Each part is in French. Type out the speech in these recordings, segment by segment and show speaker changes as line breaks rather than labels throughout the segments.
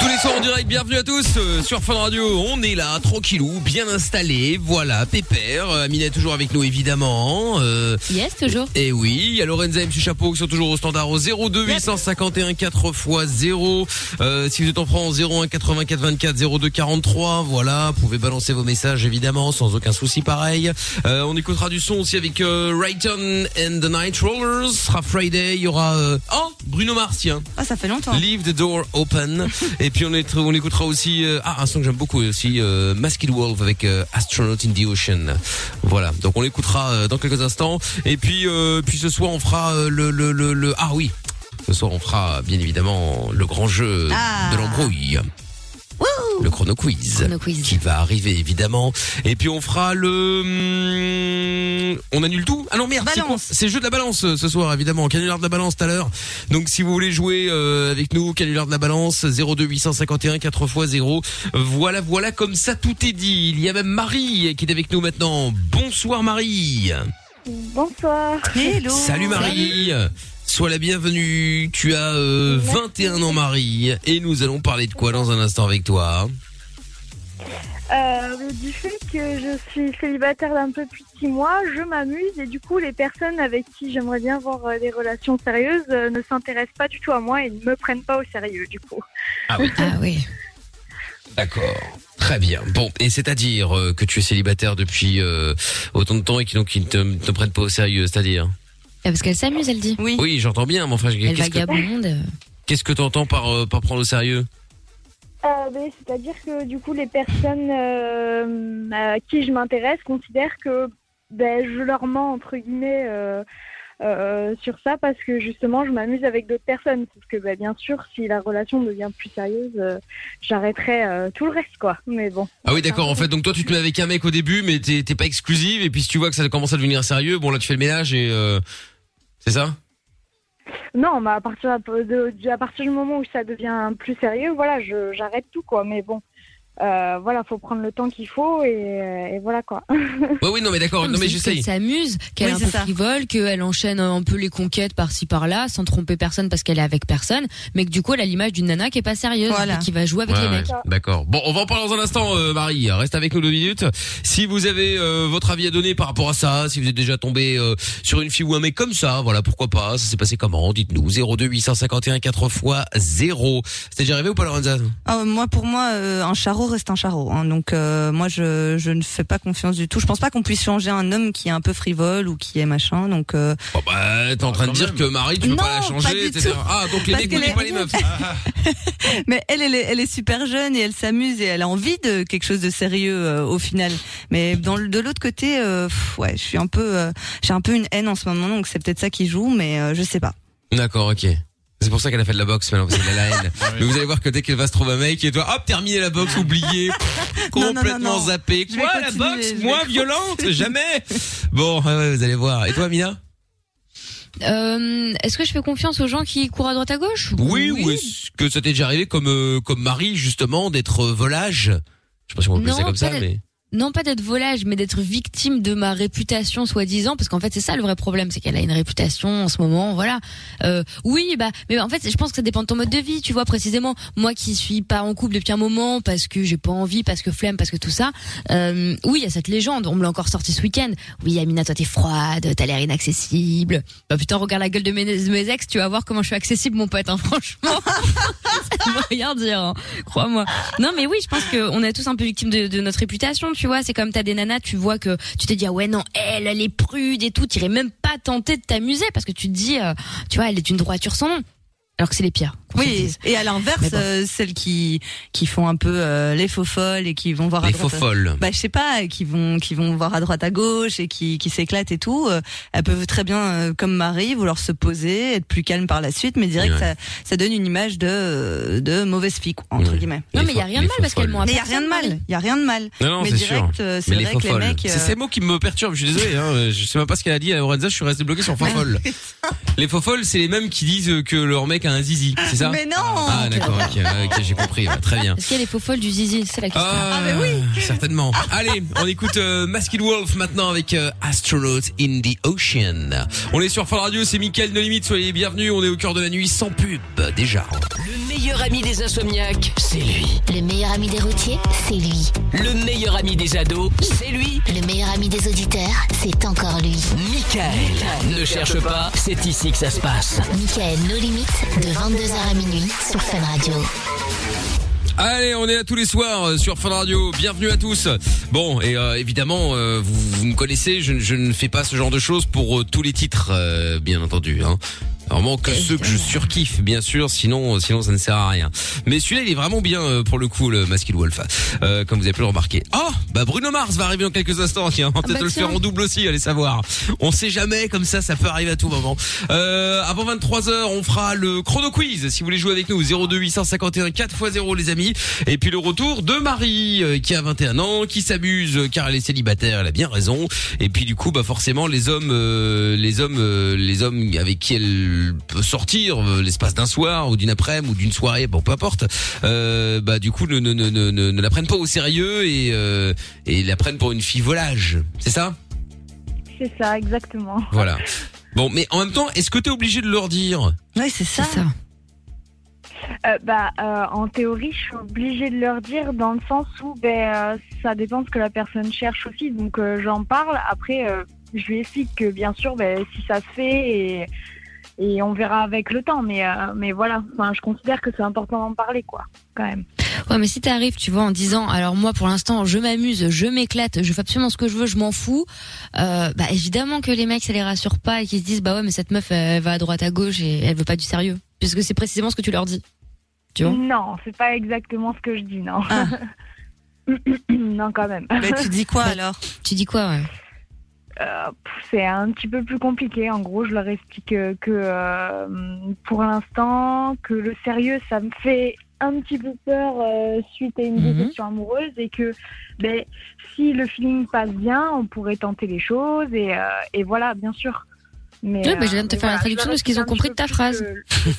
Tous les soirs en direct, bienvenue à tous euh, sur Fun Radio. On est là, tranquillou, bien installé. Voilà, pépère. Euh, Amina est toujours avec nous, évidemment. Euh,
Yes, toujours.
et oui, il y a Lorenza et M. Chapeau qui sont toujours au standard au 02 851 4 x 0. Euh, si vous êtes en France, 01 84 24 02 43. Voilà, vous pouvez balancer vos messages évidemment sans aucun souci pareil. Euh, on écoutera du son aussi avec euh, Rayton and the Night Rollers. Ce sera Friday, il y aura euh, oh, Bruno Mars tiens.
Ah, ça fait longtemps.
Leave the door open. et puis on, est- on écoutera aussi euh, ah un son que j'aime beaucoup aussi euh, Masked Wolf avec euh, Astronaut in the Ocean. Voilà. Donc on l'écoutera euh, dans quelques instants. Et puis euh, puis ce soir on fera euh, le, le le le- ah oui. Ce soir on fera euh, bien évidemment le grand jeu
Ah.
de l'embrouille. Le chrono quiz,
Chrono quiz.
qui va arriver évidemment. Et puis on fera hum, le... hum, On annule tout Ah non merde, c'est quoi
Balance.
c'est le jeu de la balance euh, ce soir évidemment, canular de la balance tout à l'heure. Donc si vous voulez jouer euh, avec nous, canular de la balance 02 851 4 x 0. Voilà, voilà comme ça tout est dit. Il y a même Marie qui est avec nous maintenant. Bonsoir Marie.
Bonsoir.
Hello.
Salut Marie. Sois la bienvenue. Tu as euh, 21 ans Marie et nous allons parler de quoi dans un instant avec toi
Euh, du fait que je suis célibataire d'un peu plus de six mois, je m'amuse et du coup les personnes avec qui j'aimerais bien avoir euh, des relations sérieuses euh, ne s'intéressent pas du tout à moi et ne me prennent pas au sérieux du coup.
Ah oui.
D'accord. Très bien. Bon, et c'est-à-dire euh, que tu es célibataire depuis euh, autant de temps et qui donc qui ne te, ne te prennent pas au sérieux, c'est-à-dire
Ah, parce qu'elle s'amuse, elle dit. Oui.
Oui, j'entends bien, mon frère.
Elle
Qu'est-ce que
vagabonde. euh.
qu'est-ce que t'entends par euh, par prendre au sérieux
Euh, ben, C'est-à-dire que du coup les personnes euh, à qui je m'intéresse considèrent que ben, je leur mens entre guillemets euh, euh, sur ça parce que justement je m'amuse avec d'autres personnes. Sauf que ben, bien sûr si la relation devient plus sérieuse, euh, j'arrêterai euh, tout le reste quoi. Mais bon.
Ah oui, d'accord. En fait, donc toi, tu te mets avec un mec au début, mais t'es t'es pas exclusive. Et puis si tu vois que ça commence à devenir sérieux, bon là, tu fais le ménage et euh, c'est ça.
Non, mais à partir, de- de- à partir du moment où ça devient plus sérieux, voilà, je- j'arrête tout, quoi. Mais bon, euh, voilà, faut prendre le temps qu'il faut et, euh, et voilà, quoi.
Ouais, oui, non, mais d'accord. Non, mais
Ah, c'est juste
j'essaye.
qu'elle s'amuse, qu'elle
Oui, c'est
est un peu
ça.
frivole, qu'elle enchaîne un peu les conquêtes par-ci par-là, sans tromper personne parce qu'elle est avec personne, mais que du coup elle a l'image d'une nana qui est pas sérieuse
Voilà.
et qui va jouer avec
Ouais,
les
ouais,
mecs.
D'accord. Bon, on va en parler dans un instant, euh, Marie. Reste avec nous deux minutes. Si vous avez euh, votre avis à donner par rapport à ça, si vous êtes déjà tombé euh, sur une fille ou un mec comme ça, voilà, pourquoi pas Ça s'est passé comment Dites-nous. 02 851 4 x 0. C'était déjà arrivé ou pas, Lorenza
Ah, moi, pour moi, euh, un charreau reste un charreau. hein. donc, euh, moi, je, je ne fais pas confiance du tout. Je pense pas qu'on puisse changer un homme qui est un peu frivole ou qui est machin. Donc, euh,
Bon, bah, t'es en train de dire que Marie, tu peux
Non,
pas la changer,
pas du
etc.
tout.
Ah, donc les
Parce
mecs
qu'elle
n'oublient
est-
pas les meufs.
mais elle, elle est, elle est super jeune et elle s'amuse et elle a envie de quelque chose de sérieux euh, au final. Mais dans le, de l'autre côté, euh, pff, ouais, je suis un peu, euh, j'ai un peu une haine en ce moment. Donc, c'est peut-être ça qui joue, mais euh, je sais pas.
D'accord, ok. C'est pour ça qu'elle a fait de la boxe maintenant, parce qu'elle a la haine.
Ah
Mais vous allez voir que dès qu'elle va se trouver un mec, et toi, hop, terminé la boxe, oublié,
Non, non,
complètement
non, non.
zappé.
Je vais
Quoi, la
continuer, je
boxe
vais
Moins
continuer.
violente Jamais Bon, ouais, ouais, vous allez voir. Et toi, Mina
Euh, Est-ce que je fais confiance aux gens qui courent à droite à gauche
Oui, ou est-ce que ça t'est déjà arrivé comme, euh, comme Marie, justement, d'être euh, volage Je sais pas si on peut appeler ça
Non,
comme ça,
pas d'être-
mais...
non pas d'être volage, mais d'être victime de ma réputation soi-disant, parce qu'en fait c'est ça le vrai problème, c'est qu'elle a une réputation en ce moment, voilà. Euh, oui, bah, mais en fait je pense que ça dépend de ton mode de vie, tu vois précisément. Moi qui suis pas en couple depuis un moment, parce que j'ai pas envie, parce que flemme, parce que tout ça. euh, oui, il y a cette légende, on me l'a encore sorti ce week-end. Oui, Amina, toi t'es froide, t'as l'air inaccessible. Bah putain, regarde la gueule de mes, de mes ex, tu vas voir comment je suis accessible, mon pote, hein, franchement. ça ne veut rien dire, hein, crois-moi. Non, mais oui, je pense que on est tous un peu victimes de, de notre réputation, tu vois. C'est comme t'as des nanas, tu vois que tu te dis ah ouais non, elle, elle est prude et tout. T'irais même pas tenter de t'amuser parce que tu te dis, euh, tu vois, elle est une droiture sans nom. Alors que c'est les pires. qu'on se le
Oui,
dise.
et à l'inverse,
Mais bon.
euh, celles qui qui font un peu euh, les faux folles et qui vont voir à
Les faux
droite.
folles.
bah je sais pas, qui vont qui vont voir à droite à gauche et qui qui s'éclatent et tout, euh, elles peuvent très bien euh, comme Marie vouloir se poser, être plus calme par la suite, mais direct
Ouais.
ça ça donne une image de euh, de mauvaise fille quoi, entre
Ouais.
guillemets.
Non,
Les
mais il y a
faux-
rien
les
de mal
faux
parce qu'elles
folles.
m'ont
Mais il y a
appris
rien de
ça, Marie.
mal, il y a rien de mal.
Non, non,
mais
c'est sûr.
direct euh, c'est
Mais les
vrai
faux
que les
folles.
mecs
C'est
euh,
ces mots qui me perturbent. Je suis désolé. Hein, euh, je sais même pas ce qu'elle a
Ah,
dit à Lorenza. Je suis resté bloqué sur faux folles. les faux folles, c'est les mêmes qui disent que leur mec a un zizi. C'est ça
Mais non
Ah d'accord, ok, ouais, ok, j'ai compris, ouais, très bien.
Est-ce qu'il y a les faux folles du zizi C'est la question.
Ah,
bah
Certainement. Allez, on écoute euh, Masked Wolf maintenant avec euh, Astronaut in the Ocean. On est sur Fall Radio, c'est Mickaël No Limite, soyez les bienvenus, on est au cœur de la nuit sans pub, déjà.
Le meilleur ami des insomniaques, c'est lui.
Le meilleur ami des routiers, c'est lui.
Le meilleur ami des ados, c'est lui.
Le meilleur ami des auditeurs, c'est encore lui.
Michael. Ne cherche pas, c'est ici que ça se passe.
Michael, nos limites, de 22h à minuit sur Fun Radio.
Allez, on est là tous les soirs euh, sur Fun Radio. Bienvenue à tous. Bon, et euh, évidemment, euh, vous, vous me connaissez, je, ne- je ne fais pas ce genre de choses pour euh, tous les titres, euh, bien entendu. Hein. Normalement que ceux que je surkiffe, bien sûr, sinon euh, sinon ça ne sert à rien. Mais celui-là, il est vraiment bien euh, pour le coup, le Masked Wolf, euh, comme vous avez pu le remarquer. Oh, bah Bruno Mars va arriver dans quelques instants, tiens, on va peut-être
bah
le
tiens.
faire en double aussi, allez savoir. On sait jamais, comme ça, ça peut arriver à tout moment. Euh, avant 23h, on fera le chrono quiz, si vous voulez jouer avec nous, 02851 4x0 les amis. Et puis le retour de Marie, euh, qui a 21 ans, qui s'amuse, euh, car elle est célibataire, elle a bien raison. Et puis du coup, bah forcément, les hommes, euh, les hommes, euh, les hommes avec qui elle peut sortir euh, l'espace d'un soir ou d'une après-midi ou d'une soirée, bon peu importe, euh, bah du coup ne, ne, ne, ne, ne- ne la prennent pas au sérieux et, euh, et la prennent pour une fille volage, c'est ça
C'est ça, exactement.
Voilà. Bon, mais en même temps, est-ce que t'es obligé de leur dire
Ouais, c'est ça.
C'est ça.
Euh, bah, euh, en théorie, je suis obligée de leur dire dans le sens où ben, euh, ça dépend ce que la personne cherche aussi. Donc euh, j'en parle. Après, euh, je lui explique que bien sûr, ben, si ça se fait et, et on verra avec le temps. Mais, euh, mais voilà, enfin, je considère que c'est important d'en parler, quoi, quand même.
Ouais, mais si t'arrives, tu vois, en disant, alors moi, pour l'instant, je m'amuse, je m'éclate, je fais absolument ce que je veux, je m'en fous. Euh, bah évidemment que les mecs, ça les rassure pas et qu'ils se disent, bah ouais, mais cette meuf, elle va à droite, à gauche et elle veut pas du sérieux, puisque c'est précisément ce que tu leur dis. Tu vois
Non, c'est pas exactement ce que je dis, non.
Ah.
non, quand même.
Bah,
Bah,
Mais tu dis quoi alors
Tu dis quoi ouais
Euh, pff, c'est un petit peu plus compliqué. En gros, je leur explique euh, que euh, pour l'instant, que le sérieux, ça me fait un petit peu peur euh, suite à une
Mhm.
déception amoureuse et que ben, si le feeling passe bien, on pourrait tenter les choses et, euh, et voilà, bien sûr. Mais, euh,
Ouais, ben, je viens de te
mais
faire
voilà,
la
je
traduction
leur
de ce
explique
qu'ils ont
un
compris
petit
de ta
peu
phrase.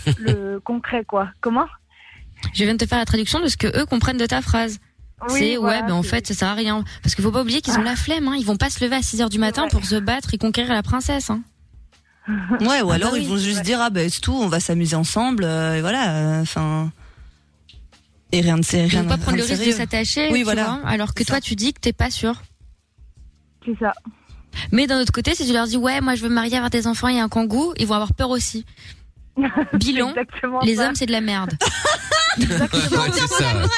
plus Le, le concret, quoi. Comment
Je viens de te faire la traduction de ce que eux comprennent de ta phrase.
Oui,
c'est ouais,
voilà,
ben en
c'est-
fait, ça sert à rien. Parce qu'il faut pas oublier qu'ils
Ah.
ont la flemme, hein. Ils vont pas se lever à 6 heures du matin
vrai.
pour se battre et conquérir la princesse, hein.
Ouais, ou alors
bah oui,
ils vont juste dire ah ben c'est tout, on va s'amuser ensemble euh, et voilà, euh, enfin et rien de sé- rien de
Ils
sérieux.
vont pas prendre le risque de s'attacher.
Oui,
tu
voilà.
vois, alors que
C'est
toi,
ça.
tu dis que t'es pas sûr.
C'est ça.
Mais d'un autre côté, si tu leur dis ouais, moi je veux me marier, avoir des enfants et un kangou, ils vont avoir peur aussi. Bilan,
Exactement
les
ça.
hommes c'est de la merde.
Ouais, c'est ça. ouais.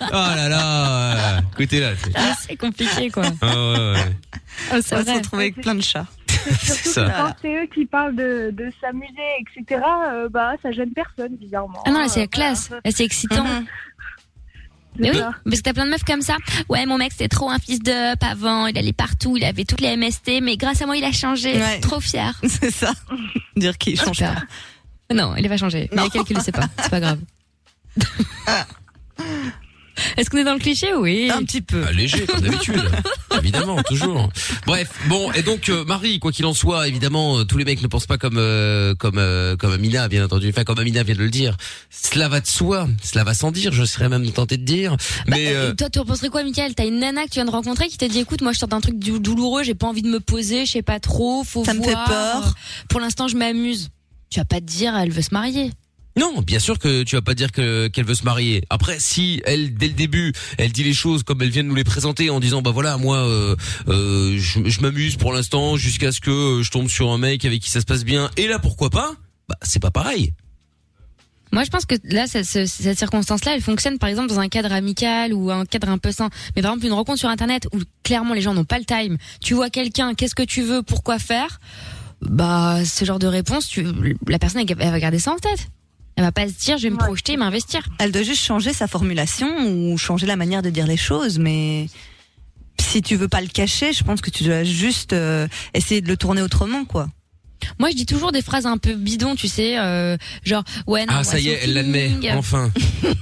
Oh là là, euh, écoutez là. c'est-
c'est compliqué quoi.
Ah ouais, ouais. Ah,
On va se
vrai.
retrouver avec plein de chats.
Surtout
Ça.
que quand c'est eux qui parlent de, de s'amuser, etc., euh, bah, ça gêne personne, bizarrement.
Ah non, là c'est
Euh,
la classe, là c'est excitant.
Mhm.
Mais oui,
voilà.
parce que t'as plein de meufs comme ça. Ouais, mon mec c'est trop un fils de up avant, il allait partout, il avait toutes les MST, mais grâce à moi il a changé.
Ouais.
Trop fier.
C'est ça. Dire qu'ils changent pas.
Super. Non, il est pas changé. Mais il y a quelqu'un qui le sait pas. C'est pas grave. Est-ce qu'on est dans le cliché Oui.
Un petit peu.
Ah, léger comme d'habitude, évidemment, toujours. Bref, bon et donc euh, Marie, quoi qu'il en soit, évidemment, euh, tous les mecs ne pensent pas comme euh, comme euh, comme Amina, bien entendu. Enfin, comme Amina vient de le dire, cela va de soi, cela va sans dire. Je serais même tenté de dire, mais euh,
Et Toi, tu repenserais quoi, Michael T'as une nana que tu viens de rencontrer qui t'a dit écoute, moi je sors d'un truc dou- douloureux, j'ai pas envie de me poser, je sais pas trop, faut
Ça me
voir.
fait peur.
Pour l'instant, je m'amuse. Tu vas pas te dire, elle veut se marier.
Non, bien sûr que tu vas pas dire que qu'elle veut se marier. Après, si elle dès le début, elle dit les choses comme elle vient de nous les présenter en disant bah voilà moi euh, euh, je, je m'amuse pour l'instant jusqu'à ce que euh, je tombe sur un mec avec qui ça se passe bien et là pourquoi pas Bah c'est pas pareil.
Moi, je pense que là, ça- ce- cette circonstance-là, elle fonctionne par exemple dans un cadre amical ou un cadre un peu sain. Mais par exemple, une rencontre sur Internet où clairement les gens n'ont pas le time. Tu vois quelqu'un, qu'est-ce que tu veux, pourquoi faire Bah, ce genre de réponse, tu, la personne, elle, elle va garder ça en tête. Elle va pas se dire, je vais me
Ouais.
projeter, m'investir.
Elle doit juste changer sa formulation ou changer la manière de dire les choses, mais si tu veux pas le cacher, je pense que tu dois juste euh, essayer de le tourner autrement, quoi.
Moi, je dis toujours des phrases un peu bidons, tu sais, euh, genre ouais. Non,
Ah
moi,
ça y est,
son
elle l'admet
feeling.
enfin.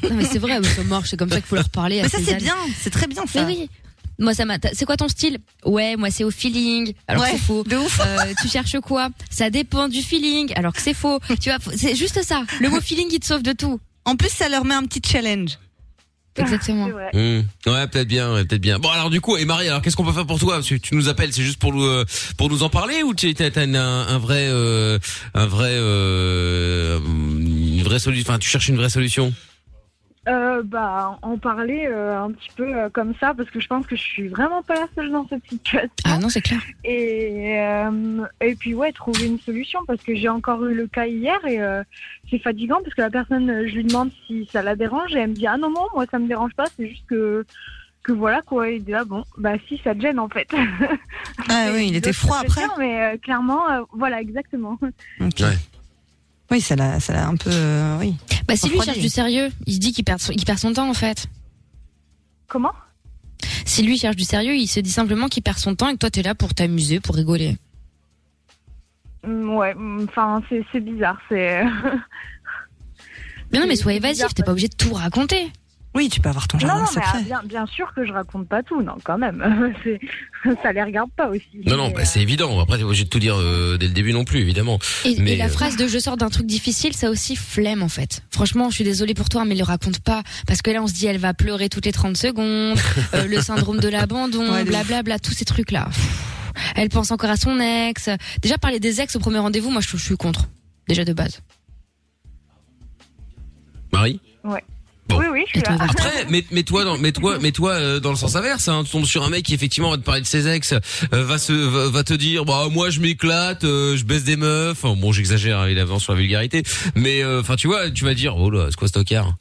Non, mais c'est vrai, mais c'est mort. C'est comme ça qu'il faut leur parler. à
Mais ça
ces
c'est
âges.
bien, c'est très bien ça.
Mais oui. moi ça m'a. C'est quoi ton style Ouais, moi c'est au feeling. Alors que
Ouais,
c'est faux.
de ouf.
Euh, tu cherches quoi Ça dépend du feeling. Alors que c'est faux. tu vois, faut- c'est juste ça. Le mot feeling il te sauve de tout.
En plus, ça leur met un petit challenge.
Exactement.
C'est vrai.
Hmm. Ouais, peut-être bien, ouais, peut-être bien. Bon, alors du coup, et Marie, alors qu'est-ce qu'on peut faire pour toi Parce que tu nous appelles, c'est juste pour nous euh, pour nous en parler ou tu t'as, t'as une- un, un vrai euh, un vrai euh, une vraie solution Enfin, tu cherches une vraie solution
Euh, bah, en parler euh, un petit peu euh, comme ça, parce que je pense que je suis vraiment pas la seule dans cette situation.
Ah non, c'est clair.
Et, euh, et puis, ouais, trouver une solution, parce que j'ai encore eu le cas hier et euh, c'est fatigant, parce que la personne, euh, je lui demande si ça la dérange et elle me dit Ah non, non, moi ça me dérange pas, c'est juste que, que voilà quoi. Et je dis, Ah bon, bah si, ça te gêne en fait.
Ah oui, il était
D'autres
froid après.
questions, Mais euh, clairement, euh, voilà, exactement.
Ok.
Ouais.
Oui, ça l'a, ça l'a un peu. euh, oui.
Bah si lui
Refroidi.
cherche du sérieux, il se dit qu'il perd, son- il perd son temps en fait.
Comment
Si lui cherche du sérieux, il se dit simplement qu'il perd son temps et que toi t'es là pour t'amuser, pour rigoler.
Mm, Ouais, mm, enfin, c'est c'est bizarre. C'est.
Mais non, mais
C'est-
sois
c'est
évasif,
bizarre,
t'es pas
parce-
obligé de tout raconter.
Oui, tu peux avoir ton
Non,
jardin
non, mais ah,
secret.
bien, bien sûr que je raconte pas tout, non, quand même. C'est- ça les regarde pas aussi.
Non, non,
Mais,
bah, c'est évident. Après, t'es pas obligé de tout dire euh, dès le début non plus, évidemment.
euh, Et, et
Mais,
la
euh,
phrase de je sors d'un truc difficile, ça aussi flemme en fait. Franchement, je suis désolée pour toi, mais le raconte pas parce que là on se dit elle va pleurer toutes les 30 secondes, euh, le syndrome de l'abandon,
Ouais, de ouf.
blablabla, tous ces trucs là. Elle pense encore à son ex. Déjà parler des ex au premier rendez-vous, moi je, je suis contre. Déjà de base.
Marie. bon.
Oui, oui, je suis
Et toi,
là.
Eva
Après, mets- mets-toi dans, mets-toi, mets-toi euh, dans le sens inverse. Hein. Tu tombes sur un mec qui effectivement va te parler de ses ex, euh, va se, va, va te dire, bah moi je m'éclate, euh, je baisse des meufs. Enfin, Bon, j'exagère, hein, il avance sur la vulgarité, mais euh, enfin tu vois, tu vas dire, oh là, c'est quoi ce tocard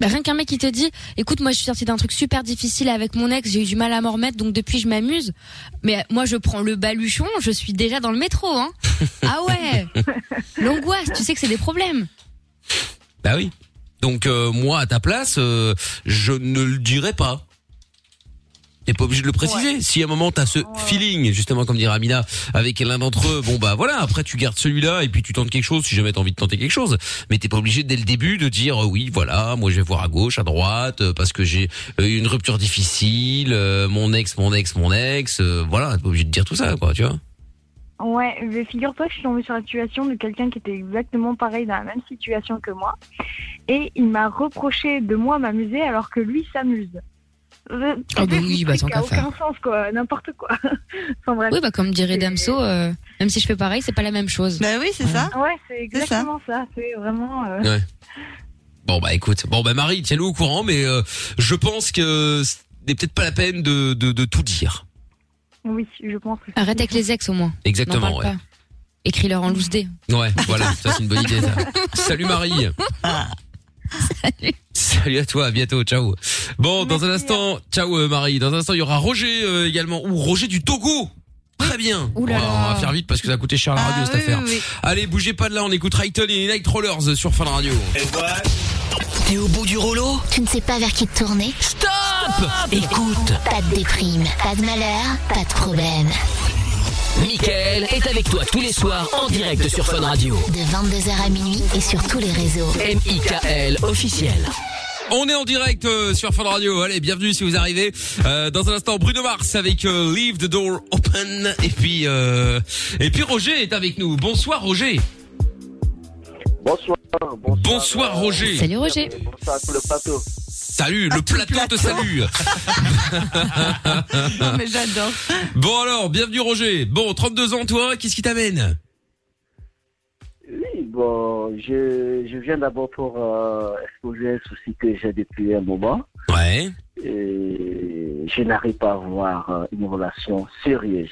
Bah, rien qu'un mec qui te dit, écoute, moi je suis sortie d'un truc super difficile avec mon ex, j'ai eu du mal à m'en remettre, donc depuis je m'amuse. Mais moi je prends le baluchon, je suis déjà dans le métro, hein. ah ouais, l'angoisse, tu sais que c'est des problèmes.
Bah oui. Donc euh, moi à ta place, euh, je ne le dirai pas. T'es pas obligé de le préciser. Si à un moment t'as ce feeling, justement comme dirait Amina, avec l'un d'entre eux, bon bah voilà. Après tu gardes celui-là et puis tu tentes quelque chose si jamais t'as envie de tenter quelque chose. Mais t'es pas obligé dès le début de dire euh, oui voilà, moi je vais voir à gauche, à droite euh, parce que j'ai euh, eu une rupture difficile, euh, mon ex, mon ex, mon ex. euh, voilà, t'es pas obligé de dire tout ça quoi, tu vois.
Ouais, mais figure-toi que je suis tombée sur la situation de quelqu'un qui était exactement pareil dans la même situation que moi. Et il m'a reproché de moi m'amuser alors que lui s'amuse. Euh,
Ah bah oui, bah,
truc
tant
qui
qu'à
a aucun sens, quoi, n'importe quoi. enfin bref.
Oui, bah comme dirait Damso, euh, même si je fais pareil, c'est pas la même chose.
Bah oui, c'est ça.
Ouais, c'est
ça.
exactement ça. C'est vraiment. euh,
Bon bah écoute, bon bah Marie, tiens-le au courant, mais euh, je pense que ce n'est peut-être pas la peine de, de, de tout dire.
Oui, je pense que c'est-
Arrête avec les ex au moins. N'en
Exactement,
parle
ouais.
pas. Écris-leur en loose day.
Ouais, voilà, ça c'est une bonne idée. Ça. Salut Marie. Salut. Salut à toi, à bientôt, ciao. Bon, dans un
hein.
instant, ciao euh, Marie. Dans un instant, il y aura Roger euh, également ou Roger du Togo. Très bien.
Ouh là
Bon, alors, on va
là.
faire vite parce que ça a coûté cher à la radio
Ah
cette
oui,
affaire.
oui, oui.
Allez, bougez pas de là, on écoute Rayton et les Night Rollers sur Fun Radio.
T'es au bout du rouleau
Tu ne sais pas vers qui te tourner
Stop Écoute,
Pas de déprime, pas de malheur, pas de problème.
Michael est avec toi tous les soirs en direct sur Fun Radio.
De 22h à minuit et sur tous les réseaux.
M.I.K.L. officiel.
On est en direct euh, sur Fun Radio. Allez, bienvenue si vous arrivez. Euh, dans un instant, Bruno Mars avec euh, Leave the Door Open. Et puis, euh, et puis Roger est avec nous. Bonsoir Roger.
Bonsoir. Bonsoir,
Bonsoir,
euh,
Roger.
Salut Roger.
Bonsoir à tout le plateau.
Salut, le plateau, te salue. Ah.
Non, mais j'adore.
Bon alors, bienvenue Roger. Bon, 32 ans toi, qu'est-ce qui t'amène
Oui, bon, je, je viens d'abord pour euh, exposer un souci que j'ai depuis un moment.
Ouais.
Et je n'arrive pas à avoir euh, une relation sérieuse.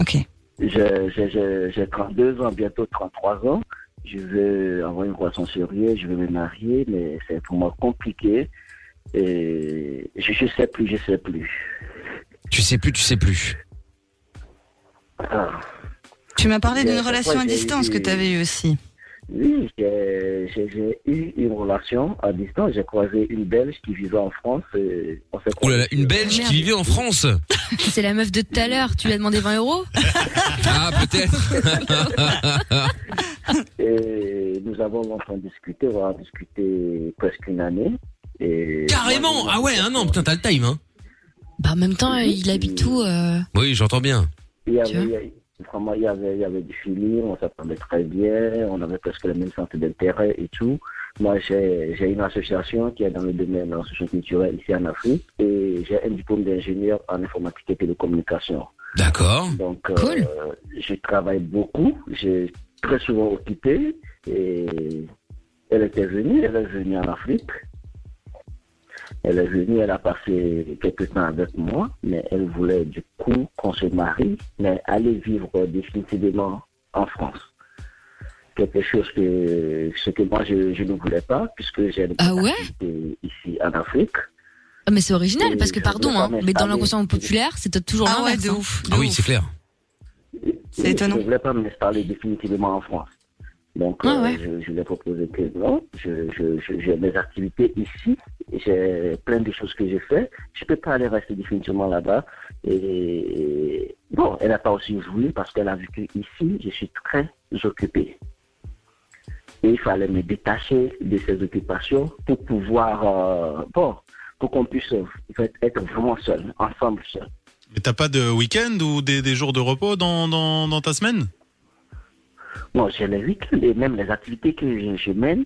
Ok.
Je- je- je- J'ai 32 ans, bientôt 33 ans. Je veux avoir une relation sérieuse, je veux me marier, mais c'est pour moi compliqué. Et je ne sais plus, je sais plus.
Tu sais plus, tu sais plus.
Ah.
Tu m'as parlé d'une
Ouais,
relation à
j'ai eu
distance que
des-
tu avais eue aussi.
Oui, j'ai j'ai- j'ai eu une relation à distance. J'ai croisé une Belge qui vivait en France. et on s'est
Oh là là,
croisés.
une Belge
Merde.
qui vivait en France.
C'est la meuf de tout à l'heure, tu lui as demandé 20 euros
Ah peut-être.
Et nous avons longtemps discuté, on a discuté presque une année. Et
Carrément. Ah ouais, un an. Putain, t'as le time. Hein.
Bah, en même temps, il habite où euh,
Oui, j'entends bien.
Il y
Tu
avait, il y avait- vraiment, il y avait, il y avait du feeling, on s'attendait très bien, on avait presque le même centre d'intérêt et tout. Moi, j'ai j'ai une association qui est dans le domaine de l'association culturelle ici en Afrique et j'ai un diplôme d'ingénieur en informatique et télécommunication.
D'accord.
Donc,
Cool.
euh, je travaille beaucoup, j'ai très souvent occupé et elle était venue, elle est venue en Afrique. Elle est venue, elle a passé quelques temps avec moi, mais elle voulait du coup qu'on se marie, mais aller vivre définitivement en France. Quelque chose que ce que moi je, je ne voulais pas, puisque j'ai une
Ah ouais
activité ici en Afrique.
Ah, mais c'est original,
Et
parce
je
que
vais
pardon,
pas
hein,
mettre
mais dans
à
l'inconscient
l'aise.
populaire, c'est toujours
Ah ouais,
l'inverse.
de
hein.
ouf. de
Ah oui,
ouf.
c'est clair.
C'est
Et
étonnant.
Je ne voulais pas me installer définitivement en France. Donc,
Ah
euh,
ouais.
je, je lui ai proposé que non, je- je- je- j'ai mes activités ici, j'ai plein de choses que j'ai fait, je peux pas aller rester définitivement là-bas. Et bon, elle n'a pas aussi voulu parce qu'elle a vécu ici, je suis très occupé. Et il fallait me détacher de ces occupations pour pouvoir, euh, bon, pour qu'on puisse euh, en fait, être vraiment seul, ensemble seul.
Mais t'as pas de week-end ou des, des jours de repos dans, dans, dans ta semaine
Bon, j'ai les week-ends et même les activités que je, je mène.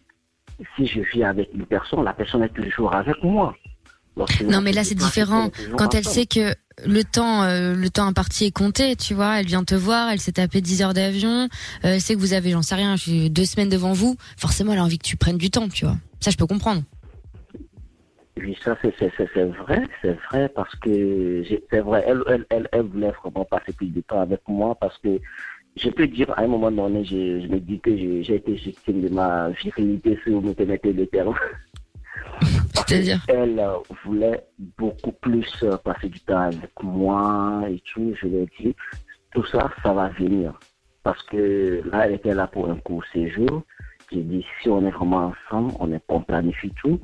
Si je vis avec une personne, la personne est toujours avec moi. Lorsque je
Non, mais là,
suis
c'est
pas,
différent.
on est toujours
Quand elle
ensemble.
sait que le temps, euh, le temps imparti est compté, tu vois, elle vient te voir, elle s'est tapée 10 heures d'avion, euh, elle sait que vous avez, j'en sais rien, je suis deux semaines devant vous, forcément, elle a envie que tu prennes du temps, tu vois. Ça, je peux comprendre.
Oui, ça, c'est- c'est c'est- c'est vrai, c'est vrai, parce que j'ai- c'est vrai, elle, elle, elle, elle voulait vraiment passer plus de temps avec moi, parce que je peux dire, à un moment donné, je, je me dis que j'ai j'ai été victime de ma virilité, si vous me permettez le terme.
C'est-à-dire
Elle euh, voulait beaucoup plus euh, passer du temps avec moi et tout. Je lui ai dit, tout ça, ça va venir. Parce que là, elle était là pour un court séjour. J'ai dit, si on est vraiment ensemble, on est on planifie tout.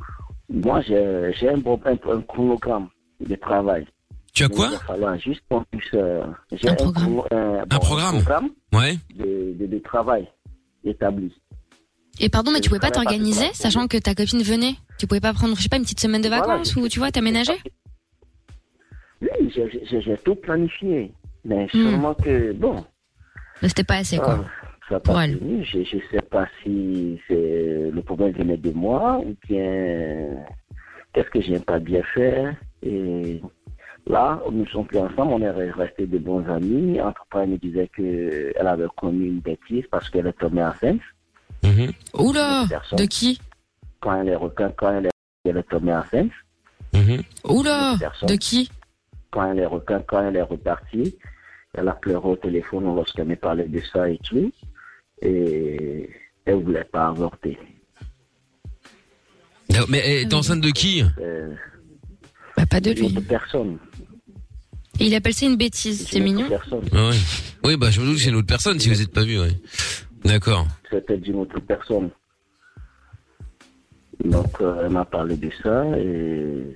Moi, j'ai j'ai un, bon, un, un chronogramme de travail.
Tu as
Mais
quoi
Il va falloir juste qu'on puisse. euh, j'ai
Un programme.
chrono- un- bon,
programme. Ouais.
de, de- de travail établi.
Et pardon, mais
Je
tu pouvais pas
travaille pas, je
t'organiser,
travaille.
sachant que ta copine venait Tu pouvais pas prendre, je sais pas, une petite semaine de
Voilà,
vacances
je-
ou, tu vois, t'aménager
Oui, j'ai- j'ai j'ai tout planifié. Mais
Hmm.
seulement que, bon,
Mais Bah, c'était pas assez, quoi.
Ah, ça a
Pour
pas
elle.
fini. Je ne sais pas si c'est le problème venait de moi ou bien qu'est-ce que j'aime pas bien faire. Et là, nous sommes plus ensemble, on est restés de bons amis. Entre temps, elle me disait qu'elle avait commis une bêtise parce qu'elle est tombée enceinte.
Mhm.
Oula
Personne.
De qui
Quand elle est, quand, quand elle est, elle est tombée enceinte,
Mhm.
Oula
Personne.
De qui
quand elle est, re- quand, quand elle est repartie, elle a pleuré au téléphone lorsqu'elle me parlait de ça et tout. Et elle ne voulait pas avorter.
D'accord, Mais elle est enceinte de qui
Euh,
Bah, pas de
une
lui.
autre personne.
Et il appelle ça une bêtise, c'est
Une autre
mignon.
personne.
Ah ouais. Oui, bah je me doute que c'est une autre personne si vous n'êtes pas vu. Ouais. D'accord.
C'était d'une autre personne. Donc, euh, elle m'a parlé de ça et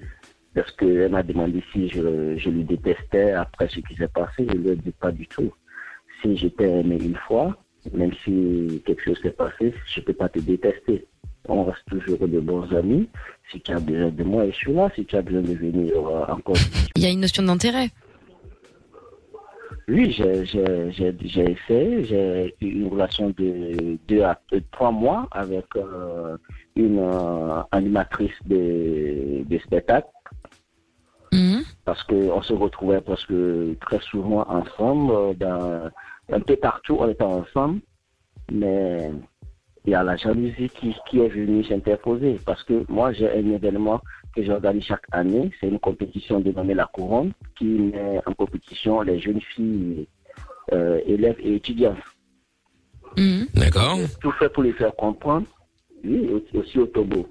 parce qu'elle m'a demandé si je, je lui détestais après ce qui s'est passé. Je lui ai dit pas du tout. Si j'étais aimé une fois, même si quelque chose s'est passé, je ne peux pas te détester. On reste toujours de bons amis. Si tu as besoin de moi, je suis là. Si tu as besoin de venir euh, encore
Il y a une notion d'intérêt.
Oui, j'ai- j'ai j'ai- j'ai essayé. J'ai eu une relation de deux à de trois mois avec euh, une euh, animatrice de, de spectacle
Mhm.
parce qu'on se retrouvait presque très souvent ensemble. euh, Dans, un peu partout, on était ensemble. Mais il y a la jalousie qui, qui est venue s'interposer parce que moi, j'ai un événement que j'organise chaque année. C'est une compétition dénommée La Couronne qui met en compétition les jeunes filles, euh, élèves et étudiants.
Mhm.
D'accord.
Tout fait pour les faire comprendre, oui, au- aussi au Togo.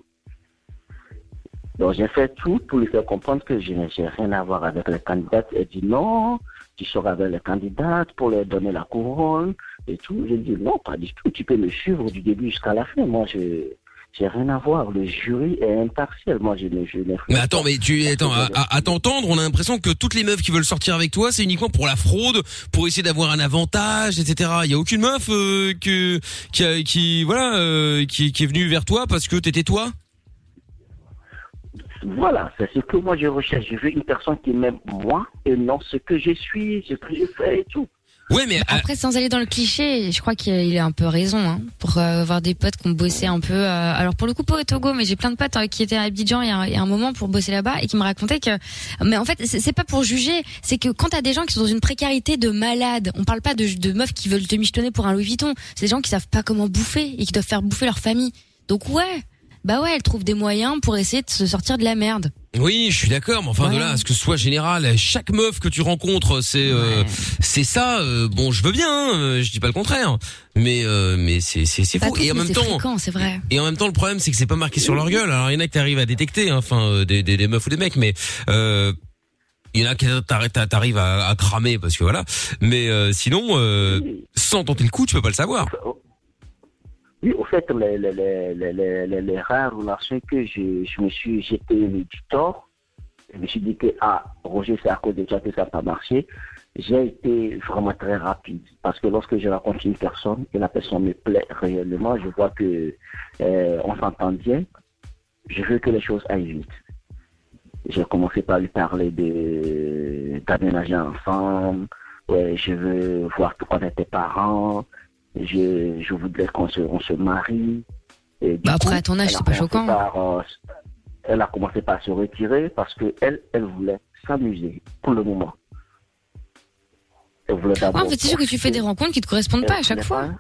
Donc j'ai fait tout pour lui faire comprendre que je n'ai j'ai rien à voir avec les candidates. Elle dit non, tu seras avec les candidates pour leur donner la couronne et tout. Je dis non, pas du tout. Tu peux me suivre du début jusqu'à la fin. Moi, je j'ai rien à voir. Le jury est impartiel. Moi, je ne je n'influence
Mais attends,
pas.
mais tu attends, à, à- à t'entendre, on a l'impression que toutes les meufs qui veulent sortir avec toi, c'est uniquement pour la fraude, pour essayer d'avoir un avantage, etc. Il y a aucune meuf euh, que qui, a- qui voilà euh, qui, qui est venue vers toi parce que t'étais toi.
Voilà, c'est ce que moi je recherche. Je veux une personne qui m'aime moi et non ce que je suis, ce que je fais et tout.
Ouais, mais euh,
Après, sans aller dans le cliché, je crois qu'il a un peu raison hein, pour euh, avoir des potes qui ont bossé un peu. euh, alors pour le coup, pas au Togo, mais j'ai plein de potes hein, qui étaient à Abidjan il y, a, un- il y a un moment pour bosser là-bas et qui me racontaient que. Mais en fait, c'est c'est pas pour juger, c'est que quand t'as des gens qui sont dans une précarité de malade, on parle pas de, de meufs qui veulent te michetonner pour un Louis Vuitton. C'est des gens qui savent pas comment bouffer et qui doivent faire bouffer leur famille. Donc ouais, bah ouais, elles trouvent des moyens pour essayer de se sortir de la merde.
oui, je suis d'accord, mais enfin de là à ce que ce soit général, chaque meuf que tu rencontres, c'est euh, c'est ça. euh, bon, je veux bien, hein, euh, je dis pas le contraire, mais euh, mais c'est c'est c'est
Pas
fou.
toutes,
Et en
mais
même
c'est
temps,
fréquent, c'est vrai.
Et en même temps, le problème, c'est que c'est pas marqué sur leur gueule. Alors, il y en a que t'arrives à détecter, hein, enfin, euh, des, des, des meufs ou des mecs, mais euh, il y en a que t'arri- t'arri- t'arrives à, à cramer parce que voilà. Mais euh, sinon, euh, sans tenter le coup, tu peux pas le savoir.
Oui, au fait, les, les, les, les, les, les- les rares relations que je, je me suis jeté du tort, je me suis dit que, ah, Roger, c'est à cause de toi que ça n'a pas marché. J'ai été vraiment très rapide parce que lorsque je raconte une personne et la personne me plaît réellement, je vois que euh, on s'entend bien. Je veux que les choses aillent vite. J'ai commencé par lui parler de d'aménager ensemble. Ouais, je veux voir tout connaître tes parents. Je, je voudrais qu'on se, on se marie. Et du
Bah après,
coup,
à ton âge,
elle a
c'est pas
commencé
choquant.
par, euh, elle a commencé par se retirer parce que elle, elle voulait s'amuser pour le moment. Elle voulait
Ouais,
d'abord
en fait, c'est sûr que tu fais des
profiter.
rencontres qui te correspondent pas à chaque fois.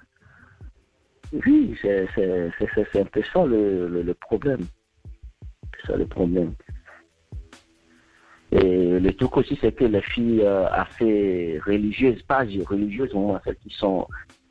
Oui, c'est c'est- c'est- c'est- c'est un peu ça le, le, le problème. C'est ça le problème. Et le truc aussi, c'est que les filles euh, assez religieuses, pas religieuses, au moins celles qui sont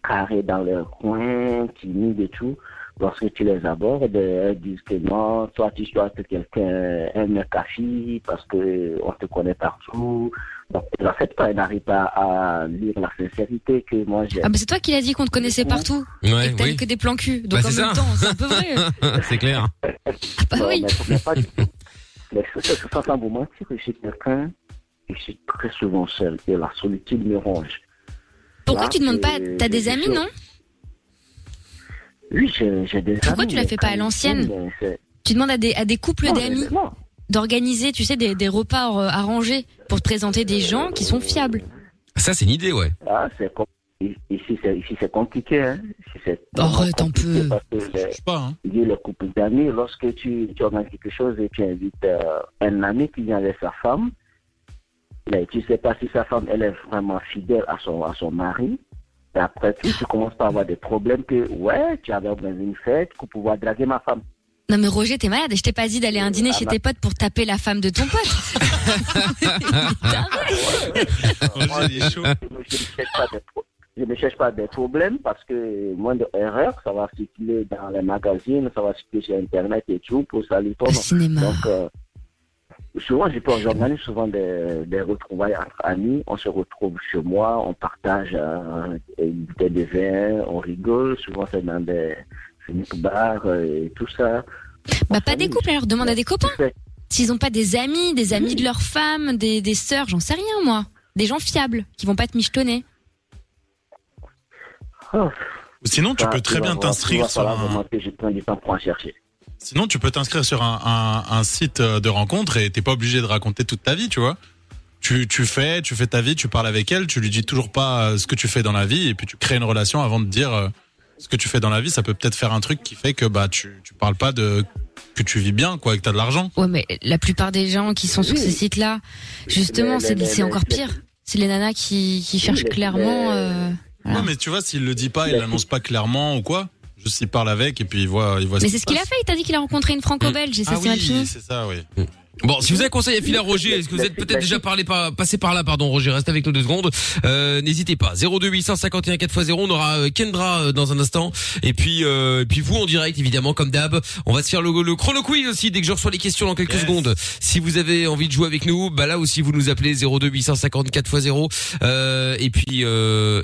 carrées dans leur coin, timides et tout, lorsque tu les abordes, ben, elles disent que non, toi tu dois être quelqu'un, un mec à fille, parce qu'on te connaît partout. Donc, en fait, quand elles n'arrivent pas à lire la sincérité que moi j'ai.
Ah bah c'est toi qui l'as dit qu'on te connaissait partout et
Ouais,
que t'avais
oui.
que des plans cul.
Bah,
Donc en
c'est
même
ça.
temps, c'est un peu vrai. Ah
c'est clair.
bah
Non,
oui.
mais je ne pas du tout. Mais je je- je suis en train de vous mentir, je suis quelqu'un, je suis très souvent seul et la solitude me ronge.
Pourquoi
Là,
tu demandes pas
c'est-
T'as des
c'est
amis,
sûr.
non
Oui, j'ai j'ai des
Pourquoi
amis,
tu la
mais
fais pas à
quand
l'ancienne
ils viennent, c'est-
Tu demandes à des, à des couples
Non,
d'amis
mais non.
d'organiser, tu sais, des, des repas euh, arrangés pour te présenter des gens qui sont fiables.
Ça, c'est une idée, ouais.
Ah, c'est com- Ici, c'est ici, c'est compliqué. Hein. Ici, c'est
Oh, Arrête un
compliqué
peu.
parce que les-
Je sais pas, hein.
Il y a le couple d'amis, lorsque tu, tu organises quelque chose et tu invites euh, un ami qui vient avec sa femme, mais tu ne sais pas si sa femme elle est vraiment fidèle à son, à son mari. Et après tout, tu commences par avoir des problèmes que, ouais, tu avais organisé une fête pour pouvoir draguer ma femme.
Non mais Roger, t'es malade. Je t'ai pas dit d'aller à un dîner
Ah
chez
bah.
tes potes pour taper la femme de ton pote.
Roger, Oh, il est chaud.
Je ne cherche pas des pro- je ne cherche pas des problèmes parce que moins d'erreurs, ça va circuler dans les magazines, ça va circuler sur Internet et tout pour saluer ton
Au
nom.
cinéma.
Donc, euh, souvent, je peux- j'organise souvent des, des retrouvailles entre amis. On se retrouve chez moi, on partage euh, une bouteille de vin, on rigole. Souvent, c'est dans des sneak bars euh, et tout ça.
Bah
On
pas des
s'amuse.
couples, alors demande à des copains.
Ouais.
S'ils ont pas des amis, des amis de leurs femmes, des, des sœurs, j'en sais rien moi. Des gens fiables qui vont pas te michetonner.
Oh,
Sinon, tu
ça,
peux très
vas
bien
voir, tu vas
t'inscrire sur
falloir
un,
vraiment que je prends du temps pour en chercher.
Sinon, tu peux t'inscrire sur un, un- un site euh, de rencontre et t'es pas obligé de raconter toute ta vie, tu vois. Tu, tu fais, tu fais ta vie, tu parles avec elle, tu lui dis toujours pas euh, ce que tu fais dans la vie et puis tu crées une relation avant de dire euh, ce que tu fais dans la vie. Ça peut peut-être faire un truc qui fait que bah tu, tu parles pas de que tu vis bien, quoi, que t'as de l'argent.
Ouais, mais la plupart des gens qui sont sur
Oui.
ces sites-là,
Mais-
justement, c'est
mais-
c'est
mais-
encore
mais-
pire. C'est les nanas qui, qui cherchent
mais-
clairement.
mais-
euh,
Ouais,
voilà.
mais tu vois, s'il le dit pas, il l'annonce pas clairement ou quoi. Juste il parle avec et puis il voit, il voit.
Mais
qui
c'est ce
se
qu'il a
passe.
fait. Il t'a dit qu'il a rencontré une franco-belge et ça
Ah
s'est mal
oui,
fini.
c'est ça, oui.
Mm. Bon, si vous avez un conseil à filer à Roger, est-ce que vous êtes peut-être déjà parlé par, passé par là, pardon, Roger, restez avec nous deux secondes. Euh, N'hésitez pas. 02851 4x0, on aura euh, Kendra euh, dans un instant. Et puis, euh, et puis vous en direct, évidemment, comme d'hab. On va se faire le, le chrono quiz aussi, dès que je reçois les questions dans quelques
Yes.
secondes. Si vous avez envie de jouer avec nous, bah là aussi, vous nous appelez 02854 4x0. Euh, et puis, euh,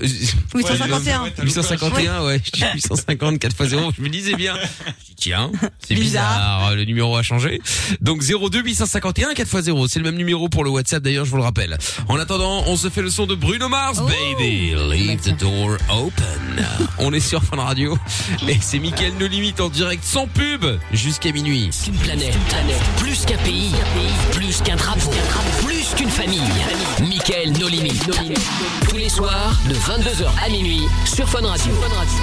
851.
Ouais, t'as loupé un chiffre.
851, ouais, je dis 854 fois 0, je me disais bien. Je dis, tiens, c'est euh,
Bizarre.
bizarre, le numéro a changé. Donc 02 851 251 4x0. C'est le même numéro pour le WhatsApp d'ailleurs, je vous le rappelle. En attendant, on se fait le son de Bruno Mars, baby. Leave the door open. on est sur Fun Radio. Et c'est Mickaël No Limite en direct sans pub jusqu'à minuit.
Une planète, plus qu'un pays, plus qu'un drapeau, plus qu'une famille. Michael No Limit. Tous les soirs, de 22h à minuit, sur Fun Radio.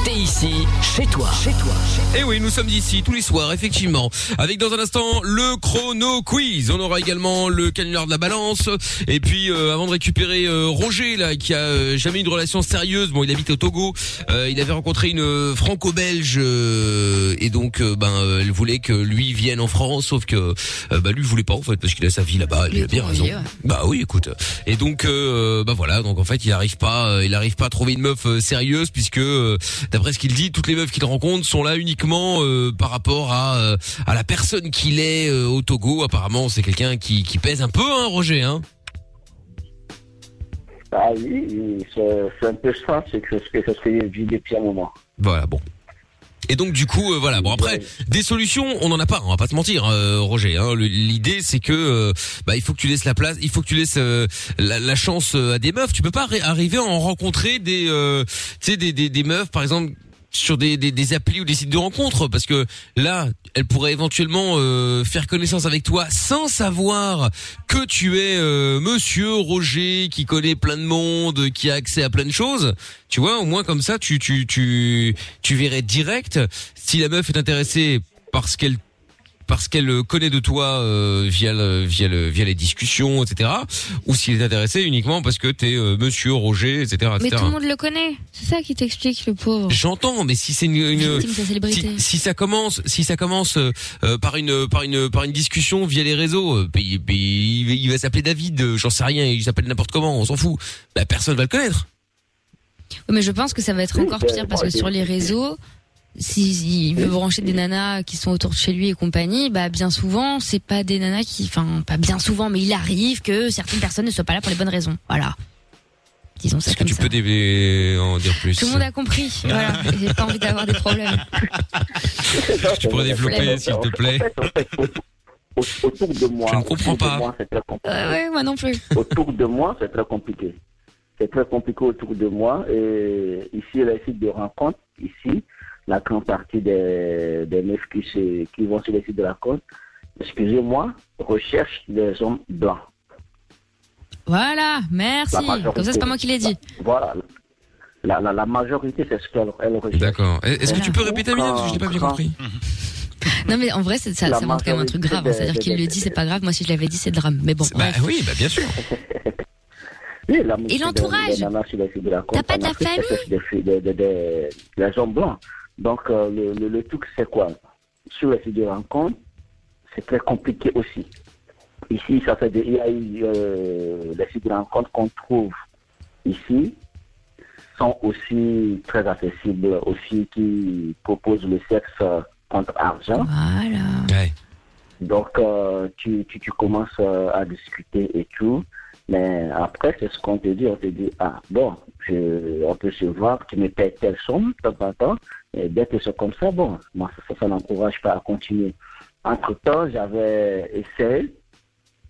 T'es ici, chez toi. Chez toi.
Et oui, nous sommes ici tous les soirs, effectivement. Avec dans un instant le chrono quiz. On aura également le canular de la balance. Et puis, euh, avant de récupérer euh, Roger, là, qui a euh, jamais eu de relation sérieuse. Bon, il habite au Togo. Euh, il avait rencontré une euh, franco-belge euh, et donc, euh, ben, euh, elle voulait que lui vienne en France, sauf que, euh, bah, lui il voulait pas en fait parce qu'il a sa vie là-bas. Il a bien raison.
vieux, ouais.
Bah oui, écoute. Et donc, euh, bah voilà. Donc en fait, il arrive pas, euh, il arrive pas à trouver une meuf euh, sérieuse puisque, euh, d'après ce qu'il dit, toutes les meufs qu'il rencontre sont là uniquement euh, par rapport à euh, à la personne qu'il est euh, au Togo. Apparemment, c'est quelqu'un qui qui pèse un peu, hein, Roger. Hein.
Ah oui, oui, c'est c'est un peu ça, c'est que, que ça se fait vivre depuis un moment.
Voilà, bon. Et donc du coup, euh, voilà. Bon après, des solutions, on n'en a pas. On va pas se mentir, euh, Roger. hein. Le- L'idée, c'est que euh, bah, il faut que tu laisses la place, il faut que tu laisses euh, la, la chance euh, à des meufs. Tu peux pas arri- arriver à en rencontrer des, euh, tu sais, des, des, des meufs, par exemple sur des, des, des applis ou des sites de rencontres parce que là elle pourrait éventuellement euh, faire connaissance avec toi sans savoir que tu es euh, monsieur Roger qui connaît plein de monde qui a accès à plein de choses tu vois au moins comme ça tu tu tu tu verrais direct si la meuf est intéressée parce qu'elle parce qu'elle connaît de toi euh, via le, via le, via les discussions etc ou s'il est intéressé uniquement parce que t'es euh, monsieur Roger etc,
Mais
etc.
tout le monde le connaît. C'est ça qui t'explique, le pauvre.
J'entends, mais si c'est une,
euh,
une-
Victime de sa célébrité.
si, si ça commence, si ça commence euh, euh, par une par une par une discussion via les réseaux, euh, puis- puis il, va- il va s'appeler David, euh, j'en sais rien, il s'appelle n'importe comment, on s'en fout. La personne va le connaître.
Oui, Mais je pense que ça va être encore pire parce que sur les réseaux, s'il veut brancher des nanas qui sont autour de chez lui et compagnie, bah bien souvent, c'est pas des nanas qui. Enfin, pas bien souvent, mais il arrive que certaines personnes ne soient pas là pour les bonnes raisons. Voilà. Disons ça
Est-ce que
comme
tu
ça.
peux dé- en dire plus
Tout le monde a compris. voilà. Et J'ai pas envie d'avoir des problèmes.
Tu pourrais développer, s'il te plaît.
Autour de moi,
Je ne
autour
comprends
de
pas.
moi, c'est très compliqué.
Ouais, ouais, moi non plus.
autour de moi, c'est très compliqué. C'est très compliqué autour de moi. Et ici, les sites de rencontre, ici, la grande partie des, des meufs qui, se- qui vont sur les sites de rencontre, excusez-moi, recherchent des hommes blancs.
Voilà, merci.
La majorité.
Comme ça, c'est pas moi qui l'ai dit.
Voilà. La, la, la majorité, c'est ce qu'elle elle recherche.
D'accord. Est-ce que tu peux
Voilà.
répéter Amina parce que je n'ai pas bien
Quand-
compris.
Non, mais en vrai, c'est- ça,
La
ça montre quand même un truc
majorité
grave. hein.
des-
C'est-à-dire qu'il
des-
le dit, c'est pas grave. Moi, si je l'avais dit, c'est drame. Mais bon,
Bah
bref.
oui, bah bien sûr.
Oui, la majorité
Et l'entourage
des- des nanas sur les sites de rencontre,
T'as pas de la
en Afrique, elles cherchent des filles- des- des- des- des hommes blancs. Donc, euh, le, le, le truc, c'est quoi Sur les sites de rencontre, c'est très compliqué aussi. Ici, ça fait des, il y a eu, euh, les sites de rencontre qu'on trouve ici sont aussi très accessibles, aussi qui proposent le sexe euh, contre argent.
Voilà.
Ouais.
Donc, euh, tu, tu, tu commences euh, à discuter et tout. Mais après, c'est ce qu'on te dit. On te dit, ah, bon, je, on peut se voir, tu me payes telle somme, tant, tant, tant. Et dès que c'est comme ça, bon, moi, ça, ça, ça n'encourage pas à continuer. Entre-temps, j'avais essayé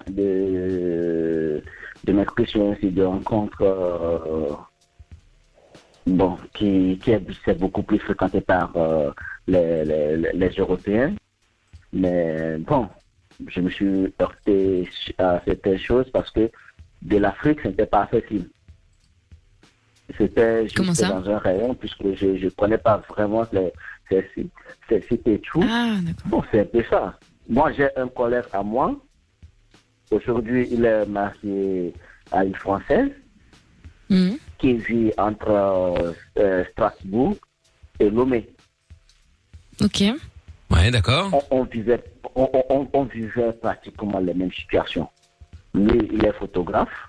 de, de m'inscrire sur un site de rencontre, euh, bon, qui, qui est, c'est beaucoup plus fréquenté par euh, les- les- les- les Européens. Mais bon, je me suis heurté à certaines choses parce que de l'Afrique, ce n'était pas accessible. C'était juste
Comment ça
dans un rayon, puisque je ne connais pas vraiment les, ces, sites- ces sites et tout.
Ah, d'accord.
Bon, c'est un peu ça. Moi, j'ai un collègue à moi. Aujourd'hui, il est marié à une Française
Mhm.
qui vit entre euh, euh, Strasbourg et Lomé.
Ok.
Ouais, d'accord.
on, on vivait, on, on- on- on vivait pratiquement les mêmes situations. Lui, il est photographe.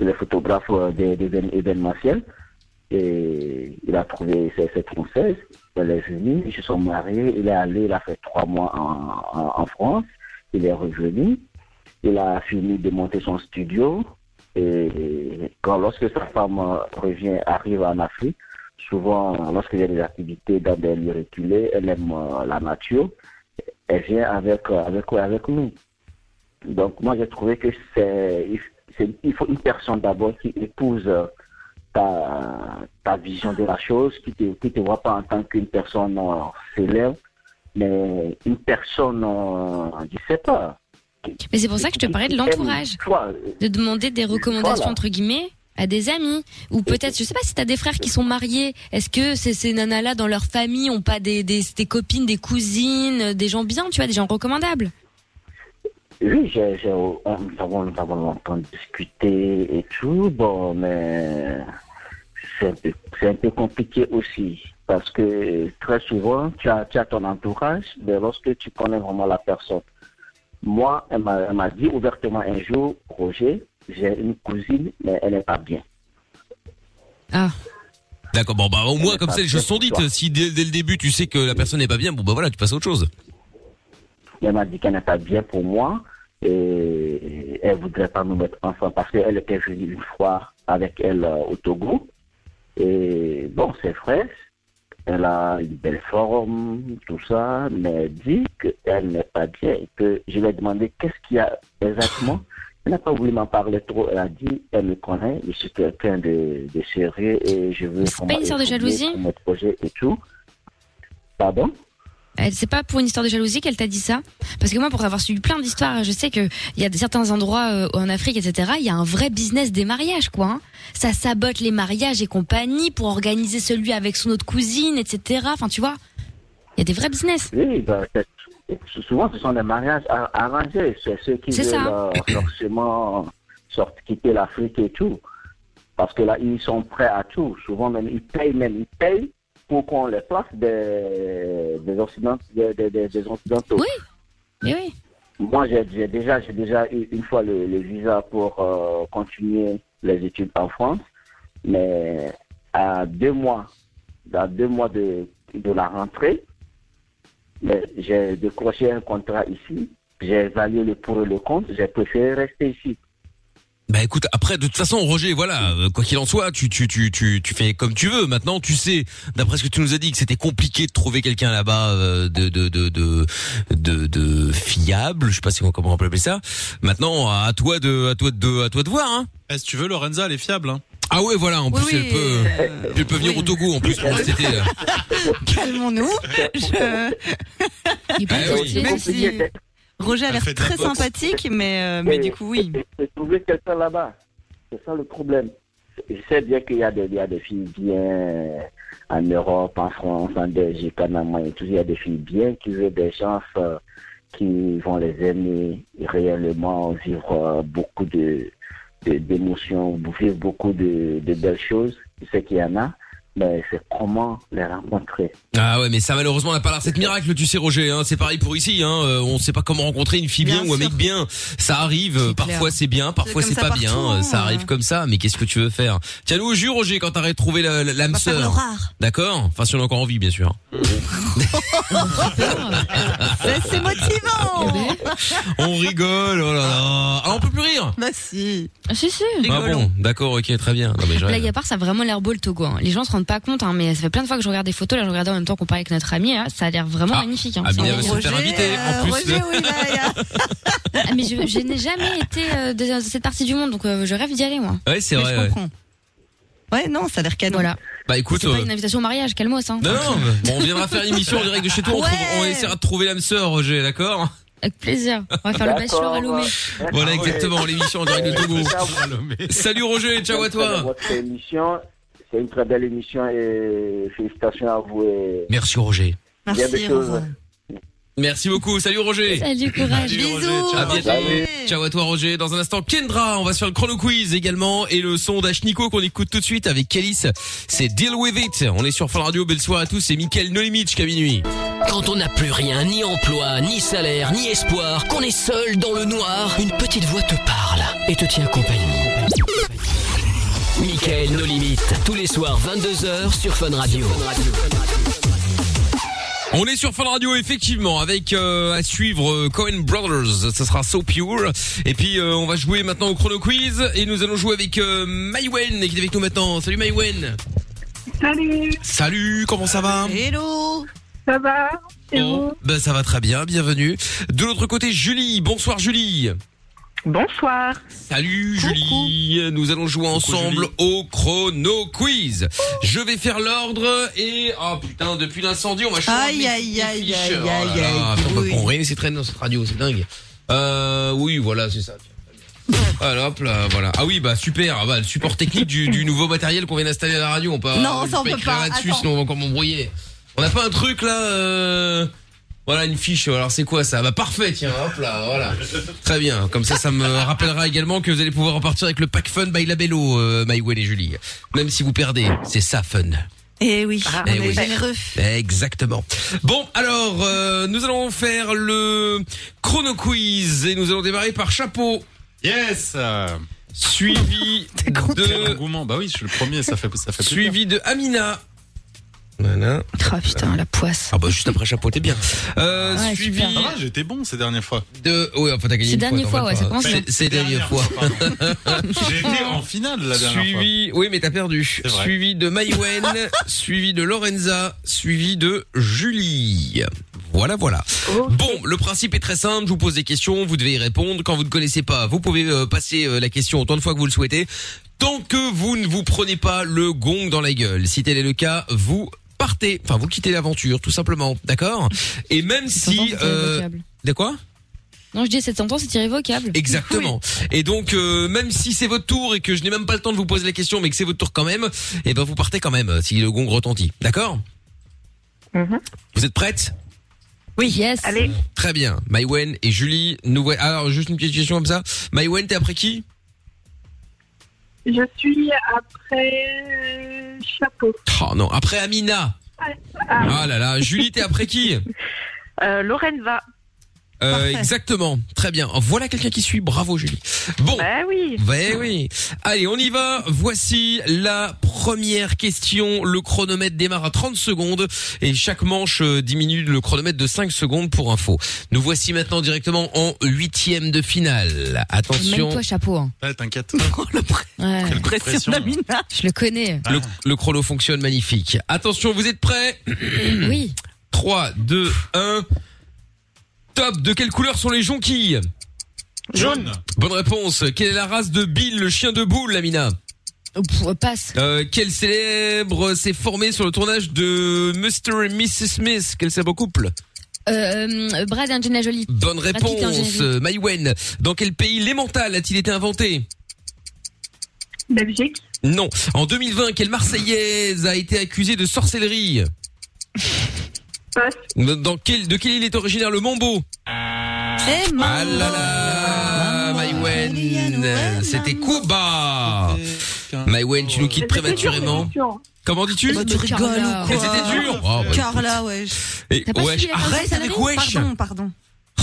Il est photographe euh, des, des évén- événementiels. Et il a trouvé cette, cette Française. Elle est venue, ils se sont mariés. Il est allé, il a fait trois mois en, en- en France. Il est revenu. Il a fini de monter son studio. Et quand, lorsque sa femme euh, revient, arrive en Afrique, souvent, lorsqu'il y a des activités dans des lieux reculés, elle aime euh, la nature, elle vient avec, euh, avec, avec nous. Donc moi j'ai trouvé que c'est il- c'est- il faut une personne d'abord qui épouse euh, ta, ta vision de la chose, qui ne te, qui te voit pas en tant qu'une personne euh, célèbre, mais une personne, euh, je sais pas.
Mais c'est pour ça que je te parlais de
qui aime
l'entourage.
toi.
de demander des recommandations
Voilà.
entre guillemets à des amis ou peut-être je sais pas si t'as des frères qui sont mariés est-ce que ces, ces nanas là dans leur famille ont pas des, des, des copines des cousines euh, des gens bien tu vois des gens recommandables
Oui, j'ai- j'ai- on- nous avons, nous avons longtemps discuté et tout, bon, mais c'est un, peu- c'est un peu compliqué aussi. Parce que très souvent, tu as, tu as ton entourage, mais lorsque tu connais vraiment la personne. Moi, elle m'a elle m'a dit ouvertement un jour, Roger, j'ai une cousine, mais elle n'est pas bien.
ah
D'accord, bon, bah, au moins,
Ouais,
comme
bah,
ça, les choses
c'est
sont
pour
dites.
toi.
Si dès, dès le début, tu sais que la personne n'est pas bien, bon, bah, voilà, tu passes à autre chose.
Elle m'a dit qu'elle n'est pas bien pour moi et elle voudrait pas nous mettre ensemble parce qu'elle était venue une fois avec elle euh, au Togo. Et bon, c'est vrai, elle a une belle forme, tout ça, mais elle dit qu'elle n'est pas bien et que je lui ai demandé qu'est-ce qu'il y a exactement. Elle n'a pas voulu m'en parler trop. Elle a dit, elle me connaît, je suis quelqu'un de, de sérieux et je veux...
C'est pas une
vraiment
sorte de
évoluer
jalousie
pour mes projets et tout. Pardon
Elle- c'est pas pour une histoire de jalousie qu'elle t'a dit ça parce que moi pour avoir suivi plein d'histoires je sais que il y a des- certains endroits euh, en Afrique etc il y a un vrai business des mariages quoi hein. ça sabote les mariages et compagnie pour organiser celui avec son autre cousine etc enfin tu vois il y a des vrais business
Oui, ben, c'est- souvent ce sont des mariages ar- arrangés. C'est ceux qui
C'est
veulent
ça.
euh, forcément sortir, quitter l'Afrique et tout. Parce que là, ils sont prêts à tout. Souvent même, ils payent, même ils payent pour qu'on les place des, des, occident- des, des- des- des occidentaux.
Oui. Eh oui
Moi, j'ai j'ai déjà, j'ai déjà eu une fois le, le visa pour euh, continuer les études en France, mais à deux mois, à deux mois de, de la rentrée, mais j'ai décroché un contrat ici, j'ai évalué le pour et le contre, j'ai préféré rester ici.
Bah écoute, après de toute façon Roger, voilà, euh, quoi qu'il en soit, tu tu tu tu tu fais comme tu veux. Maintenant, tu sais, d'après ce que tu nous as dit, que c'était compliqué de trouver quelqu'un là-bas euh, de de de de de, de fiable. Je sais pas si comment on peut appeler ça. Maintenant, à toi de à toi de à toi de voir. Hein.
Eh, si tu veux, Lorenza, elle est fiable. Hein.
Ah ouais, voilà. En
Oui,
plus,
oui,
elle peut
euh,
elle peut venir
oui.
au Togo. En plus, pour cet été. là.
Calmons-nous. Je-
Il peut
Ah
être
oui.
stylé.
Même
compliqué
si
de-
Roger a
Elle
l'air
fait de la
très
boxe.
sympathique, mais, euh, mais
de-
du coup, oui.
de- de trouver quelqu'un là-bas. C'est ça le problème. Je sais bien qu'il y a des, il y a des filles bien euh, en Europe, en France, en Belgique, en Allemagne, et tout. Il y a des filles bien qui veulent des gens euh, qui vont les aimer réellement, vivre euh, beaucoup de de- d'émotions, vivre beaucoup de, de belles choses. Je sais qu'il y en a, mais c'est comment les rencontrer.
Ah ouais, mais ça malheureusement n'a pas l'air cette miracle, tu sais Roger. Hein. C'est pareil pour ici. Hein. Euh, On sait pas comment rencontrer une fille bien,
Bien
ou un
sûr.
mec bien. Ça arrive.
C'est
euh, Parfois
clair.
c'est bien, parfois
comme
c'est
ça
pas
partout,
bien.
hein.
euh, Ça arrive comme ça. Mais qu'est-ce que tu veux faire Tiens nous au jus Roger quand t'arrêtes de trouver la- la- l'âme
Va faire le
sœur.
rare.
D'accord Enfin, si on a encore envie, bien sûr.
C'est c'est
Ah
motivant.
ben,
On rigole, oh là là. Ah, on peut plus rire
Bah si.
si, si.
Ah bon, d'accord, ok, très bien. Non, mais je
Blague
rêve.
à part, ça a vraiment l'air beau le Togo. hein. Les gens se rendent pas compte, hein, mais ça fait plein de fois que je regarde des photos. Là, je regardais en même temps qu'on parlait avec notre ami. hein. Ça a l'air vraiment
Ah,
magnifique. hein.
ah,
C'est
bien,
un-
va se faire inviter, en
euh,
plus.
Roger, oui, là, il y a-
Ah, mais je, je n'ai jamais été euh, de, de cette partie du monde, donc euh, je rêve d'y aller, moi.
Ouais, c'est
mais
vrai.
je
ouais.
comprends. Ouais, non, ça a l'air canon.
Voilà.
Bah écoute,
C'est pas
euh,
une invitation au mariage, calmos. Hein.
non, non, mais bon, on viendra faire l'émission en direct de chez toi. on
Ouais.
trouve- On, essaiera de trouver l'âme sœur, Roger, d'accord
Avec plaisir. On va faire le bachelor à Lomé.
Voilà, exactement, l'émission en direct de Togo. Salut Roger, ciao à
Très bien,
toi.
votre émission. C'est une très belle émission et félicitations à vous et
Merci Roger.
Il y a
Merci.
des
au
choses.
revoir.
Merci beaucoup. Salut Roger.
Salut, courage.
Salut, Roger,
Bisous.
ciao.
À bientôt.
Roger.
Ciao à toi Roger. Dans un instant, Kendra, on va se faire le chrono quiz également et le sondage Nico qu'on écoute tout de suite avec Calice. C'est Deal With It. On est sur Fun Radio. Belle soirée à tous. C'est Mickaël Nolimit jusqu'à minuit.
Quand on n'a plus rien, ni emploi, ni salaire, ni espoir, qu'on est seul dans le noir, une petite voix te parle et te tient compagnie. Michael, nos limites, tous les soirs 22h sur Fun Radio.
On est sur Fun Radio effectivement avec euh, à suivre euh, Cohen Brothers, ça sera So Pure et puis euh, on va jouer maintenant au chrono quiz et nous allons jouer avec euh, Maïwen qui est avec nous maintenant. Salut Maïwen.
Salut,
Salut, comment ça va
Hello.
ça va Et vous
Oh, ben ça va très bien, bienvenue. De l'autre côté Julie, bonsoir Julie.
Bonsoir.
Salut Julie, nous allons jouer ensemble au chrono quiz. Je vais faire l'ordre et oh putain depuis l'incendie on m'a changé.
Aïe, aïe, aïe, aïe, aïe,
Oh
aïe, aïe.
on peut qu'on réunit ces traînes dans cette radio, c'est dingue. Euh, oui voilà c'est ça. Alors hop là voilà ah oui bah super ah bah, le support technique du, du nouveau matériel qu'on vient d'installer à la radio on peut
Non,
on
ça, on
peut
peut
écrire
pas.
là-dessus
Attends.
sinon on va encore m'embrouiller on n'a pas un truc là euh, voilà une fiche alors c'est quoi ça bah parfait tiens hop là voilà Très bien, comme ça, ça me rappellera également que vous allez pouvoir repartir avec le pack fun by Labello, euh, Maïwen et Julie. Même si vous perdez, c'est ça fun.
Eh oui,
Ah,
on
eh
est
oui.
généreux.
Exactement. Bon, alors, euh, nous allons faire le chrono quiz et nous allons démarrer par chapeau,
Yes
suivi
Quel
de,
engouement. Bah oui, je suis le premier, ça fait, ça fait plaisir.
euh, suivi de Amina. Voilà.
Oh putain, la poisse.
Ah bah juste après chapeau, t'es bien. Euh,
Ah Ouais,
suivi
super.
Ça va, j'étais bon ces dernières fois.
de... Oui, enfin t'as gagné
Ces
une
dernières
t'en
fois,
vas
ouais,
pas.
ça commence bien.
C'est- Ces dernières fois.
J'ai été en finale la dernière
Suivi, oui, mais t'as perdu.
C'est vrai.
Suivi de Maïwen, suivi de Lorenza, suivi de Julie. Voilà, voilà. Bon, le principe est très simple. Je vous pose des questions, vous devez y répondre. Quand vous ne connaissez pas, vous pouvez euh, passer euh, la question autant de fois que vous le souhaitez, tant que vous ne vous prenez pas le gong dans la gueule. Si tel est le cas, vous partez, enfin vous quittez l'aventure, tout simplement, d'accord Et même
Cette sentence,
si,
c'est
euh,
irrévocable.
de quoi
Non, je dis cette sentence, c'est irrévocable.
Exactement. Et donc, euh, même si c'est votre tour et que je n'ai même pas le temps de vous poser la question, mais que c'est votre tour quand même, et ben vous partez quand même euh, si le gong retentit. D'accord
Mhm.
Vous êtes prête
Oui. Yes.
Allez,
Très bien. Maïwen et Julie, nous voy- Alors, juste une petite question comme ça. Maïwen, t'es après qui
je suis après euh, chapeau.
Oh non, après Amina.
Ah,
Ah là là. Julie, t'es après qui
euh, Lorraine va.
Euh,
Parfait.
Exactement. Très bien. Oh, Voilà quelqu'un qui suit. Bravo, Julie. Bon.
Bah oui.
Ben oui. Allez, on y va. Voici la première question. Le chronomètre démarre à 30 secondes et chaque manche euh, diminue le chronomètre de 5 secondes pour info. Nous voici maintenant directement en huitième de finale. Attention.
Mène-toi chapeau. hein.
fois. Ouais, t'inquiète.
Oh, la pré-
Ouais,
Quelle
pression
pression.
d'Amina.
je le connais.
Ah. Le, le chrono fonctionne magnifique. Attention, vous êtes prêts
Oui.
3, 2, 1. Top. De quelle couleur sont les jonquilles
Jaune
Bonne réponse. Quelle est la race de Bill, le chien de boule, Lamina
Pff, Passe.
Euh, quel célèbre s'est formé sur le tournage de Mr. et Mrs. Smith Quel célèbre couple
Euh, euh, Brad et Angelina Jolie.
Bonne
Pratique
réponse,
ingénierie.
euh, Maïwen. Dans quel pays l'émental a-t-il été inventé
Belgique.
Non. En 2020, quelle Marseillaise a été accusée de sorcellerie
Passe.
Dans quel, de quelle île est originaire le Mambo
Eh, maman.
Ah là là, Maïwen, c'était Cuba. Maïwen, tu nous quittes prématurément. Comment dis-tu
Bah, tu
Oh, Mais Carla.
rigoles ou
Et
quoi
c'était dur. Oh, bah,
Carla, wesh.
et-
T'as pas
wesh,
suivi la
arrête
Marseillaise
avec wesh.
Pardon, pardon.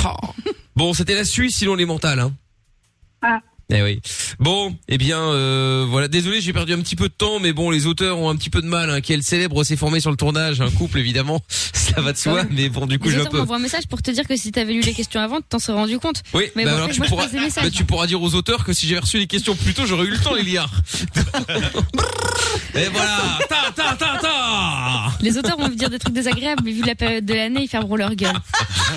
Oh. Bon, c'était la Suisse, sinon les mentales. Hein.
Ah.
Eh oui. Bon, eh bien, euh, voilà. Désolé, j'ai perdu un petit peu de temps, mais bon, les auteurs ont un petit peu de mal. Hein. Quel célèbre s'est formé sur le tournage Un couple, évidemment, ça va de soi. Mais bon, du coup,
Les
j'ai un
auteurs
peu.
m'envoient un message pour te dire que si t'avais lu les questions avant, t'en serais rendu compte.
Oui.
Mais
bah
bon,
alors,
moi,
tu
je
pourras,
passe des messages.
bah, tu pourras dire aux auteurs que si j'avais reçu les questions plus tôt, j'aurais eu le temps, les liards. Et voilà. Ta ta ta ta.
Les auteurs vont me dire des trucs désagréables, mais vu la période de l'année, ils fermeront leur gueule.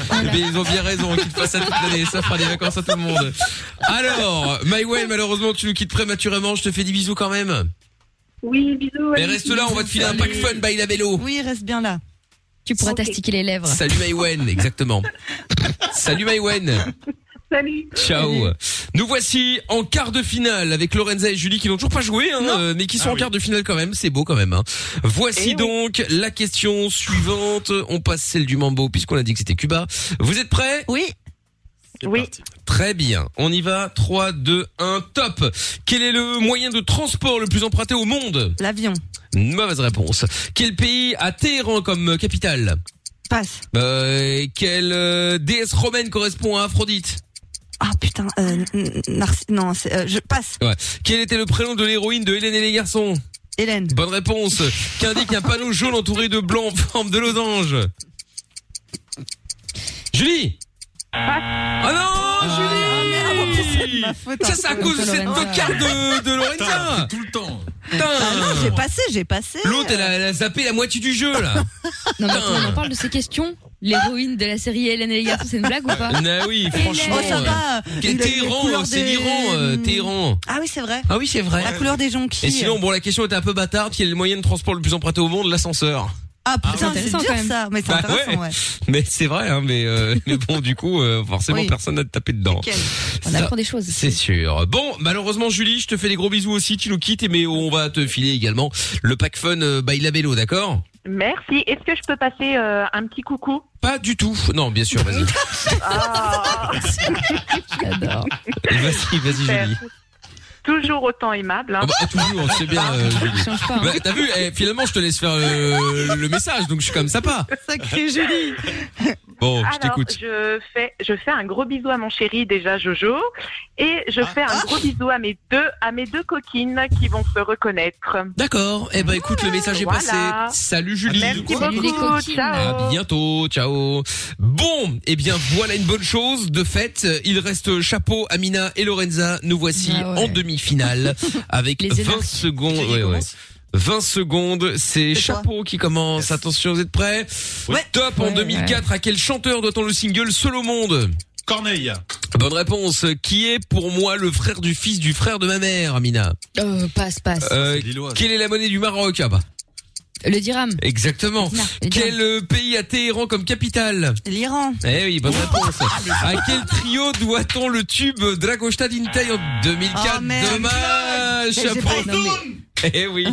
Voilà.
Mais ils ont Eh bien raison qu'ils fassent ça toute l'année. Ça fera des vacances à tout le monde. Alors, Mayway, malheureusement, tu nous quittes prématurément. Je te fais des bisous quand même.
Oui, bisous.
Mais
allez.
reste là, on va te filer un pack fun by la vélo.
Oui, reste bien là.
Tu pourras
Ok.
t'astiquer les lèvres.
Salut Maïwen, exactement. Salut Maïwen.
Salut.
Ciao. Nous voici en quart de finale avec Lorenza et Julie qui n'ont toujours pas joué, hein, euh, mais qui sont
Ah
en
oui.
quart de finale quand même. C'est beau quand même. hein. Voici
Eh oui.
donc la question suivante. On passe celle du Mambo puisqu'on a dit que c'était Cuba. Vous êtes prêts
Oui.
C'est
Oui.
parti.
Très bien. On y va. 3, 2, 1, top. Quel est le moyen de transport le plus emprunté au monde
L'avion.
Mauvaise réponse. Quel pays a Téhéran comme capitale
Passe.
Euh, quelle euh, déesse romaine correspond à Aphrodite
Ah putain. Euh, n- Narci- non, c'est, euh, je passe.
ouais. Quel était le prénom de l'héroïne de Hélène et les garçons
Hélène.
Bonne réponse. Qu'indique un panneau jaune entouré de blanc en forme de losange Julie Ah non, Julie
Ma faute, hein.
Ça, c'est à cause de cette tocarde de, de
Putain,
Lorenza
c'est tout le temps.
Putain.
Ah non, j'ai passé, j'ai passé.
L'autre, elle, a- elle a zappé la moitié du jeu, là
Non, mais attends, on en parle de ces questions. l'héroïne de la série Hélène et les garçons, c'est une blague ou pas
Nah Ah, oui, franchement.
Oh, ça va.
euh,
Il a les
Téhéran,
couleurs
c'est
des-
l'Iran, euh, Téhéran.
Ah oui, c'est vrai.
Ah oui, c'est vrai.
La couleur des jonquilles.
Et sinon, bon, la question était un peu bâtarde. Quel est le moyen de transport le plus emprunté au monde L'ascenseur.
Ah
C'est
putain, c'est
intéressant,
dur
quand même.
ça, mais c'est
Bah,
intéressant,
ouais.
ouais.
Mais c'est vrai, hein, mais, euh, mais bon, du coup, euh, forcément,
Oui.
personne n'a tapé dedans.
Nickel.
On apprend des choses.
C'est sûr. Bon, malheureusement, Julie, je te fais des gros bisous aussi. Tu nous quittes, mais on va te filer également le pack fun euh, by Labello, d'accord
Merci. Est-ce que je peux passer euh, un petit coucou
Pas du tout. Non, bien sûr, vas-y.
Ah,
J'adore.
vas-y, vas-y,
super.
Julie.
Toujours autant aimable. hein.
Ah bah, ah, toujours, c'est bien, euh, Julie.
Ça change pas. hein.
Bah, t'as vu, eh, finalement, je te laisse faire euh, le message, donc je suis quand même sympa.
Sacré Julie.
Bon, je
Alors,
t'écoute.
je fais, je fais un gros bisou à mon chéri déjà Jojo, et je fais un gros bisou à mes deux, à mes deux coquines qui vont se reconnaître.
D'accord. Eh ben, écoute, le message est
Voilà.
passé. Salut, Julie. Ah,
Merci
Salut les
beaucoup.
coquines.
Ciao.
À bientôt, ciao. Bon, eh bien voilà une bonne chose. De fait, il reste Chapeau, Amina et Lorenza. Nous voici
Ah ouais.
en demi-finale avec
Les
20
énarques.
secondes.
Qui
ouais, ouais.
commence
20 secondes, c'est
C'est
Chapeau qui commence.
Yes.
Attention, vous êtes prêts
Oui.
Top en
Ouais,
2004, à quel chanteur doit-on le single Seul au monde
Corneille.
Bonne réponse. Qui est pour moi le frère du fils du frère de ma mère, Amina
Oh,
Euh, passe, passe.
Euh,
C'est Lillois.
Quelle est la monnaie du Maroc Ah bah,
Le dirham.
Exactement.
Non, le dirham. Oh,
Quel euh, pays a Téhéran comme capitale
L'Iran.
Eh oui, bonne réponse.
ah,
à quel trio doit-on le tube Dragosta d'Intay en 2004
Oh, merde.
Dommage,
Mais j'ai
chapeau.
pas-
Non, mais- Ah,
Eh oui.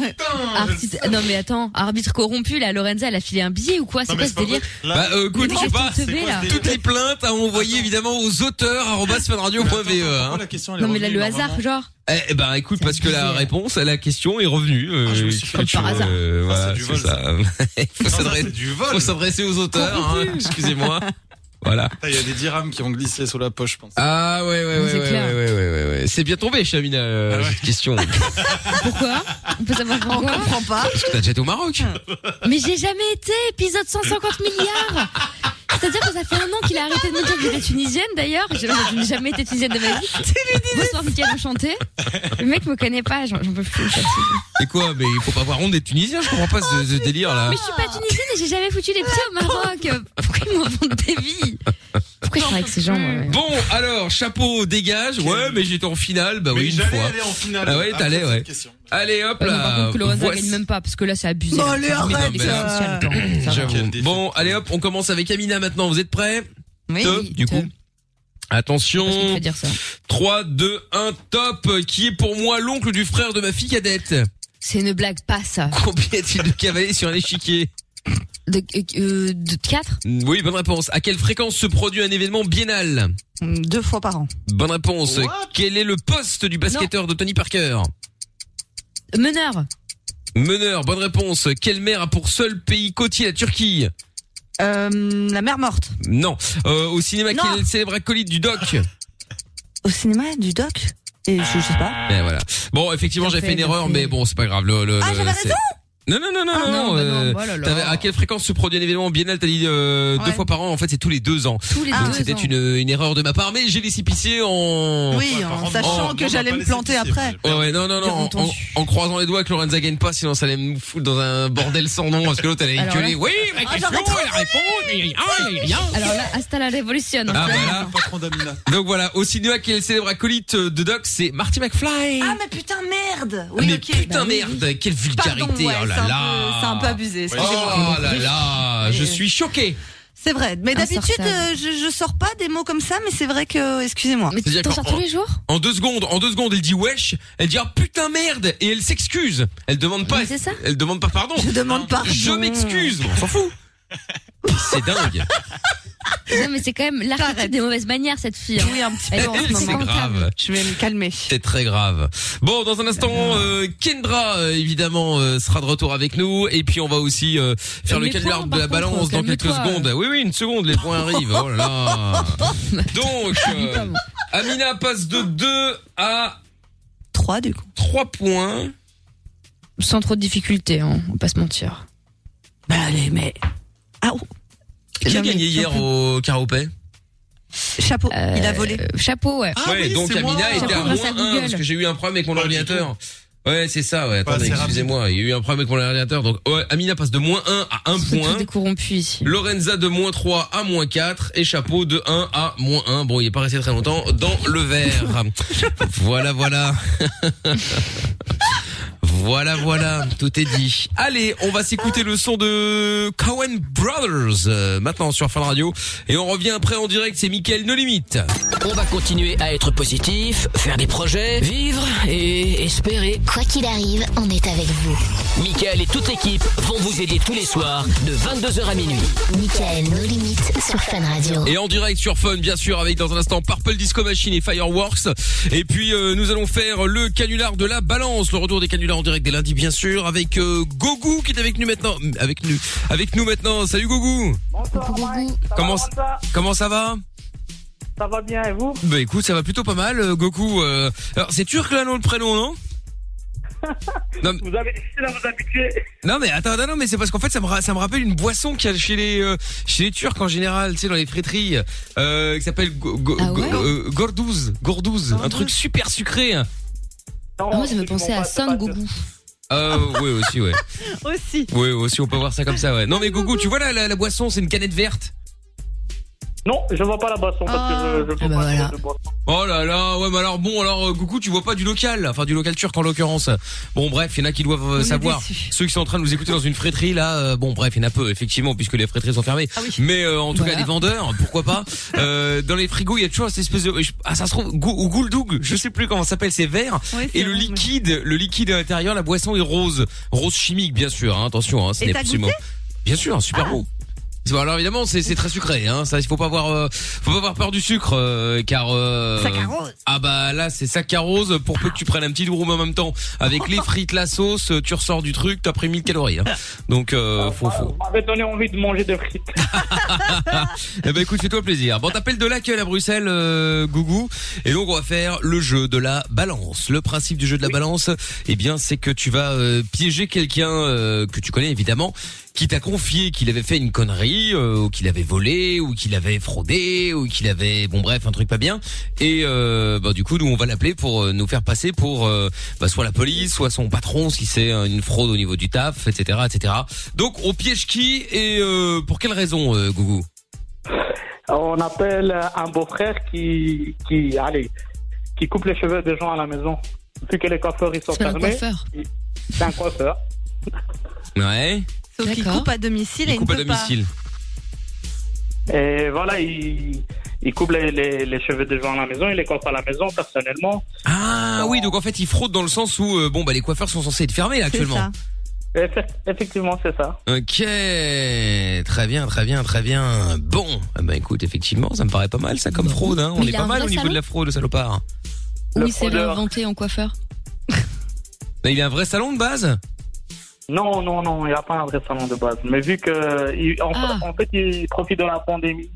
Arbitre- Non mais attends, arbitre corrompu, là Lorenza elle a filé un billet ou quoi C'est
Non,
quoi
mais
ce délire
vrai. Là,
Bah, euh, écoute,
Mais
je sais
qu'est-ce
pas.
qu'on se
c'est
met,
quoi
là
ce
Toutes les plaintes à envoyer évidemment aux auteurs arobase
Mais attends,
funradio.ve,
attends,
hein.
pourquoi Oh, la question, elle est
Non mais là
revenue,
le hasard
normalement
genre.
Eh ben écoute
C'est
parce que la
abusé.
réponse à la question est revenue. euh,
Ah, je me suis fait
que
par
tu-
hasard.
euh,
Ah,
voilà,
c'est du
c'est
vol,
ça. Faut
Non, ça,
s'adresser-
c'est du vol.
faut s'adresser aux auteurs. hein, Excusez-moi. Voilà.
Putain, Il y a des dirhams qui ont glissé sous la poche, je pense.
Ah ouais ouais ouais
Mais c'est
ouais, ouais
clair.
ouais ouais ouais. C'est bien tombé, Chamina. euh,
Ah ouais.
Cette question.
Pourquoi On peut savoir
On
pourquoi
comprend pas.
Parce que t'as déjà été au Maroc.
Mais j'ai jamais été épisode 150 milliards. C'est-à-dire que ça fait un an qu'il a arrêté de me dire que j'étais tunisienne d'ailleurs. Je, je n'ai jamais été tunisienne de ma vie. Bonsoir Mickaël, enchanté. Le mec me connaît pas, j'en j'en peux plus. je suis fatiguée.
C'est quoi Mais il faut pas avoir honte d'être tunisien, je comprends pas ce, ce délire là.
Mais je suis pas tunisienne et j'ai jamais foutu les pieds au Maroc. Pourquoi ils m'inventent des vies Pourquoi je parle avec ces gens moi, ouais.
Bon, alors, chapeau, dégage. Ouais, mais j'étais en finale, bah
Mais
oui, une
j'allais
fois.
aller en finale.
Ah ouais,
Après
t'allais,
cette
ouais.
question.
Allez, hop
Ouais, non, par
là.
contre, que Lorenza
voici- Ah,
gagne même pas, parce que là, c'est abusé. Oh,
Bon,
là,
allez,
Euh, c'est abusé,
arrête,
les classes
ça.
sociales, quand même, ça va.
J'avoue.
Quel défi.
Bon, allez hop, on commence avec Amina maintenant. Vous êtes prêts
Oui.
Top, du
top.
coup.
Parce qu'il te
Attention.
fait dire ça.
3, 2, 1, top. Qui est pour moi l'oncle du frère de ma fille cadette
C'est une blague, pas ça.
Combien y a-t-il de cavaliers sur un échiquier
De, euh, de 4
Oui, bonne réponse. À quelle fréquence se produit un événement biennal
Deux fois par an.
Bonne réponse.
What
Quel est le poste du basketteur de Tony Parker
Meneur.
Meneur, bonne réponse. Quelle mer a pour seul pays côtier la Turquie
Euh, la mer morte.
Non. Euh, au cinéma,
Non.
quel est le célèbre acolyte du doc
Au cinéma, du doc. Et je, je sais pas.
Eh, voilà. Bon, effectivement,
Bien
j'ai
fait,
fait une
bien
erreur,
fait.
mais bon, c'est pas grave. Le, le-
Ah,
le-
j'avais
c'est- Non, non, non, non, non.
Ah, non, bah
euh,
non, voilà, là.
t'avais- à quelle fréquence se produit un événement biennal T'as dit euh, deux
Ouais.
fois par an. En fait, c'est tous les deux ans.
Tous les
Ah,
deux.
Donc, c'était
ans.
une, une erreur de ma part, mais j'ai les cipicés en...
Oui,
Ouais, par
en
contre,
sachant
Oh,
on-
que
on va
j'allais
pas
me
laisser
planter
pisser,
après.
j'ai
Ouais,
peur.
oh, ouais, non, non,
Bien
non. En,
entendu.
en croisant les doigts que Lorenza gagne pas, sinon ça allait me foutre dans un bordel sans nom, parce que l'autre allait
Alors là- Ah,
gueuler. Oui, ma question, elle répond, il y a rien, il y a rien.
Alors là, hasta la révolution.
Ah, voilà.
Le patron d'Amina.
Donc voilà, au cinéma, qui est le célèbre acolyte euh, de Doc, c'est Marty McFly.
Ah, mais putain, merde. Oui,
Ah, mais
ok.
putain
Bah oui,
merde, quelle
oui.
vulgarité,
Pardon, ouais,
oh
c'est
là
un peu-
là.
C'est un peu abusé. excusez-moi.
Oh là là, je
Et-
suis choqué.
C'est vrai. Mais d'habitude,
Insortable.
euh, je, je sors pas des mots comme ça, mais c'est vrai que, excusez-moi.
Mais tu
C'est-à-dire
t'en sors
qu'en-
tous les jours
En deux secondes, en deux secondes, elle dit wesh, elle dit ah putain merde, et elle s'excuse. Elle demande pas,
Mais c'est ça
elle demande pas pardon.
Je demande pardon.
Je m'excuse, on s'en fout. C'est dingue.
Non, mais c'est quand même l'archétype des mauvaises manières, cette fille. hein.
Oui, un petit
Elle
peu en ce
est-
moment.
C'est grave.
Je vais me calmer.
C'est très grave. Bon, dans un instant, euh, Kendra euh, évidemment euh, sera de retour avec nous et puis on va aussi euh, faire le
Les
canular
points,
de
par
la
contre,
balance dans
calme-toi,
quelques secondes. Oui, oui, une seconde, les points arrivent. Oh là là. Donc, euh, Amina passe de 2 à
3 du coup.
3 points.
Sans trop de difficultés, hein, on va pas se mentir.
Bah allez, mais. Ah, oh,
Qui a
Non, mais
gagné hier au karaopé
chapeau, il a volé.
Euh, chapeau, ouais.
Ah
Ouais,
oui,
donc
c'est moi.
Amina était à
Chapeau grâce
moins 1
à Google.
parce que j'ai eu un problème avec mon
Pas du
ordinateur. Ouais, c'est ça, ouais.
Pas
Attendez,
assez
excusez-moi, il y a eu un problème avec mon ordinateur. Donc, ouais, Amina passe de moins 1 à 1 point.
Tout est corrompu ici.
Lorenza de moins 3 à moins 4 et Chapeau de 1 à moins 1. Bon, il est pas resté très longtemps dans le verre. voilà, voilà. voilà, voilà. Tout est dit. Allez, on va s'écouter le son de Cohen Brothers euh, maintenant sur Fun Radio et on revient après en direct. C'est Mickaël No Limite.
On va continuer à être positif, faire des projets, vivre et espérer.
Quoi qu'il arrive, on est avec vous.
Michael et toute l'équipe vont vous aider tous les soirs de 22h à minuit.
Michael, nos limites sur Fun Radio.
Et en direct sur Fun, bien sûr, avec dans un instant Purple Disco Machine et Fireworks. Et puis euh, nous allons faire le canular de la balance, le retour des canulars en direct dès lundi, bien sûr, avec euh, Gogu qui est avec nous maintenant, avec nous, avec nous maintenant. Salut Gogu.
Bonsoir, Mike. Ça
Comment
va,
ça-
Rosa
Comment ça va
Ça va bien et vous
Bah écoute, ça va plutôt pas mal, euh, Goku. euh. alors c'est turc là, non, le prénom, non
Vous avez difficile à vous habituer.
Non mais attends, non, non mais c'est parce qu'en fait ça me ra- ça me rappelle une boisson qu'il y a chez les euh, chez les Turcs en général, tu sais dans les friteries euh, qui s'appelle go- go-
Ah ouais
go- euh, gordouz, gordouz, un truc super sucré.
Non,
Ah, moi, ça me
absolument
pensait à
pas, c'est pas
Son
de-
Gougou.
Euh, oui aussi ouais.
Aussi.
Oui, aussi, on peut voir ça comme ça, ouais. Non, mais Gogo, tu vois là, la, la boisson, c'est une canette verte.
Non, je vois pas la boisson parce
Ah.
que je, je
Ah
vois
bah
pas
voilà.
de boisson.
Oh là là, ouais, mais alors bon, alors euh, Gogo, tu vois pas du local, enfin du local turc en l'occurrence. Bon, bref, il y en a qui doivent euh,
est
savoir.
déçus.
Ceux qui sont en train de nous écouter dans une fréterie, là, euh, bon, bref, il y en a peu, effectivement, puisque les fréteries sont fermées.
Ah oui.
Mais euh, en tout
Voilà.
cas, les vendeurs, pourquoi pas. Euh, dans les frigos, il y a toujours cette espèce de... je- Ah, ça se trouve, Gou- ou gouldoug, je sais plus comment ça s'appelle, c'est vert.
Ouais, c'est
Et le
vrai, mais-
liquide, le liquide à l'intérieur, la boisson est rose, rose chimique bien sûr. hein, attention, hein, ce
Et
n'est
t'as Ah.
absolument. Bien sûr, super beau. Bon, alors évidemment, c'est c'est très sucré. Hein, ça, il faut pas avoir, euh, faut pas avoir peur du sucre, euh, car euh,
Saccharose.
ah bah là, c'est saccharose pour peu que tu prennes un petit durum en même temps. Avec les frites, la sauce, tu ressors du truc, t'as pris 1000 calories. hein. Donc
Ah,
euh, faut, faut.
Vous m'avez donné envie de manger des frites.
Eh ben écoute, fais-toi plaisir. Bon, t'appelles de l'accueil à Bruxelles, euh, Gougou. Et donc, on va faire le jeu de la balance. Le principe du jeu de la balance, eh bien, c'est que tu vas euh, piéger quelqu'un euh, que tu connais, évidemment, qui t'a confié qu'il avait fait une connerie, euh, ou qu'il avait volé, ou qu'il avait fraudé, ou qu'il avait... Bon, bref, un truc pas bien. Et euh, bah, du coup, nous, on va l'appeler pour euh, nous faire passer pour euh, bah, soit la police, soit son patron, si c'est euh, une fraude au niveau du taf, etc. etc. Donc, on piège qui et euh, pour quelle raison, euh, Gougou
On appelle un beau-frère qui, qui, allez, qui coupe les cheveux des gens à la maison. Vu que les coiffeurs ils sont
C'est pas un
fermés,
coiffeur.
c'est un coiffeur.
Ouais.
Sauf qu'il
D'accord.
coupe à domicile et
Il
il
coupe
ne
à
peut pas.
domicile.
Et voilà, il, il coupe les, les- les cheveux des gens à la maison, il les coiffe à la maison personnellement.
Ah oui, donc en fait, il fraude dans le sens où euh, bon bah les coiffeurs sont censés être fermés là,
C'est
actuellement.
ça.
Effe- Effectivement, c'est ça.
Ok, très bien, très bien, très bien. Bon, ah bah écoute, effectivement, ça me paraît pas mal ça comme fraude. Hein. On
Mais il
est
a
pas
un
mal
vrai
au niveau
salon
de la fraude, le salopard.
Ou
Le
il s'est
fraudeur.
réinventé en coiffeur.
Mais il a un vrai salon de base.
Non, non, non, il n'y a pas un vrai salon de base. Mais vu que, il- en,
Ah.
en fait, il profite de la pandémie.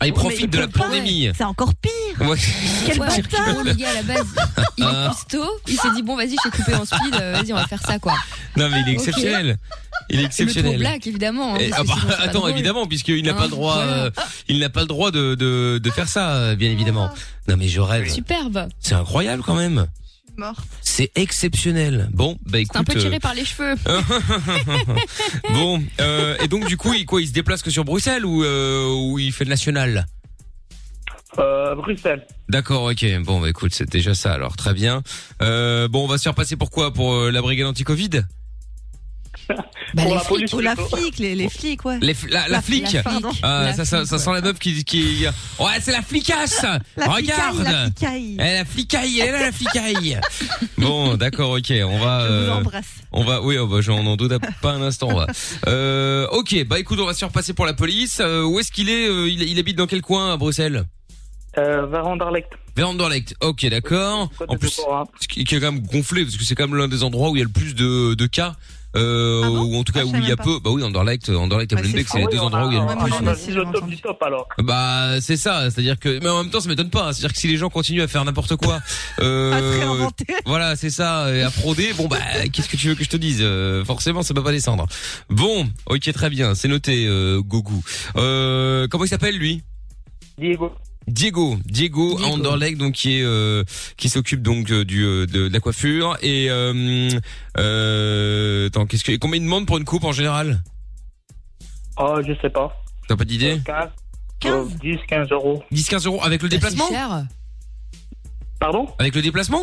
Ah, il
Mais
profite
il
de
peut
la
pas.
pandémie.
C'est encore pire.
Ouais.
Quel
Ouais,
bâtard.
bon, le gars, à la base, il
Ah.
est costaud. Il s'est dit, bon, vas-y, je vais couper en speed. euh, Vas-y, on va faire ça, quoi.
Non mais il est
Ok.
exceptionnel. Il est
Et Le trop
exceptionnel.
black, évidemment. hein,
Eh,
parce
ah
que
bah,
sinon, c'est pas
attends,
drôle.
évidemment, puisqu'il n'a
Hein,
pas le droit,
voilà.
euh, il n'a pas le droit de, de, de faire ça, euh, bien évidemment.
Ah.
Non mais je rêve.
Superbe.
C'est incroyable quand même.
Je suis morte.
C'est exceptionnel. Bon, bah écoute.
C'est un peu
euh,
tiré par les cheveux.
bon, euh, et donc du coup, il, quoi, il se déplace que sur Bruxelles ou, euh, ou il fait le national
Euh, Bruxelles.
D'accord, ok. Bon, bah, écoute, c'est déjà ça. Alors, très bien. Euh, bon, on va se faire passer pour quoi Pour euh, la brigade anti-Covid
Bah,
Pour
les
la
flics.
police.
Oh, la flic, les, les flics, ouais.
Les fl- la, la
La-
flic
la-
Pardon.
Ah,
La
ça, ça,
flic,
ça
ouais.
sent la meuf qui... qui... Ouais, c'est la flicasse
La
Regarde
flicaille, la flicaille.
Elle a flicaille, elle a la flicaille Bon, d'accord, ok. On va...
Je vous
euh,
embrasse.
On va, oui, on va, j'en en doute pas un instant. on va. Euh, ok, bah écoute, on va se faire passer pour la police. Euh, où est-ce qu'il est, euh, il, il habite dans quel coin à Bruxelles
Euh, vers Anderlecht.
Vers Anderlecht. Ok, d'accord.
Côté
En
de hein.
plus,
Cora.
ce qui qui est quand même gonflé parce que c'est quand même l'un des endroits où il y a le plus de, de cas. Euh,
Ah bon
ou en tout cas
Ah, je
où il y
savais
a
pas.
peu. Bah oui, Anderlecht, Anderlecht et
Ouais, c'est
Molenbeek,
ça.
c'est les
Ah oui,
deux
on
endroits où il y a
on
Ouais,
le
moi,
plus.
j'en
on
ai
a
aussi,
vu
j'en ai
le top
entendu.
du top, alors.
Bah c'est ça, c'est-à-dire que mais en même temps ça m'étonne pas, hein. c'est-à-dire que si les gens continuent à faire n'importe quoi,
À se
euh,
réinventer.
voilà c'est ça, et à frauder, bon bah qu'est-ce que tu veux que je te dise, Euh, forcément ça va pas descendre. Bon, ok très bien, c'est noté euh, Gougou. Euh, comment il s'appelle lui
Diego.
Diego, Diego, à Anderlecht, donc qui est euh, qui s'occupe donc euh, du euh, de, de la coiffure et euh, euh, attends, qu'est-ce que et combien il demande pour une coupe en général
Oh, je sais pas. Euh,
T'as pas d'idée
15, 10, 15 euros.
10-15 euros avec
Bah,
le déplacement
Pardon
Avec le déplacement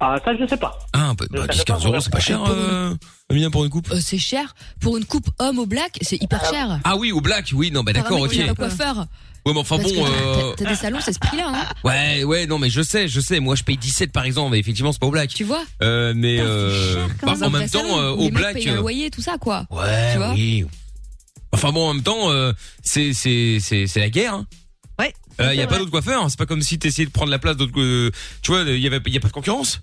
Ah, ça, je sais pas.
Ah, bah, bah, 10-15 euros, c'est pas cher, euh, Amina, pour une coupe
Euh, c'est cher. Pour une coupe homme au black, c'est hyper cher.
Ah oui, au black, oui, non, bah
Par un
d'accord,
mec
ok.
qui est pas coiffeur.
Ouais, mais enfin
Parce
bon,
que
euh, bah,
T'as t'as des salons, c'est ce prix-là. Hein.
Ah,
ouais, ouais, non, mais je sais, je sais, moi je paye 17 par exemple, mais effectivement, c'est pas au black.
Tu vois
Euh, mais euh,
Quand
bah,
dans
en
un vrai
même temps,
salon,
euh,
où
au
les mecs
black.
payent un
euh,
loyer, tout ça, quoi.
Ouais,
tu vois
oui. Enfin bon, en même temps, euh, c'est c'est c'est c'est la guerre. Hein.
Ouais.
Il y a pas d'autres coiffeurs. C'est pas comme si t'essayais de prendre la place d'autres. euh, tu vois, il y avait y a pas de concurrence.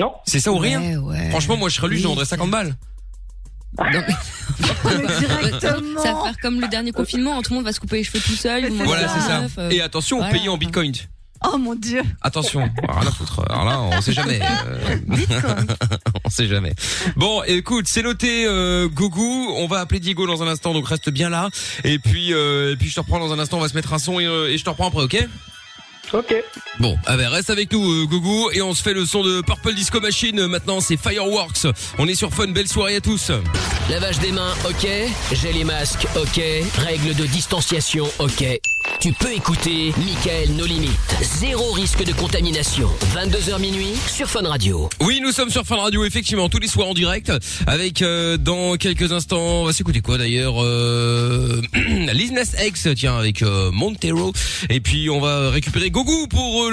Non.
C'est ça ou
Ouais,
rien.
ouais.
Franchement, moi je serais lui, je vendrais 50 balles.
Directement. Ça va faire comme le dernier confinement, hein. tout le monde va se couper les cheveux tout seul. vous mangez
Voilà,
des
c'est ça.
meufs, euh,
Et attention,
voilà.
payer en bitcoin.
Oh mon dieu.
Attention, alors là, foutre. Alors là, on sait jamais. euh, on sait jamais. Bon, écoute, c'est noté, euh, Gougou. On va appeler Diego dans un instant, donc reste bien là. Et puis, euh, et puis je te reprends dans un instant. On va se mettre un son et, euh, et je te reprends après, ok
Ok.
Bon, ah ben, reste avec nous, euh, Gougou, et on se fait le son de Purple Disco Machine. Maintenant, c'est Fireworks. On est sur Fun. Belle soirée à tous.
Lavage des mains, ok. J'ai les masques, ok. Règles de distanciation, ok. Tu peux écouter Michael No limites. Zéro risque de contamination. 22h minuit sur Fun Radio.
Oui, nous sommes sur Fun Radio, effectivement, tous les soirs en direct. Avec euh, dans quelques instants, on va s'écouter quoi d'ailleurs euh, Lil Nas X, tiens, avec euh, Montero. Et puis on va récupérer Gougou pour euh,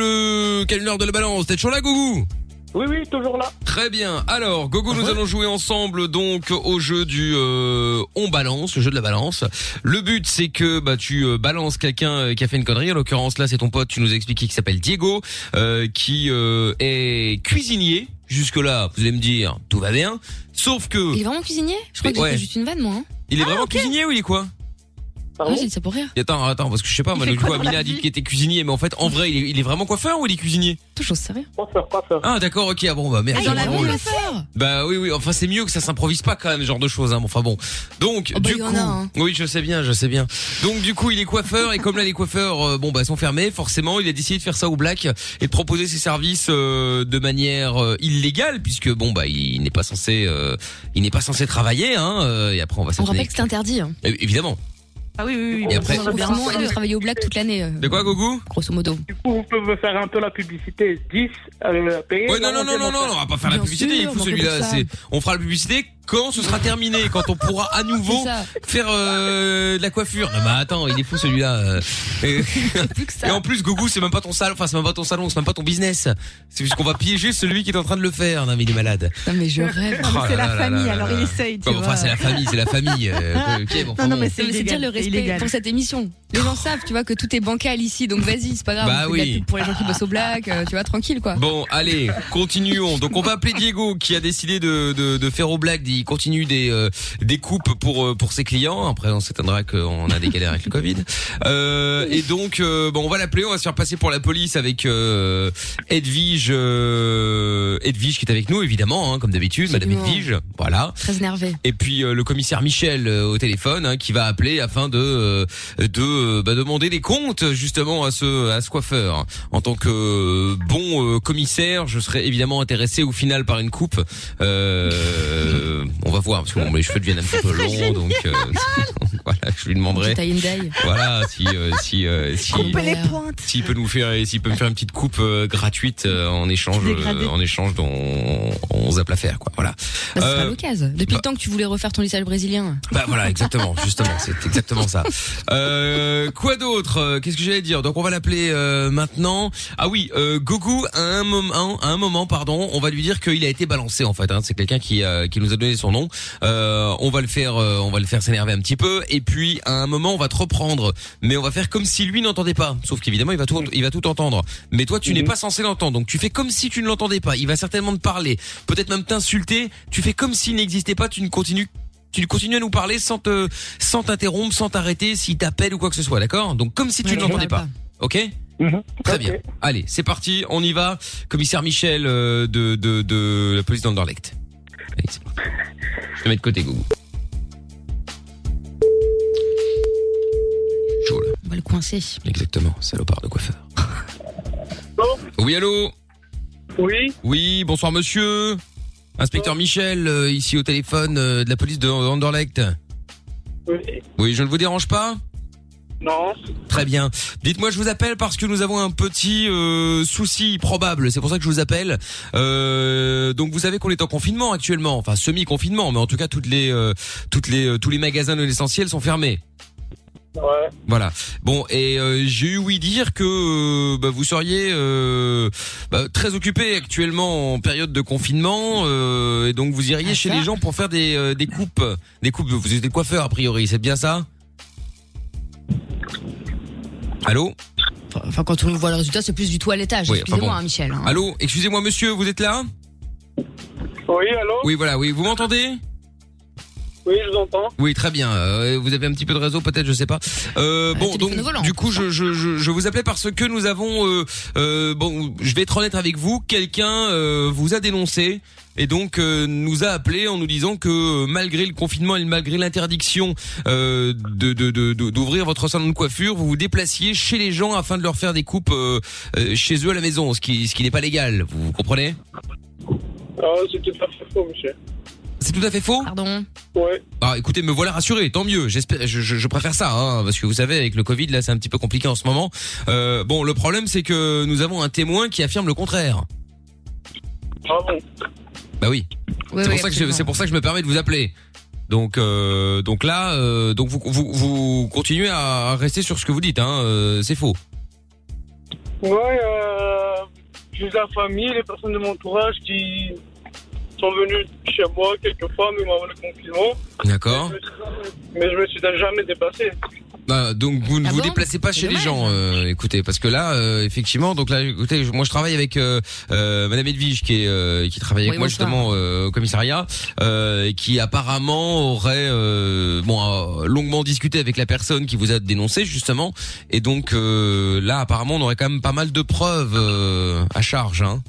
le calendrier de la balance. T'es toujours là, Gougou
Oui, oui, toujours là.
Très bien. Alors, Gogo, nous allons jouer ensemble donc au jeu du euh, on balance, le jeu de la balance. Le but c'est que bah tu euh, balances quelqu'un euh, qui a fait une connerie. En l'occurrence là, c'est ton pote. Tu nous as expliqué qui s'appelle Diego, euh, qui euh, est cuisinier. Jusque là, vous allez me dire tout va bien. Sauf que
Il est vraiment cuisinier Je crois que j'ai
Ouais.
fait juste une vanne, moi. hein.
il est vraiment cuisinier ou il est quoi
Ah, Pardon
Ouais, Ah, j'ai dit ça pour rire.
Et Attends, attends, parce que je sais pas.
Il
moi,
fait
du coup,
quoi dans la
Amina a dit
vie
qu'il était cuisinier, mais en fait, en vrai, il est, il est vraiment coiffeur ou il est cuisinier
Tout, j'en sais rien.
Coiffeur, coiffeur.
Ah d'accord, ok, ah bon bah merde.
Ah, dans
c'est
la
drôle.
vie,
Bah oui, oui. Enfin, c'est mieux que ça s'improvise pas quand même, ce genre de choses. Hein. Bon, Enfin bon. Donc,
Oh, bah,
du
il y
coup,
en a, hein.
oui, je sais bien, je sais bien. Donc, du coup, il est coiffeur et comme là, les coiffeurs, euh, bon, bah, sont fermés. Forcément, il a décidé de faire ça au black et de proposer ses services euh, de manière euh, illégale, puisque bon, bah, il n'est pas censé, euh, il n'est pas censé travailler. Hein, euh, et après, on va
On
s'étonner.
rappelle que c'est interdit. hein.
Euh, Évidemment.
Ah oui, oui, oui.
Et après,
Dans le confinement et de travailler au black toute l'année, euh,
de quoi, Gougou
grosso modo.
Du coup, vous pouvez me faire un peu la publicité 10 euh, payer.
Ouais, non, non, non, non, non, on va pas faire la
Bien
publicité.
sûr,
il est fou,
on en fait
celui-là.
pour ça.
C'est, on fera la publicité quand ce sera terminé, quand on pourra à nouveau
C'est ça.
faire euh, de la coiffure. Non, mais attends, il est fou celui-là. euh. Et,
Plus que ça.
et en plus, Gougou, c'est même pas ton salon, enfin c'est même pas ton salon, c'est même pas ton business. C'est juste qu'on va piéger celui qui est en train de le faire. Non, mais il est malade.
Non, mais je rêve.
Oh
C'est
là
la
là là
famille,
là
alors
là.
il essaye, tu
Bon,
vois.
enfin, c'est la famille, c'est la famille. euh, ok, bon, enfin,
Non, non, mais
bon.
Ah. Non, mais C'est
illégal,
dire le
c'est
respect
illégal.
pour cette émission. Les gens savent, tu vois, que tout est bancal ici, donc vas-y, c'est pas grave.
Bah
on fait de la
oui.
pub Pour les gens qui bossent au black, euh, tu vois, tranquille quoi.
Bon, allez, continuons. Donc on va appeler Diego qui a décidé de, de, de faire au black. Il continue des euh, des coupes pour euh, pour ses clients. Après, on s'étonnera qu'on a des galères avec le Covid. Euh, et donc, euh, bon, on va l'appeler. On va se faire passer pour la police avec euh, Edwige euh, Edwige qui est avec nous, évidemment, hein, comme d'habitude, Madame
Absolument.
Edwige. Voilà.
Très énervé.
Et puis euh, le commissaire Michel euh, au téléphone hein, qui va appeler afin de euh, de euh, bah, demander des comptes justement à ce à ce coiffeur. En tant que euh, bon euh, commissaire, je serais évidemment intéressé au final par une coupe. Euh, on va voir parce que bon, les cheveux deviennent un petit peu longs, donc euh,
Ah,
voilà, je lui demanderai.
Taille and die.
Voilà, si euh, si euh, si.
Couper les
Merde.
pointes.
S'il peut nous faire, s'il peut me faire une petite coupe euh, gratuite euh, en échange, euh,
Dégradé.
en échange dont on, on zappe l'affaire, quoi. Voilà.
Bah, ce sera
Euh,
l'occasion. Depuis le temps que tu voulais refaire ton lissage brésilien.
Bah voilà, exactement, justement, c'est exactement ça. Euh, quoi d'autre Euh, Qu'est-ce que j'allais dire Donc on va l'appeler euh, maintenant. Ah oui, euh, Gougou, à un moment, à un moment, pardon, on va lui dire qu'il a été balancé en fait. Hein. C'est quelqu'un qui euh, qui nous a donné son nom. Euh, on va le faire, euh, on va le faire s'énerver un petit peu. Et puis à un moment, on va te reprendre, mais on va faire comme si lui n'entendait pas. Sauf qu'évidemment, il va tout, il va tout entendre. Mais toi, tu n'es pas censé l'entendre, donc tu fais comme si tu ne l'entendais pas. Il va certainement te parler, peut-être même t'insulter. Tu fais comme s'il n'existait pas. Tu ne continues tu continues à nous parler sans te, sans t'interrompre, sans t'arrêter, s'il t'appelle ou quoi que ce soit, d'accord Donc comme si tu
Ouais,
ne
je
l'entendais pas.
parle
Ok Très bien. Allez, c'est parti, on y va. Commissaire Michel euh, de, de, de la police d'Anderlecht. Allez, c'est parti. Je te mets de côté, Gougou. Chaud, là.
On va le coincé.
Exactement, salopard de coiffeur. Oui, allô
Oui
Oui, bonsoir monsieur. Inspecteur Michel, euh, ici au téléphone euh, de la police de Anderlecht.
Oui.
Oui, je ne vous dérange pas
Non.
Très bien. Dites-moi, je vous appelle parce que nous avons un petit euh, souci probable. C'est pour ça que je vous appelle. Euh, donc, vous savez qu'on est en confinement actuellement, enfin semi-confinement, mais en tout cas, toutes les, euh, toutes les, euh, tous les magasins de l'essentiel sont fermés.
Ouais.
Voilà. Bon, et euh, j'ai eu oui dire que euh, bah, vous seriez euh, bah, très occupé actuellement en période de confinement, euh, et donc vous iriez chez les gens pour faire des, euh, des coupes, des coupes. Vous êtes coiffeur a priori, c'est bien ça Allô
Enfin, quand on voit le résultat, c'est plus du tout à l'étage.
Oui, enfin
Excusez-moi,
bon.
hein, Michel. hein.
Allô, excusez-moi monsieur, vous êtes là
Oui, allô
Oui, voilà, oui, vous m'entendez
Oui, je vous entends.
Oui, très bien. Euh, vous avez un petit peu de réseau, peut-être, je sais pas. Euh, bon, donc
téléphone volant,
du coup, je, je, je, je vous appelais parce que nous avons. Euh, euh, bon, je vais être honnête avec vous. Quelqu'un euh, vous a dénoncé et donc euh, nous a appelé en nous disant que euh, malgré le confinement et malgré l'interdiction euh, de de- de- de- d'ouvrir votre salon de coiffure, vous vous déplaciez chez les gens afin de leur faire des coupes euh, euh, chez eux à la maison, ce qui ce qui n'est pas légal. Vous, vous comprenez
Ah, c'est tout à fait faux, monsieur.
C'est tout à fait faux
Pardon
Ouais.
Ah, écoutez, me voilà rassuré, tant mieux. J'espère, je, je, je préfère ça, hein, parce que vous savez, avec le Covid, là, c'est un petit peu compliqué en ce moment. Euh, bon, le problème, c'est que nous avons un témoin qui affirme le contraire.
Ah bon
Bah oui.
Oui,
c'est
oui,
pour ça que je,
absolument.
c'est pour ça que je me permets de vous appeler. Donc, euh, donc là, euh, donc vous, vous, vous continuez à rester sur ce que vous dites. Hein, euh, c'est faux.
Ouais, euh, j'ai de la famille, les personnes de mon entourage qui sont venues chez moi quelques fois, même avant le confinement.
D'accord.
Mais je me suis jamais dépassé.
Bah, donc vous ne
Ah
vous
bon
déplacez pas
C'est
chez les
dommage.
gens, euh, écoutez, parce que là, euh, effectivement, donc là, écoutez, je- moi je travaille avec euh, euh, Madame Edwige qui est euh, qui travaille avec
Oui,
moi
bonsoir.
justement euh, au commissariat, euh, et qui apparemment aurait euh, bon euh, longuement discuté avec la personne qui vous a dénoncé justement, et donc euh, là apparemment on aurait quand même pas mal de preuves euh, à charge. Hein.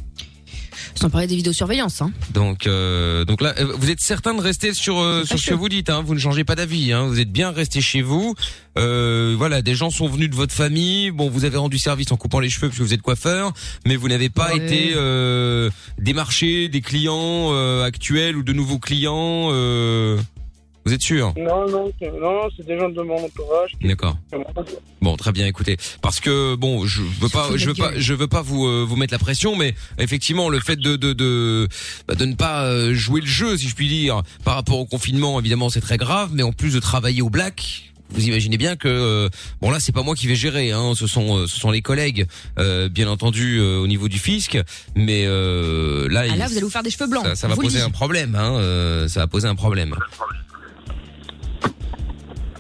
Sans parler des vidéosurveillances. Hein.
Donc euh, donc là, euh, vous êtes certain de rester sur euh, sur ce que vous dites. Hein, vous ne changez pas d'avis. Hein, vous êtes bien resté chez vous. Euh, voilà, des gens sont venus de votre famille. Bon, vous avez rendu service en coupant les cheveux puisque vous êtes coiffeur, mais vous n'avez pas
Ouais.
été euh, démarché des clients euh, actuels ou de nouveaux clients. euh, vous êtes sûr
Non, non, c'est- non, non, c'est des gens de mon entourage.
D'accord. Bon, très bien. Écoutez, parce que bon, je veux pas, je veux pas, je veux pas vous euh, vous mettre la pression, mais effectivement, le fait de de de bah, de ne pas euh, jouer le jeu, si je puis dire, par rapport au confinement, évidemment, c'est très grave, mais en plus de travailler au black. Vous imaginez bien que euh, bon là c'est pas moi qui vais gérer hein, ce sont euh, ce sont les collègues euh, bien entendu euh, au niveau du fisc mais euh, là
Ah,
il-
là, vous allez vous faire des cheveux blancs.
ça, ça va
vous le
poser
dis.
un problème hein, euh, ça va poser un problème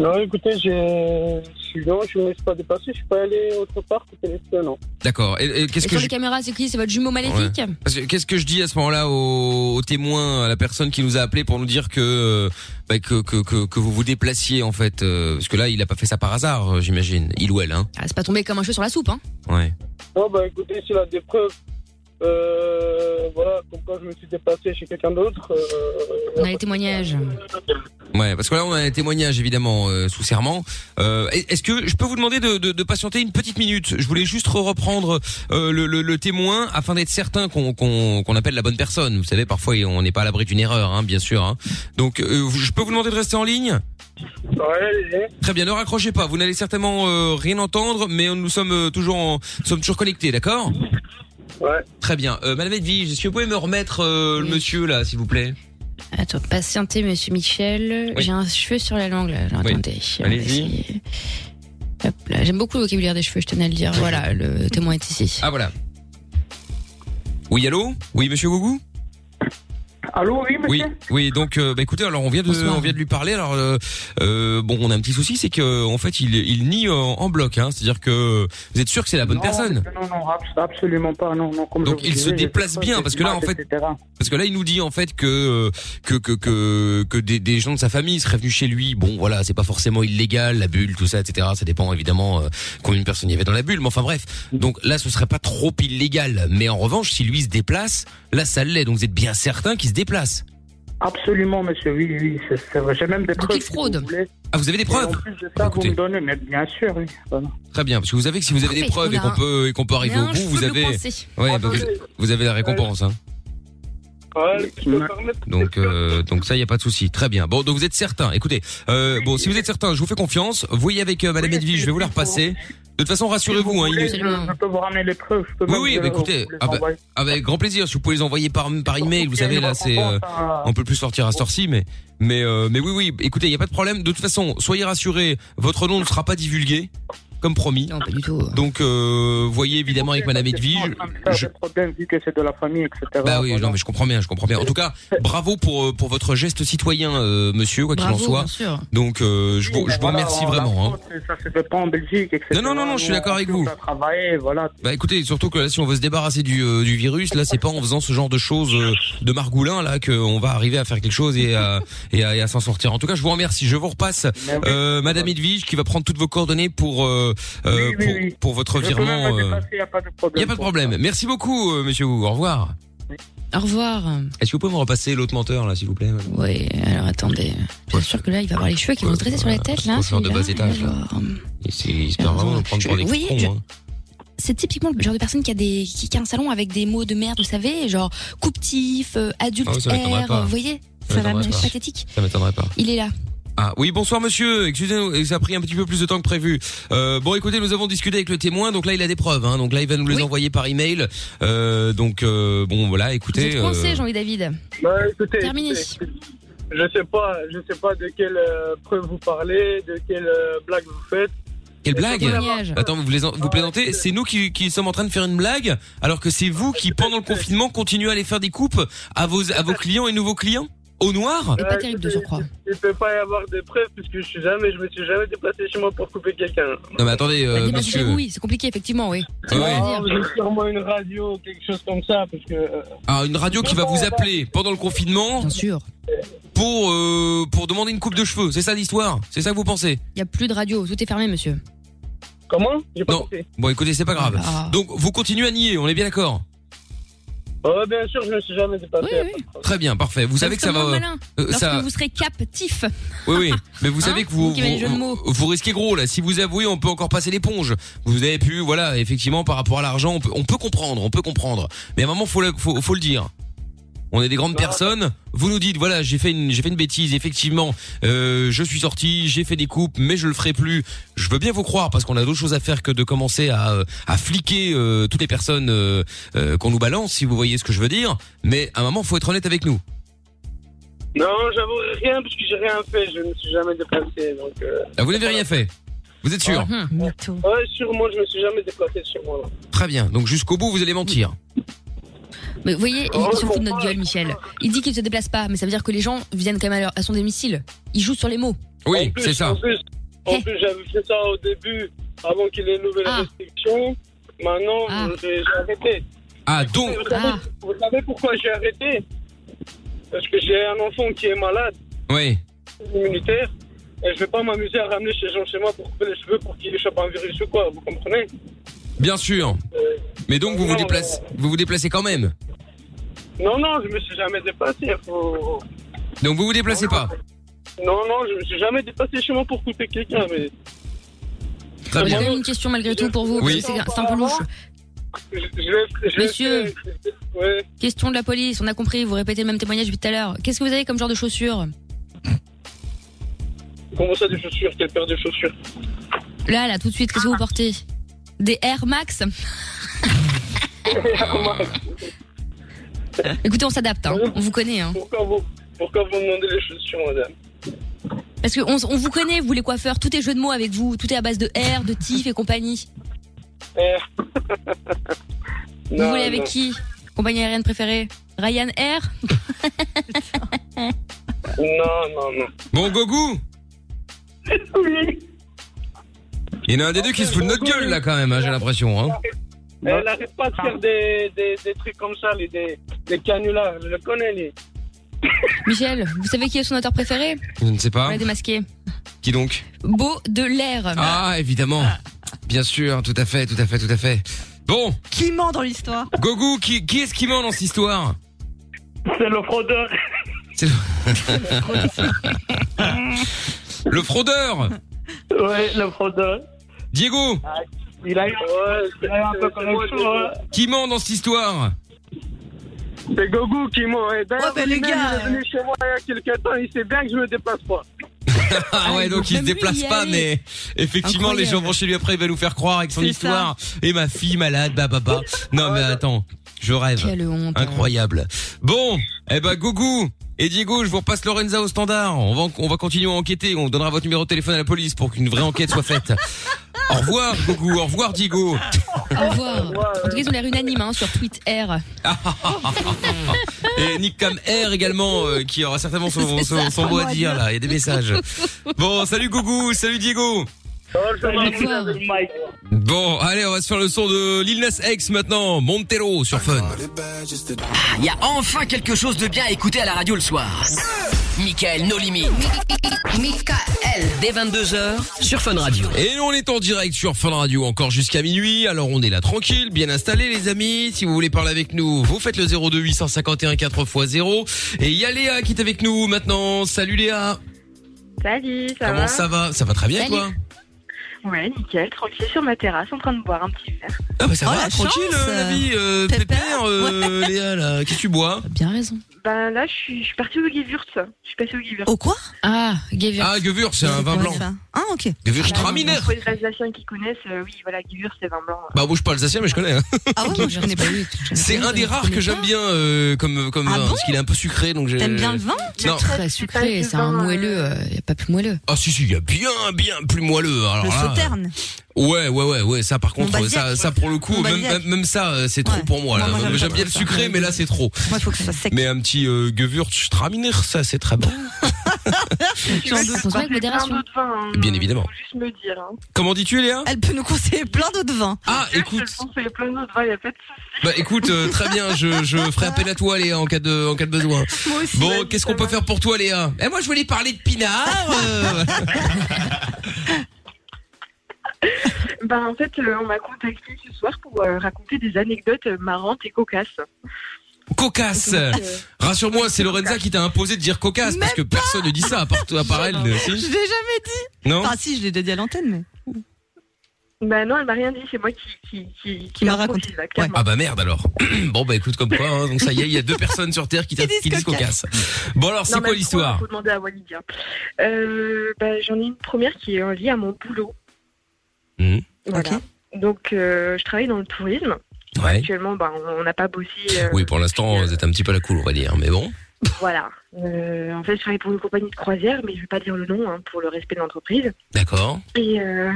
Non, écoutez, j'ai- je suis non, je me laisse pas dépasser, je suis pas allé autre part que téléphone, non.
d'accord et, et qu'est-ce
Et
que
sur
je-
les caméras, c'est qui C'est votre jumeau maléfique
Ouais. Parce que qu'est-ce que je dis à ce moment-là au, au témoin, à la personne qui nous a appelé pour nous dire que euh, bah, que, que que que vous vous déplaciez en fait, euh, parce que là il a pas fait ça par hasard, euh, j'imagine, il ou elle, hein.
Ah, c'est pas tombé comme un cheveu sur la soupe. Hein.
Ouais.
Bon, bah écoutez, s'il a des preuves, euh, voilà, comme quand je me suis dépassé chez quelqu'un d'autre, euh,
On a les témoignages.
Ouais, parce que là on a un témoignage évidemment euh, sous serment. Euh, est- Est-ce que je peux vous demander de, de, de patienter une petite minute Je voulais juste reprendre euh, le, le, le témoin afin d'être certain qu'on qu'on qu'on appelle la bonne personne. Vous savez, parfois on n'est pas à l'abri d'une erreur, hein, bien sûr. Hein. Donc euh, je peux vous demander de rester en ligne Très bien, ne raccrochez pas. Vous n'allez certainement euh, rien entendre, mais nous sommes euh, toujours en- nous sommes toujours connectés, d'accord
Ouais.
Très bien. Euh, Madame Edwige, est-ce que vous pouvez me remettre euh, le monsieur là, s'il vous plaît
Attends, patientez, monsieur Michel.
Oui.
J'ai un cheveu sur la langue. Là. Alors,
Oui.
Attendez. on va essayer.
Allez-y.
Hop là, J'aime beaucoup le vocabulaire des cheveux, je tenais à le dire. Voilà, le témoin est ici.
Ah voilà. Oui, allô Oui, monsieur Gougou
Allô, oui,
Oui, oui. Donc, euh, bah, écoutez, alors on vient de, on vient de lui parler. Alors, euh, euh, bon, on a un petit souci, c'est que en fait, il, il nie euh, en bloc. Hein, C'est-à-dire que vous êtes sûr que c'est la bonne
Non,
personne
Non, non, abs- absolument pas. Non, non, comme
Donc
je vous
il se
disais, j'ai
déplace
fait
bien
des
parce que là en
images,
fait
etc.
parce que là il nous dit en fait que euh, que que que, que des, des gens de sa famille seraient venus chez lui. Bon voilà c'est pas forcément illégal la bulle tout ça etc. Ça dépend évidemment euh, combien de personnes il y avait dans la bulle mais enfin bref donc là ce serait pas trop illégal mais en revanche si lui se déplace là ça l'est donc vous êtes bien certain qu'il se déplace.
Absolument, monsieur, oui, oui, c'est c'est vrai. J'ai même des preuves. si vous voulez.
Ah, vous avez des preuves
Et En plus de ça, vous me donnez, mais bien sûr, oui. Voilà.
Très bien, parce que vous savez que si vous avez des
Parfait,
preuves
on
et
a
qu'on
un-
peut et qu'on peut arriver
on a
au
un
bout, vous
cheveu
avez
coincé.
ouais, bah, vous, vous avez la récompense. Hein.
Ouais, je peux permettre
Donc euh, donc ça y a pas de souci. Très bien. Bon, donc vous êtes certain. Écoutez, euh, bon, si vous êtes certain, je vous fais confiance. Voyez avec euh, Madame Edwige, je vais vous la repasser. De toute façon, rassurez-vous. Hein,
Vous
il-
voulez, je, je peux vous ramener les preuves. Je peux
Oui,
même
oui,
vous-
bah, écoutez,
vous les
ah bah,
envoyer.
avec grand plaisir. Si vous pouvez les envoyer par, par email, vous
qu'il y a
savez,
une
là, c'est, euh,
récompense, hein.
on peut plus sortir à cette heure-ci, mais, mais, euh, mais oui, oui, écoutez, il n'y a pas de problème. De toute façon, soyez rassurés, votre nom ne sera pas divulgué, comme promis.
Non, pas du tout.
Donc, euh, voyez évidemment avec madame Edwige.
Ça, le problème, vu que c'est de la famille, etc.
Bah oui, non, mais je comprends bien, je comprends bien. En tout cas, bravo pour, euh, pour votre geste citoyen, euh, monsieur, quoi qu'il en
Bravo,
soit.
bien sûr.
Donc, euh, je vous, je vous
Voilà,
remercie
la
vraiment. hein.
faute, Ça se fait pas en Belgique, etc.
Non, non, non, non, je suis d'accord avec vous.
On a travaillé, voilà.
Bah écoutez, surtout que là, si on veut se débarrasser du, euh, du virus, là, c'est pas en faisant ce genre de choses euh, de margoulin là qu'on va arriver à faire quelque chose et à, et à, et à s'en sortir. En tout cas, je vous remercie. Je vous repasse euh, Madame Edwige qui va prendre toutes vos coordonnées pour euh, euh,
oui,
pour,
oui.
pour votre
Je peux même
virement.
me
euh.
dépasser, y a pas de
Il
problème.
y a pas de problème. Merci beaucoup, euh, Monsieur Wu. Au revoir.
Au revoir.
Est-ce que vous pouvez me repasser l'autre menteur là, s'il vous plaît madame
Oui, alors attendez. Bien sûr que là, il va avoir les cheveux qui vont se dresser sur la tête, là.
Chauffeur de
celui-là.
bas étage. Là. Il, s'est- il se perd vraiment nous prendre pour des
hum. Oui,
cons.
je-
hein.
C'est typiquement le genre de personne qui a des qui, qui a un salon avec des mots de merde, vous savez, genre couptif, euh, adulte
Ah oui, ça m'étonnerait
air,
pas.
euh, vous voyez
Ça
Ça va
m'étonnerait
me
pas.
pathétique.
Ça m'étonnerait pas.
Il est là.
Ah oui, bonsoir monsieur. Excusez-nous, ça a pris un petit peu plus de temps que prévu. Euh, bon, écoutez, nous avons discuté avec le témoin, donc là il a des preuves. Hein, donc là il va nous les envoyer par email. Euh, donc euh, bon, voilà,
Vous
écoutez.
êtes coincé,
euh,
Jean-Louis David.
Bah, écoutez,
Terminé.
écoutez, Je sais pas, je sais pas de quelle euh, preuve vous parlez, de quelle euh, blague vous faites.
Quelle
Et
blague
surtout d'avoir-
Attends, vous, les en- vous plaisantez C'est nous qui, qui sommes en train de faire une blague, alors que c'est vous qui, pendant le confinement, continuez à aller faire des coupes à vos à vos clients et nouveaux clients au noir.
Euh, écoutez, Il peut pas y avoir de preuves puisque je suis jamais, je me suis jamais déplacé chez moi pour couper quelqu'un.
Non mais attendez, euh,
Bah,
monsieur.
Oui, c'est compliqué, effectivement, oui.
Ah ouais.
Ah, vous avez sûrement une radio, quelque chose comme ça, parce que. euh,
Ah, une radio qui va vous appeler pendant le confinement. Bien
sûr.
Pour euh, pour demander une coupe de cheveux, c'est ça l'histoire C'est ça que vous pensez
Il n'y a plus de radio, tout est fermé, monsieur.
Comment
Non. Bon, écoutez, c'est pas grave.
Ah.
Donc vous continuez à nier, on est bien d'accord
Oh, bien sûr, je me suis jamais dépassé.
Très bien, parfait. Vous savez que ça va
Extrêmement malin.
euh,
Lorsque
ça
vous serez captif.
Oui oui, mais vous savez que vous
Hein Vous qui avez les jeux de mots.
vous risquez gros là. Si vous avouez, on peut encore passer l'éponge. Vous avez pu, voilà, effectivement, par rapport à l'argent, on peut, on peut comprendre, on peut comprendre. Mais à un moment, faut le, faut, faut le dire. On est des grandes personnes. Vous nous dites, voilà, j'ai fait une, j'ai fait une bêtise. Effectivement, euh, je suis sorti, j'ai fait des coupes, mais je le ferai plus. Je veux bien vous croire parce qu'on a d'autres choses à faire que de commencer à, euh, à fliquer euh, toutes les personnes euh, euh, qu'on nous balance, si vous voyez ce que je veux dire. Mais à un moment, faut être honnête avec nous.
Non, j'avoue rien, parce que j'ai rien fait, je me suis jamais déplacé. Donc, euh...
Ah, Vous n'avez rien fait. Vous êtes sûr
hum.
Ouais, sûrement, je me suis jamais déplacé chez moi.
Très bien. Donc jusqu'au bout, vous allez mentir.
Mais vous voyez, il se fout de notre gueule, Michel. Il dit qu'il se déplace pas, mais ça veut dire que les gens viennent quand même à, leur- à son domicile. Ils jouent sur les mots.
Oui,
En plus,
c'est ça.
En plus, en plus, j'avais fait ça au début, avant qu'il y ait les nouvelles restrictions. Maintenant, j'ai j'ai arrêté.
Ah, donc.
Vous savez, vous savez pourquoi j'ai arrêté Parce que j'ai un enfant qui est malade,
Oui.
immunitaire, et je vais pas m'amuser à ramener ces gens chez moi pour couper les cheveux pour qu'ils échappent un virus ou quoi, vous comprenez
Bien sûr. Mais donc vous vous déplacez, vous vous déplacez quand même.
Non, non, je me suis jamais dépassé. faut-
Donc vous vous déplacez pas.
Non, non, je me suis jamais dépassé chez moi pour couper quelqu'un, mais.
Très
J'ai
bien.
quand même une question malgré tout pour vous,
Oui.
parce que c'est c'est un peu louche.
Je, je l'ai- je l'ai
Monsieur.
fait, ouais.
Question de la police, on a compris, vous répétez le même témoignage depuis tout à l'heure. Qu'est-ce que vous avez comme genre de chaussures
Comment ça, des chaussures Quelle paire de chaussures
Là, là, tout de suite, qu'est-ce que vous portez Des Air Max Écoutez, on s'adapte, hein. on vous connaît. Hein.
Pourquoi vous, pourquoi vous me demandez les chaussures, madame
Parce qu'on on vous connaît, vous les coiffeurs, tout est jeu de mots avec vous, tout est à base de R, de TIF et compagnie. Vous
Eh. Non,
voulez avec
non.
qui Compagnie aérienne préférée Ryan Air
Non, non, non.
Bon Gogo. Il y en a un des deux qui se fout de notre gueule là quand même, hein, j'ai l'impression. Hein.
Elle n'arrête pas de faire des, des, des trucs comme ça, les, des, des canulars. Je le connais, lui.
Michel, vous savez qui est son auteur préféré
Je ne sais
On
pas.
l'a démasqué.
Qui donc
Beau de l'air.
Ah évidemment. Bien sûr, tout à fait, tout à fait, tout à fait. Bon,
Qui ment dans l'histoire
Gogo, qui, qui est-ce qui ment dans cette histoire
C'est le fraudeur.
C'est le- Le fraudeur
Ouais, le fraudeur.
Diego
Il a eu un peu connexion, hein.
Qui ment dans cette histoire
C'est Gogo qui m'a aidé.
Ouais, ben, les
lui-même,
gars,
Il est venu chez moi il y a quelques temps, il sait bien que je me déplace pas.
Ah ouais, donc il se
même lui
déplace
y
pas,
aller.
mais effectivement, les gens vont chez lui après, il va nous faire croire avec son
C'est
histoire. Et ma fille malade, bah bah bah. Non mais attends, je rêve.
Oh. Quelle honte. hein.
Incroyable. Bon, eh ben Gougou et Diego, je vous repasse Lorenza au standard. On va, on va continuer à enquêter. On donnera votre numéro de téléphone à la police pour qu'une vraie enquête soit faite. au revoir Gougou, au revoir Diego.
Au revoir. En tout cas, ils ont l'air unanimes hein, sur Twitter.
Et Nick Cam Air également, euh, qui aura certainement son, son, son mot à dire là. Il y a des messages. Bon, salut Gougou, salut Diego. Bon, allez, on va se faire le son de Lil Nas X maintenant, Montero sur Fun.
Il y a enfin quelque chose de bien à écouter à la radio le soir. Michael No Limit. Michael. Dès 22h sur Fun Radio.
Et nous, on est en direct sur Fun Radio encore jusqu'à minuit. Alors on est là tranquille, bien installé les amis. Si vous voulez parler avec nous, vous faites le 02 851 4x0. Et il y a Léa qui est avec nous maintenant. Salut Léa.
Salut, ça
Comment
va
ça va Ça va très bien
Salut.
quoi
Ouais, nickel, tranquille sur ma terrasse en train de boire un petit verre.
Ah bah ça
Oh,
va,
la
tranquille
chance.
euh, la vie. euh,
Pépère,
pépère, euh, Léa là, qu'est-ce que tu bois
T'as bien raison.
Ben là, je suis, je suis partie au Givurtz. Je suis partie au Givurtz.
Au quoi
Ah, Gavir.
Ah, Gewürz, c'est un vin blanc.
Ça. Ah, ok.
Gewürz Traminer.
Bah, Pour les Alsaciens qui connaissent, euh, oui, voilà, Givurtz, c'est vin blanc.
Bah bouge pas alsacien mais je connais. hein.
Ah ouais, moi je connais pas.
C'est un des rares que j'aime bien euh, comme comme
Ah
vin,
bon
parce qu'il est un peu sucré donc j'ai-
T'aimes bien le vin
Non.
Très sucré, c'est un moelleux. euh, y a pas plus moelleux.
Ah si si, il y a bien bien plus moelleux. Alors
Le
oh là,
sauterne.
Ouais, ouais, ouais, ouais, ça par contre,
Montbaziac.
ça, ça pour le coup,
Mon
même,
Balzac.
même, même ça, euh, c'est trop
Ouais.
pour moi. là.
Moi, moi, j'aime
J'aime
pas
bien le
trop ça.
sucré, mais là c'est trop.
Moi, il faut que ça soit sec.
Mais un petit euh, Gewürztraminer, ça c'est très bon.
Je
J'en doute, on se met avec modération.
plein d'autres vins. hein.
Bien évidemment.
Faut juste me dire. hein.
Comment dis-tu, Léa
Elle peut nous conseiller plein d'autres vins.
Ah,
Je
écoute,
te le conseille plein d'autres vins, y a pas de souci.
bah écoute, euh, très bien, je, je ferai appel à toi, Léa, en cas de, en cas de besoin.
Moi aussi.
Bon, qu'est-ce qu'on peut faire pour toi, Léa Eh, moi je voulais parler de pinard. euh.
Ben, en fait, euh, on m'a contacté ce soir pour euh, raconter des anecdotes euh, marrantes et cocasses.
cocasse.
Donc, euh,
Rassure-moi, c'est Lorenza qui t'a imposé de dire cocasse, parce que personne ne dit ça à part, à part elle.
Je
si
l'ai jamais dit.
Non
Enfin, si, je l'ai déjà dit à l'antenne, mais.
Ben non, elle m'a rien dit, c'est moi qui, qui, qui,
Qui l'a
l'improvise,
raconté.
là, clairement.
Ah bah merde alors. bon bah écoute comme quoi, hein, donc ça y est, il y a deux personnes sur Terre qui, t'a-
Qui disent
qui disent cocasse.
cocasse.
Bon alors c'est
Non,
quoi
mais
l'histoire
faut demander à Walidia. Euh, ben, J'en ai une première qui est euh, liée à mon boulot.
Mhm.
Voilà.
Ok.
Donc, euh, je travaille dans le tourisme.
Ouais.
Actuellement, ben, on on n'a pas bossé. euh,
Oui pour l'instant vous êtes un petit peu à la cool on va dire, mais bon.
Voilà. Euh, en fait, je travaille pour une compagnie de croisière, mais je ne vais pas dire le nom hein, pour le respect de l'entreprise.
D'accord.
Et euh,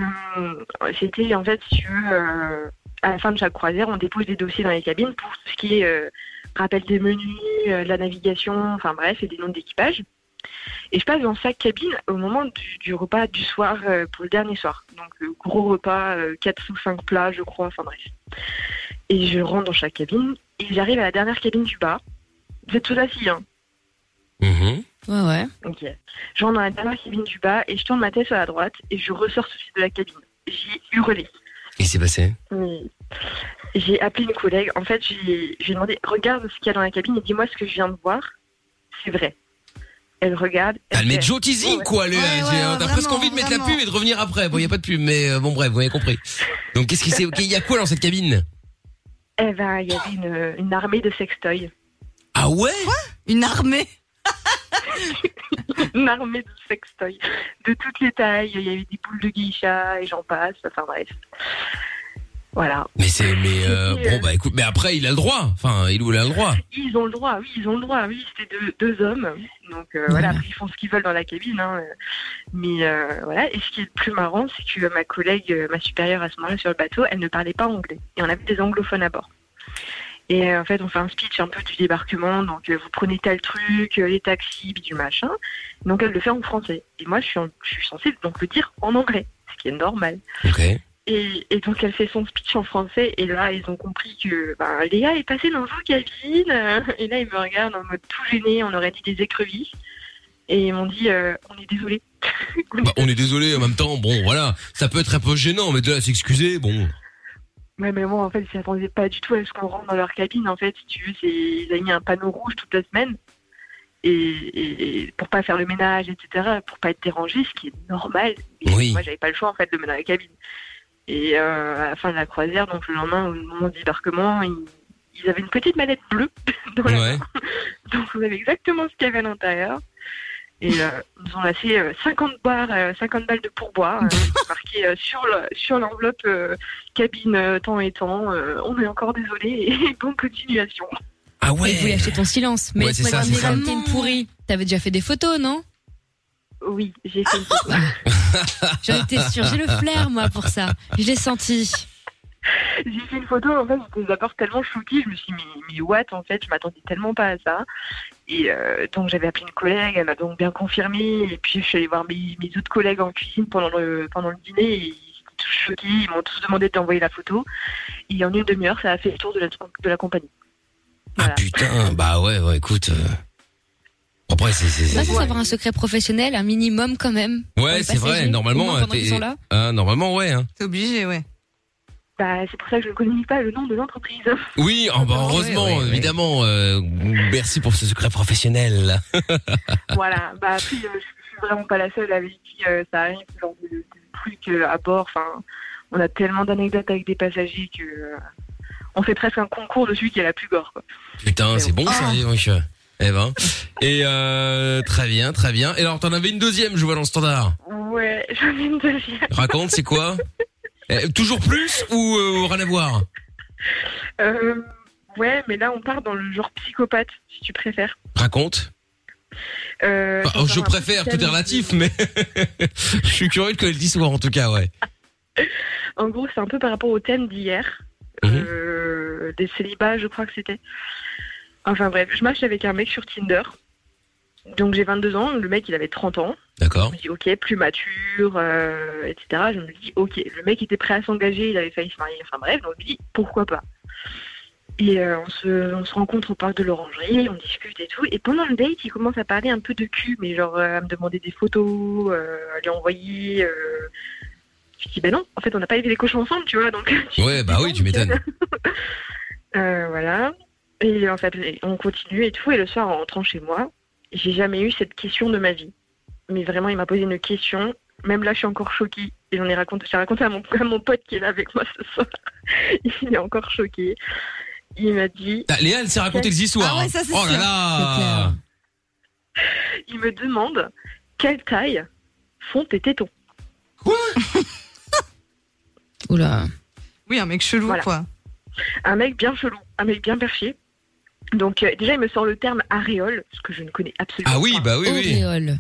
c'était en fait, si tu veux, euh, à la fin de chaque croisière, on dépose des dossiers dans les cabines pour tout ce qui est euh, rappel des menus, euh, de la navigation, enfin bref, et des noms d'équipage. Et je passe dans chaque cabine au moment du, du repas du soir euh, pour le dernier soir. Donc euh, gros repas, 4 ou 5 plats, je crois, enfin bref. Et je rentre dans chaque cabine et j'arrive à la dernière cabine du bas. Vous êtes tous assis, hein
Mhm.
Ouais, ouais.
Ok. Je rentre dans la dernière cabine du bas et je tourne ma tête à la droite et je ressors ceci de la cabine. J'ai hurlé.
Et c'est passé.
Mais J'ai appelé une collègue. En fait, j'ai j'ai demandé Regarde ce qu'il y a dans la cabine et dis-moi ce que je viens de voir. C'est vrai. Elle regarde.
Elle met
fait,
Joe Teasing
Ouais.
quoi, Léa.
Ouais, ouais,
J'ai-
ouais,
euh, T'as presque
vraiment,
envie de mettre la
vraiment.
pub et de revenir après. Bon y a pas de pub, mais euh, bon bref vous avez compris. Donc qu'est-ce qui c'est Il y a quoi dans cette cabine
Eh ben, il y avait une, une armée de sextoys.
Ah ouais
Une armée.
une armée de sextoys. De toutes les tailles. Il y avait des boules de geisha et j'en passe. Enfin, bref. Voilà.
Mais c'est mais euh,
Oui, euh.
bon bah écoute mais après il a le droit. Enfin il ou elle a le droit.
Ils ont le droit, oui, ils ont le droit, oui, c'était deux, deux hommes. Donc euh, voilà, après, ils font ce qu'ils veulent dans la cabine. hein, euh, mais euh, voilà, et ce qui est le plus marrant, c'est que ma collègue, euh, ma supérieure à ce moment-là sur le bateau, elle ne parlait pas anglais. Et on avait des anglophones à bord. Et euh, en fait, on fait un speech un peu du débarquement. Donc euh, vous prenez tel truc, euh, les taxis, du machin. Donc elle le fait en français. Et moi, je suis, en- je suis censée donc le dire en anglais, ce qui est normal.
Ok.
Et, et donc elle fait son speech en français et là ils ont compris que ben, Léa est passée dans vos cabines euh, et là ils me regardent en mode tout gêné, on aurait dit des écrevisses et ils m'ont dit euh, on est désolé.
Bah, on est désolé en même temps. Bon voilà ça peut être un peu gênant mais de là à s'excuser bon.
Ouais, mais moi en fait ils s'attendaient pas du tout à ce qu'on rentre dans leur cabine en fait si tu veux c'est ils avaient mis un panneau rouge toute la semaine et, et- et pour pas faire le ménage, etc., pour pas être dérangé, ce qui est normal. Et
Oui.
Moi, j'avais pas le choix en fait de mener dans la cabine. Et euh, à la fin de la croisière, donc le lendemain, au moment du débarquement, ils, ils avaient une petite mallette bleue dans la
Ouais.
donc vous savez exactement ce qu'il y avait à l'intérieur. Et euh, ils nous ont lâché euh, 50, barres, euh, 50 balles de pourboire, euh, marqué euh, sur le- sur l'enveloppe euh, cabine euh, temps et temps. euh, on est encore désolé et bonne continuation.
Ah
ouais. voulait acheter ton silence. Mais
Ouais, c'est
laisse-moi
ça,
dire,
c'est ça.
t'es une pourrie. T'avais déjà fait des photos, non
Oui, j'ai fait une
photo. J'en étais sûre. J'ai le flair, moi, pour ça. Je l'ai senti.
J'ai fait une photo, en fait, j'étais d'abord tellement choquée, je me suis dit, mais, mais what, en fait, je m'attendais tellement pas à ça. Et euh, donc, j'avais appelé une collègue, elle m'a donc bien confirmé, et puis je suis allée voir mes, mes autres collègues en cuisine pendant le, pendant le dîner, et ils étaient tous choqués, ils m'ont tous demandé de t'envoyer la photo. Et en une demi-heure, ça a fait le tour de la, de la compagnie.
Ah putain, bah ouais, ouais, écoute. euh, Après, c'est. c'est-
Moi,
c'est-
c'est savoir un secret professionnel, un minimum quand même. Pour
Ouais,
les
c'est vrai,
passagers, au
normalement.
moins pendant
t'es-
qu'ils sont là.
Ah, normalement, ouais. hein.
C'est obligé, ouais.
Bah, c'est pour ça que je ne communique pas le nom de l'entreprise.
Oui, ah, bah, heureusement, évidemment. euh, merci pour ce secret professionnel.
voilà, bah après, euh, je je suis vraiment pas la seule avec qui euh, ça arrive, ce genre de, de truc euh, à bord. Enfin, on a tellement d'anecdotes avec des passagers que euh, on fait presque un concours de celui qui a la plus gore. Quoi.
Eh
Putain, c'est bon
Ah.
ça, dis donc. Eh ben. Et euh, très bien, très bien. Et alors, t'en avais une deuxième, je vois dans le standard.
Ouais, j'en ai une deuxième.
Raconte, c'est quoi Eh, Toujours plus ou euh, rien à voir
Euh, ouais, mais là, on part dans le genre psychopathe, si tu préfères.
Raconte.
Euh,
Bah,
ça
je
part un peu
préfère, tout
calme.
est relatif, mais je suis curieux de connaître l'histoire en tout cas, ouais.
En gros, c'est un peu par rapport au thème d'hier, euh, des célibats, je crois que c'était. Enfin bref, je match avec un mec sur Tinder. Donc j'ai 22 ans, le mec il avait 30 ans.
D'accord.
Je me dis ok, plus mature, euh, etc. Je me dis ok, le mec était prêt à s'engager, il avait failli se marier, enfin bref, donc je me dis pourquoi pas. Et euh, on, se, on se rencontre au parc de l'Orangerie, on discute et tout. Et pendant le date, il commence à parler un peu de cul, mais genre euh, à me demander des photos, euh, à lui envoyer. euh. Je dis ben non, en fait on n'a pas élevé les cochons ensemble, tu vois, donc
Ouais, bah oui, tu m'étonnes.
euh, voilà. Et en fait, on continue et tout. Et le soir, en rentrant chez moi, j'ai jamais eu cette question de ma vie. Mais vraiment, il m'a posé une question. Même là, je suis encore choquée. Et j'en ai raconté, j'ai raconté à mon, à mon pote qui est là avec moi ce soir. Il est encore choqué. Il m'a dit.
Putain, Bah, Ah, Léa, elle s'est racontée des histoires.
Ah ouais,
hein.
ça, c'est
oh là
sûr.
là
Il me demande quelle taille font tes tétons.
Oula.
Oui, un mec chelou,
Voilà.
quoi.
Un mec bien chelou, un mec bien perché. Donc, euh, déjà, il me sort le terme aréole, ce que je ne connais absolument pas.
Ah oui, bah oui, oui.
Auréole.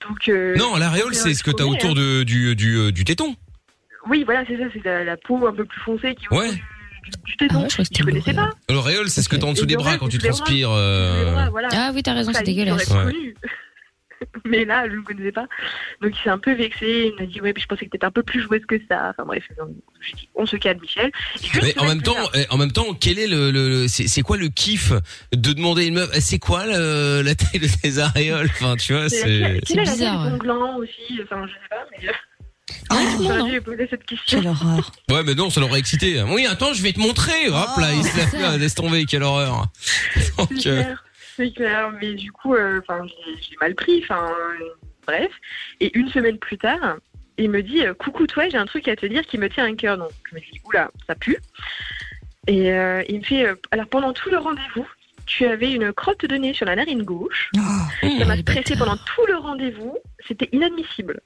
Donc, euh,
Non, l'aréole, c'est ce que t'as
je connais,
autour
hein.
de, du, du, euh, du téton.
Oui, voilà, c'est ça, c'est la, la peau un peu plus foncée qui est
Ouais.
du
Ah
téton. je connaissais pas.
L'auréole, c'est ce que t'as en dessous
Et
des bras
l'auréole,
quand
c'est
tu
sous les bras.
transpires. euh,
Ah oui, t'as raison, c'est dégueulasse.
Ouais.
Mais là, je ne connaissais pas. Donc il s'est un peu vexé. Il m'a dit Ouais, mais je pensais que t'étais un peu plus joueuse que ça. Enfin bref, donc, j'ai dit On se calme, Michel.
Mais en même temps, eh, en même temps, quel est le, le- le- c'est c'est quoi le kiff de demander à une meuf, eh, c'est quoi le- la taille de tes aréoles Enfin, tu vois, Euh, c'est.
C'est bizarre. C'est gland aussi. Enfin, je sais pas, mais. Ah, je vais poser cette question.
Ouais, mais non, ça l'aurait excité. Oui, attends, je vais te montrer. Hop là, il se lève, là, laisse tomber, quelle horreur. Donc,
C'est
euh,
clair, c'est clair. Mais du coup, euh, 'fin, j'ai j'ai mal pris. Enfin, euh, bref. Et une semaine plus tard, il me dit euh, Coucou, toi, j'ai un truc à te dire qui me tient à cœur. Donc, je me dis Oula, ça pue. Et euh, il me fait euh, Alors, pendant tout le rendez-vous, tu avais une crotte de nez sur la narine gauche. ça m'a stressé pendant tout le rendez-vous. C'était inadmissible.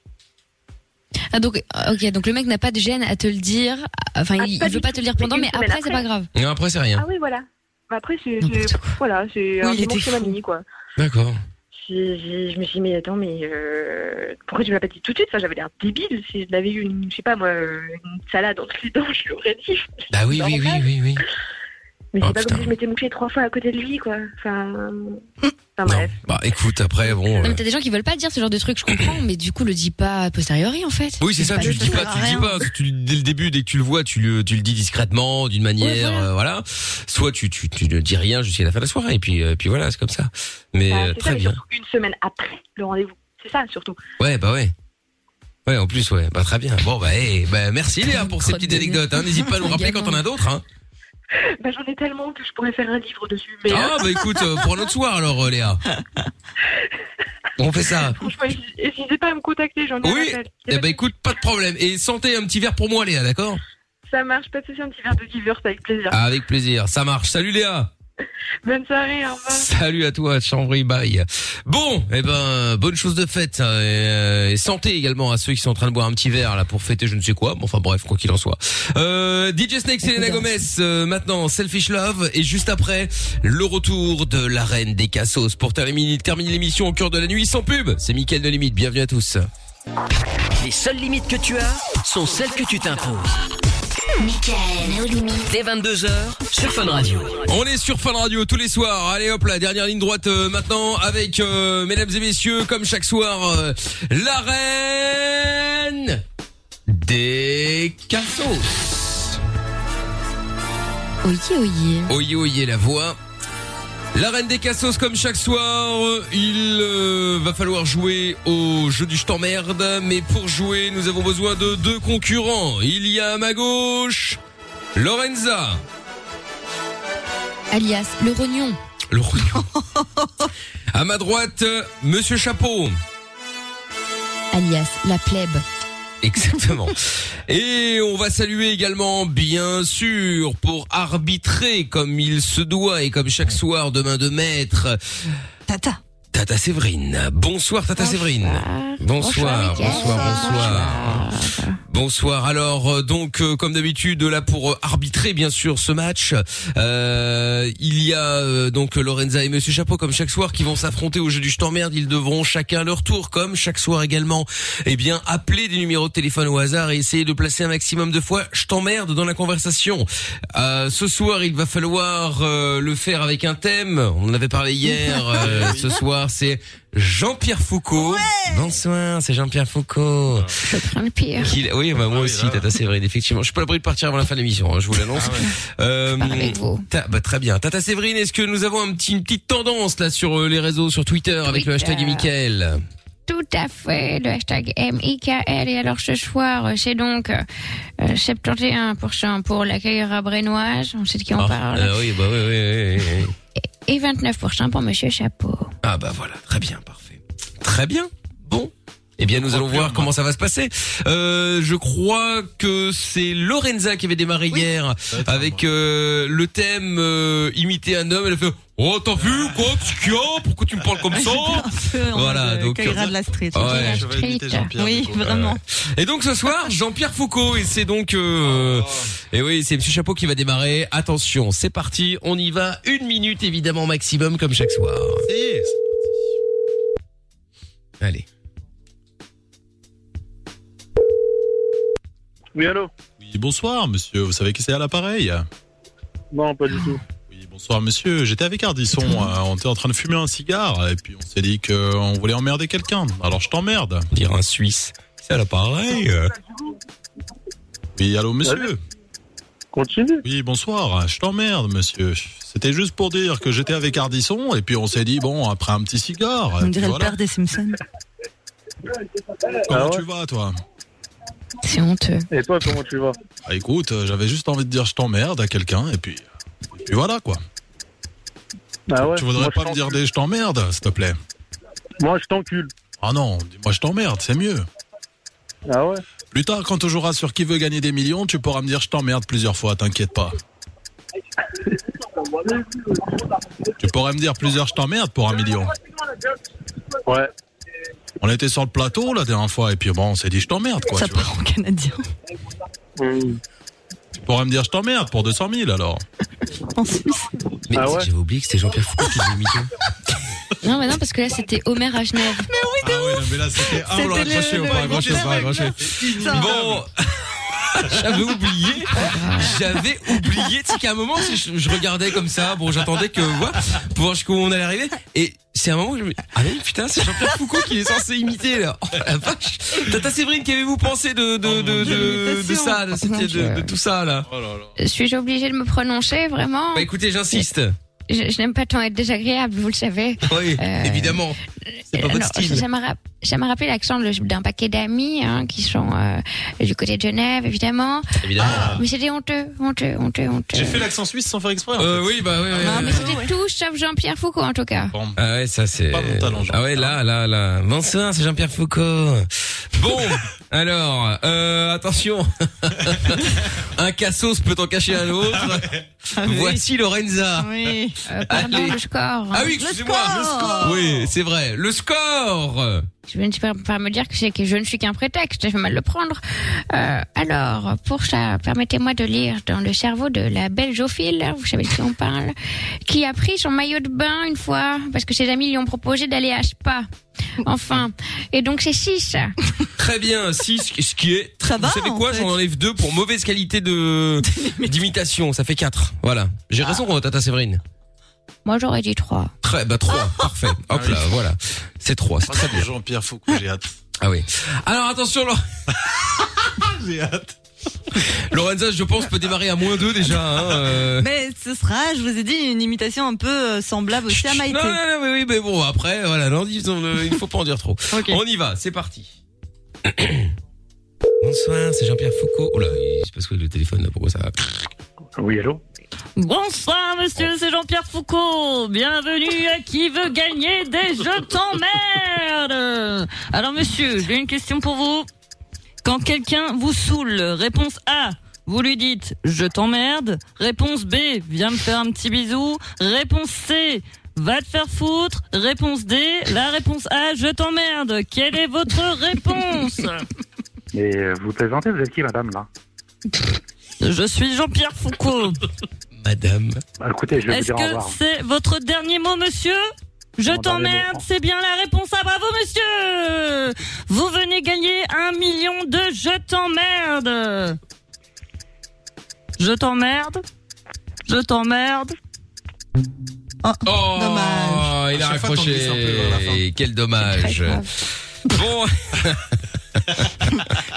Ah, donc, euh, ok, donc le mec n'a pas de gêne à te le dire. Enfin,
Ah,
il,
pas
il veut
du
pas te le dire
tout.
pendant,
Mais
mais
une semaine
après, c'est pas
après.
grave.
et après, c'est rien.
Ah oui, voilà. Bah, Après, c'est. c'est- Voilà, c'est
Oui,
un
il
moment
était
chez mamie, quoi.
D'accord.
J'ai- j'ai- je me suis dit, mais attends, mais euh, pourquoi tu me l'as pas dit tout de suite Enfin, J'avais l'air débile. Si je l'avais eu, une, je sais pas moi, euh, une salade entre les dents, je l'aurais dit.
Bah oui, oui, oui, oui, oui.
Mais
Oh,
c'est pas
putain.
comme si je m'étais mouchée trois fois à côté de lui, quoi. Enfin, enfin,
Non.
bref.
Bah écoute, après, bon.
Non,
euh,
mais t'as des gens qui veulent pas dire ce genre de truc, je comprends, mais du coup, le dis pas a posteriori, en fait.
Oui, c'est ça,
Bah,
tu le dis
sert
pas,
à
tu le dis
rien.
pas. Tu, le- dès le début, dès que tu le vois, tu le, tu le dis discrètement, d'une manière, euh, voilà. Soit tu, tu, tu ne dis rien jusqu'à la fin de la soirée, et puis, euh, puis voilà, c'est comme ça. Mais
Enfin,
euh,
Bah, c'est ça,
très
mais
bien.
surtout une semaine après le rendez-vous. C'est ça, surtout.
Ouais, bah ouais. Ouais, en plus, ouais, bah très bien. Bon, bah, hey, bah merci Léa pour ces petites anecdotes. hein. N'hésite pas à nous rappeler quand on a d'autres. Hein.
Bah, J'en ai tellement que je pourrais faire un livre dessus. Mais
Ah
euh,
bah écoute, euh, pour un autre soir alors euh, Léa. On fait ça.
franchement, n'hésitez- n'hésitez pas à me contacter, j'en ai un
Oui.
appel.
Eh bah écoute, pas de problème. Et santé, un petit verre pour moi Léa, d'accord
Ça marche, pas de souci, un petit verre de divers avec plaisir.
Avec plaisir, ça marche. Salut Léa.
Bonne soirée, au revoir.
Salut à toi, Chambry, bye. Bon, eh ben, bonne chose de faite. hein, et, euh, et santé également à ceux qui sont en train de boire un petit verre là pour fêter je ne sais quoi. Mais enfin bref, quoi qu'il en soit. Euh, DJ Snake, Selena Gomez, euh, maintenant Selfish Love. Et juste après, le retour de la reine des cassos pour terminer terminer l'émission au cœur de la nuit sans pub. C'est Mickaël de Limite, bienvenue à tous.
Les seules limites que tu as sont celles que tu t'imposes.
Michael, aux limites.
Dès 22h sur Fun Radio.
On est sur Fun Radio tous les soirs. Allez hop la dernière ligne droite euh, maintenant avec euh, mesdames et messieurs comme chaque soir euh, la reine des cassos.
Oyez, oyez.
Oyez oyez la voix. La reine des cassos comme chaque soir, euh, il euh, va falloir jouer au jeu du je t'emmerde, mais pour jouer nous avons besoin de deux concurrents. Il y a à ma gauche Lorenza.
Alias, le rognon.
Le rognon. à ma droite, euh, Monsieur Chapeau.
Alias, la plèbe.
Exactement. Et on va saluer également, bien sûr, pour arbitrer comme il se doit et comme chaque soir de main de maître,
Tata.
Tata Séverine. Bonsoir Tata Séverine. Bonsoir, bonsoir, bonsoir. Bonsoir. Alors euh, donc euh, comme d'habitude là pour euh, arbitrer bien sûr ce match, euh, il y a euh, donc Lorenza et Monsieur Chapeau comme chaque soir qui vont s'affronter au jeu du je t'emmerde. Ils devront chacun leur tour comme chaque soir également. Eh bien appeler des numéros de téléphone au hasard et essayer de placer un maximum de fois je t'emmerde dans la conversation. Euh, ce soir il va falloir euh, le faire avec un thème. On en avait parlé hier. euh, ce soir c'est Jean-Pierre Foucault. Bonsoir, c'est Jean-Pierre Foucault.
Je prends le pire.
Qu'il- Oui, bah, moi aussi, Tata Séverine, effectivement. Je suis pas à l'abri de partir avant la fin de l'émission, hein, je vous l'annonce. Euh,
avec vous.
ta- bah, très bien. Tata Séverine, est-ce que nous avons un petit, une petite tendance là sur euh, les réseaux, sur Twitter, avec le
Twitter.
hashtag Michael
Tout à fait, le hashtag MIKL. Et alors ce soir, euh, c'est donc euh, euh, 71% pour la Caillera Brénoise, on sait de qui on
Ah,
parle,
euh, oui, bah oui, oui, oui, oui, oui.
et 29% pour Monsieur Chapeau.
Ah bah voilà, très bien, parfait. Très bien. Bon. Eh bien, nous allons voir comment ça va se passer. Euh, je crois que c'est Lorenza qui avait démarré hier avec euh, le thème euh, imiter un homme. Elle a fait Oh t'as vu quoi Qu'est-ce qu'il y a Pourquoi tu me parles comme ça Voilà, donc.
Caillera de la street.
Ouais.
Je vais imiter Jean-Pierre.
Oui, vraiment. Ah,
Et donc ce soir, Jean-Pierre Foucault, et c'est donc... Euh,
Ah.
Et oui, c'est Monsieur Chapeau qui va démarrer. Attention, c'est parti, on y va. Une minute évidemment maximum comme chaque soir. Allez.
Oui, allô
Oui, bonsoir, monsieur. Vous savez qui c'est à l'appareil
Non, pas du tout.
Oui, bonsoir, monsieur. J'étais avec Ardisson. euh, on était en train de fumer un cigare. Et puis, on s'est dit qu'on voulait emmerder quelqu'un. Alors, je t'emmerde.
Dire un Suisse. C'est à l'appareil. euh.
Oui, allô, monsieur.
Continue.
Oui, bonsoir. Je t'emmerde, monsieur. C'était juste pour dire que j'étais avec Ardisson. Et puis, on s'est dit, bon, après un petit cigare.
On
et puis
dirait le
voilà.
père des Simpsons.
Comment
Ah ouais
tu vas, toi
C'est honteux.
Et toi, comment tu vas
Bah, écoute, euh, j'avais juste envie de dire je t'emmerde à quelqu'un. Et puis, et puis voilà, quoi.
Ah ouais
tu voudrais
moi, je
pas me dire des je t'emmerde, s'il te plaît
t'en- Moi, je t'encule.
Ah non, dis-moi je t'emmerde, c'est mieux.
Ah ouais
Plus tard, quand tu joueras sur qui veut gagner des millions, tu pourras me dire je t'emmerde plusieurs fois, t'inquiète pas. tu pourrais me dire plusieurs je t'emmerde pour un million.
Ouais.
On était sur le plateau la dernière fois et puis bon, on s'est dit je
Ah,
t'emmerde quoi.
Ça
Tu, vois.
part en canadien.
Mmh.
Tu pourrais me dire je t'emmerde pour 200 000 alors.
En Suisse.
Mais
Ah ouais
j'avais oublié que c'était Jean-Pierre Foucault qui l'imitait.
Non, mais non, parce que là c'était Homer à Genève.
Ah ouais, mais là c'était ah, on l'a
C'était le-
accroché, on
le-
l'a accroché, on l'a accroché.
Bon. J'avais oublié, j'avais oublié, tu sais qu'à un moment, tu sais, je, je regardais comme ça, bon, j'attendais que, voilà, pour voir jusqu'où on allait arriver, et c'est un moment où je me dis, ah oui, putain, c'est Jean-Pierre Foucault qui est censé imiter, là. Oh, la vache. Tata Séverine, qu'avez-vous pensé de, de, de, de, de ça, de, cette- de- de tout ça, là?
Oh là Euh, là.
Suis-je obligée de me prononcer vraiment
Bah écoutez, j'insiste.
je, je n'aime pas tant être désagréable, vous le savez.
Oui,
Euh,
évidemment. C'est pas votre
alors,
style.
ça- Ça m'a rap- ça m'a rappelé l'accent de- d'un paquet d'amis hein, qui sont euh, du côté de Genève, évidemment. Ah,
Évidemment.
Mais c'était honteux, honteux, honteux, honteux.
J'ai fait l'accent suisse sans faire exprès.
Euh, oui, bah oui.
Non, mais c'était tout sauf Jean-Pierre Foucault, en tout cas.
Ah ouais, ça c'est. Ah ouais, là, là, là. Bonsoir, c'est Jean-Pierre Foucault. Bon, alors, euh, attention. un cassos peut en cacher un
Ah
autre.
Ah
Voici Lorenza.
Oui.
Euh, pardon,
Allez.
le score.
Ah oui, excusez-moi.
Le score.
Oui, c'est vrai. Le score.
Je ne suis pas, pas me dire que, c'est que je ne suis qu'un prétexte, je vais mal le prendre. Euh, alors, pour ça, permettez-moi de lire dans le cerveau de la belle Jophile, vous savez de qui on parle, qui a pris son maillot de bain une fois parce que ses amis lui ont proposé d'aller à Spa. Enfin, et donc c'est 6.
Très bien, 6, ce qui est...
Ça va,
Vous savez
en
quoi
fait.
J'en enlève 2 pour mauvaise qualité de d'imitation, ça fait 4. Voilà. J'ai raison
Ah.
contre Tata Séverine.
Moi j'aurais dit 3.
Très, bah 3, parfait.
Ah
Hop là, voilà. C'est 3, c'est très bien.
Jean-Pierre Foucault, j'ai hâte.
Ah oui. Alors attention, Laure-
J'ai hâte.
Lorenza, je pense, peut démarrer à moins 2 déjà. Hein, euh.
Mais ce sera, je vous ai dit, une imitation un peu euh, semblable aussi à Maïté.
Non, non, non, mais oui, mais bon, après, voilà, non, disons, euh, il faut pas en dire trop.
Ok.
On y va, c'est parti. Bonsoir, c'est Jean-Pierre Foucault. Oh là, je sais pas ce que le téléphone, là, pourquoi ça va.
Oui, allô
Bonsoir monsieur, c'est Jean-Pierre Foucault. Bienvenue à qui veut gagner des jeux t'emmerde. Alors monsieur, j'ai une question pour vous. Quand quelqu'un vous saoule, réponse A, vous lui dites je t'emmerde. Réponse B, viens me faire un petit bisou. Réponse C, va te faire foutre. Réponse D, la réponse A, je t'emmerde. Quelle est votre réponse
Et euh, vous plaisantez, vous êtes qui, madame, là
Je suis Jean-Pierre Foucault.
Madame.
Bah, Écoutez, je vais vous
Est-ce
dire au
que
revoir.
c'est votre dernier mot, monsieur Je
Mon dernier
t'emmerde,
mot. hein.
c'est bien la réponse. Ah bravo, monsieur Vous venez gagner un million de je t'emmerde Je t'emmerde Je t'emmerde
Oh,
Dommage.
il a
À chaque fois, t'en
raccroché.
glisses un peu vers la fin.
Et Quel dommage. Bon,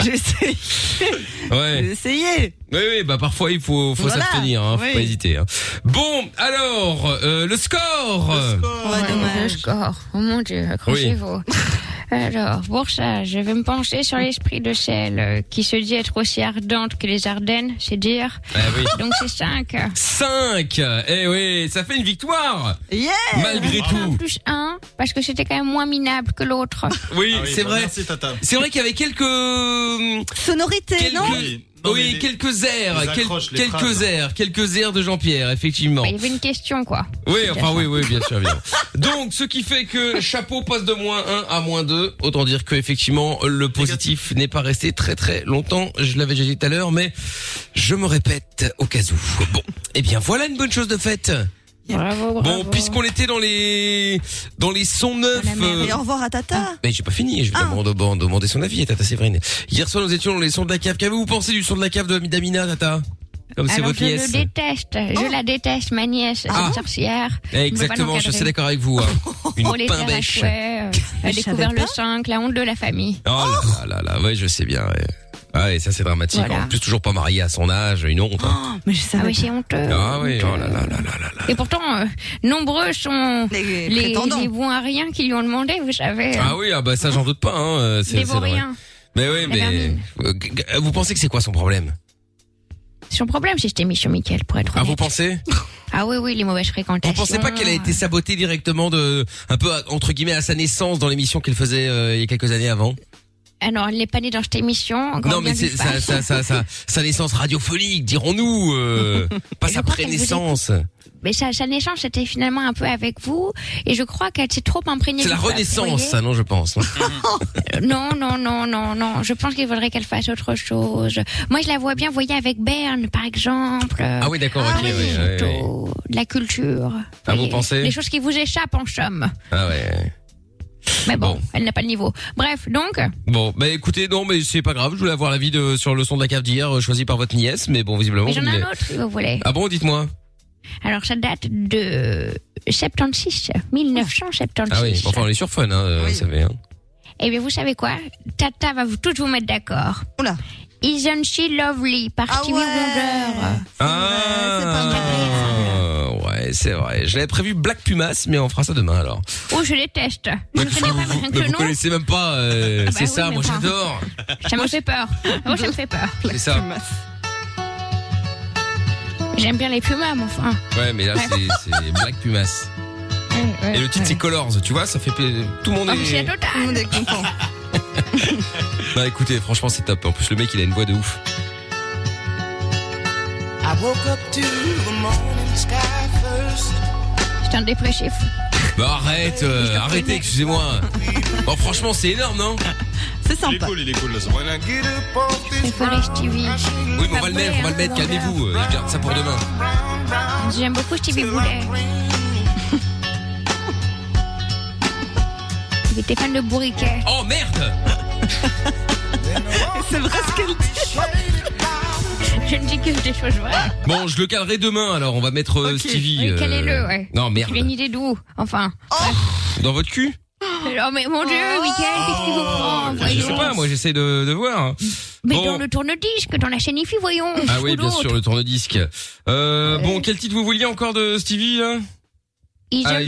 J'ai essayé. J'ai
ouais.
essayé.
Oui, oui, bah parfois il faut, faut
Voilà.
s'abstenir, hein, faut
Oui.
pas hésiter. hein. Bon, alors, euh, le score.
Oh, dommage.
Le score. Oh mon dieu, accrochez-vous. Alors, pour ça, je vais me pencher sur l'esprit de celle euh, qui se dit être aussi ardente que les Ardennes, c'est dire.
Eh
Ah oui.
Donc c'est 5.
5 Eh oui, ça fait une victoire
Yeah
Malgré tout
Plus 1, parce que c'était quand même moins minable que l'autre.
Oui, c'est vrai.
Ah Merci, Tata.
C'est vrai qu'il y avait quelques...
Sonorité,
quelques...
non
Oui. Non, mais
oui,
les-
quelques airs,
les accroches,
quel-
les
quelques
phrases. hein.
airs, quelques airs de Jean-Pierre, effectivement.
Bah, Il y avait une question, quoi.
Oui, enfin oui, oui, bien sûr, bien. sûr. Donc, ce qui fait que chapeau passe de moins 1 à moins 2. Autant dire que effectivement, le positif n'est pas resté très très longtemps. Je l'avais déjà dit tout à l'heure, mais je me répète au cas où. Bon, eh bien, voilà une bonne chose de faite.
Bravo, bravo.
Bon, puisqu'on était dans les dans les sons neufs.
Dans la Ah. merde.
euh,
Et au revoir à Tata.
mais j'ai pas fini, je vais demander, bon, demander son avis, Tata Séverine. Hier soir, nous étions dans les sons de la cave. Qu'avez-vous pensé du son de la cave de Damina, Tata Comme c'est
Alors,
votre
je
nièce.
le déteste.
Oh.
Je la déteste, ma nièce, cette
Ah.
sorcière.
Eh, Exactement, je suis d'accord avec vous. hein.
On
Une
les terre à
pimbèche.
souhait, euh,
Mais
a
je
découvert
savais
le
pas.
5, la honte de la famille.
Oh là là là là, ouais, je sais bien. Ouais, Ah ouais, ça c'est dramatique.
Voilà.
En plus, toujours pas marié à son âge, une honte. hein.
Oh, Mais je savais
Ah oui,
pas.
c'est honteux.
Ah oui,
honteux.
oh là là là là là là.
Et pourtant, euh, nombreux sont
Les,
les,
prétendants.
les bons à rien qui lui ont demandé, vous savez.
Ah oui, ah bah ça j'en doute pas. Hein. euh, c'est-
Des
c'est
bons
drôle.
rien.
Mais oui,
La
mais
vermine.
Euh, g- g- vous pensez que c'est quoi son problème
Son problème, c'est que je t'ai mis sur Mickaël, pour être
Ah, vous
honnête.
pensez
Ah oui, oui, les mauvaises
Vous
fréquentations.
pensez pas qu'elle a été sabotée directement de un peu à- entre guillemets à sa naissance dans l'émission qu'elle faisait euh, il y a quelques années avant
Alors, Ah elle n'est pas née dans cette émission. encore
Non, mais
bien
c'est
qu'il
ça,
fasse.
ça, ça, ça, sa naissance radiophonique, dirons-nous, euh, pas
Je
sa
crois qu'elle vous
pré-naissance.
Mais sa, sa naissance, c'était finalement un peu avec vous. Et je crois qu'elle s'est trop imprégnée.
C'est
du
la
peuple, vous
renaissance,
voyez. Euh,
ça, non, je pense.
Non, non, non, non, non. Je pense qu'il faudrait qu'elle fasse autre chose. Moi, je la vois bien, vous voyez, avec Berne, par exemple.
Ah oui, d'accord, ok, oui, oui, oui.
plutôt de la culture.
Ah, vous
Voyez,
pensez
Les choses qui vous échappent en somme.
Ah ouais.
Mais bon,
Bon.
elle n'a pas le niveau. Bref, donc,
Bon, bah écoutez, non, mais c'est pas grave. Je voulais avoir l'avis de sur le son de la cave d'hier, euh, choisi par votre nièce, mais bon, visiblement.
mais j'en
vous
ai
voulez-
un autre si vous voulez.
Ah bon, dites-moi.
Alors ça date de 76, 1976.
Ah oui, enfin, on est sur fun, hein, euh,
Oui.
vous savez. Hein.
Eh bien vous savez quoi Tata va vous toutes vous mettre d'accord.
Oula.
Isn't she lovely par
Ah
Stevie
ouais.
Ah. Wonder.
C'est vrai, c'est pas mal.
Ah, ouais, vrai, c'est vrai. Je l'avais prévu Black Pumas, mais on fera ça demain alors.
Oh, je déteste. Je ne connais pas
Mais
machin
vous
nom.
connaissez même pas, euh,
Ah bah
c'est
oui,
ça,
mais
moi
enfin.
j'adore.
Ça me fait peur. Moi, ça me fait peur.
C'est ça.
J'aime bien les pumas, mais enfin.
Ouais, mais là
Ouais.
c'est- c'est Black Pumas.
Ouais, ouais,
Et le titre
ouais.
c'est Colors, tu vois, ça fait pla- tout le monde
Oh, mais
est.
c'est total. Tout le monde est content.
Bah écoutez, franchement c'est top. En plus le mec il a une voix de ouf.
I woke up to the morning sky first.
J'étais un dépressif.
Bah arrête, euh, arrêtez, excusez-moi. Bon franchement c'est énorme non
C'est sympa.
Il est cool, il est cool le son.
C'est Forest TV.
Oui mais on va le mettre, on va le mettre, calmez-vous, euh, je garde ça pour demain.
J'aime beaucoup Stevie Boulet. Il était fan de bourriquet.
Oh merde
C'est vrai ce qu'elle dit. Je ne dis que des choses vraies.
Bon je le calerai demain alors, on va mettre euh, Stevie.
Oui,
euh,
quel est le, ouais.
Non merde.
Tu viens idée d'où Enfin.
Dans votre cul
Oh, mais mon dieu, Michael, qu'est-ce qu'il vous prend
Je sais
voyons.
pas, moi j'essaie de, de voir. hein.
Mais
Oh, Bon.
dans le tourne-disque, dans la chaîne IFI, voyons.
Ah oui,
Ou
bien
l'autre.
sûr, le tourne-disque. Euh, Bon, quel titre vous vouliez encore de Stevie là Ah,
Isn't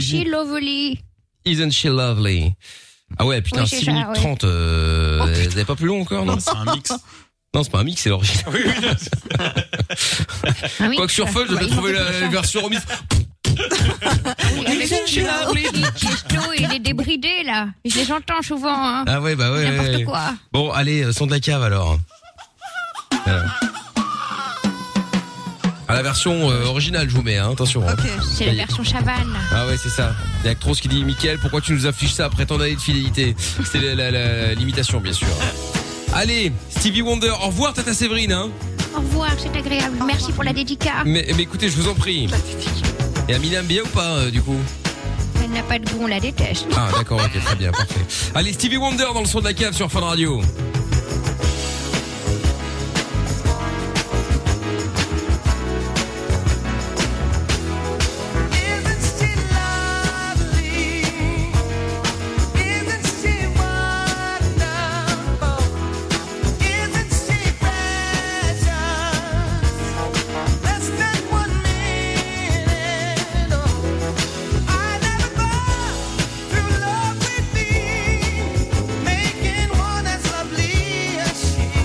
Isn't-
she lovely
Isn't she lovely Ah ouais, putain,
Oui, c'est
6
ça,
minutes
ouais. Oh,
30. Euh, vous avez pas plus long encore, non
Non, c'est un mix.
Non, c'est pas un mix, c'est l'original. Quoique
euh,
sur Fun, je vais trouver la, la version remix.
Oui, avec Chesto, il est débridé, là. Je les entends souvent, hein.
Ah ouais, bah ouais.
N'importe
ouais.
quoi.
Bon, allez, euh, son de la cave alors. Euh. Ah, la version euh, originale, je vous mets, hein, attention. hein.
C'est la version chavane.
Ah ouais, c'est ça. Il y a Actros qui dit Mickaël, pourquoi tu nous affiches ça après tant d'années de fidélité C'était la- la- la- l'imitation, bien sûr. Allez, Stevie Wonder, au revoir Tata Séverine. Hein.
Au revoir, c'est agréable. Merci pour la dédicace.
Mais, mais écoutez, je vous en prie. Et Amina aime bien ou pas, euh, du coup
Elle n'a pas de goût, on la déteste.
Ah, d'accord, ok, très bien, parfait. Allez, Stevie Wonder dans le son de la cave sur Fun Radio.
oh. Making one that's lovely.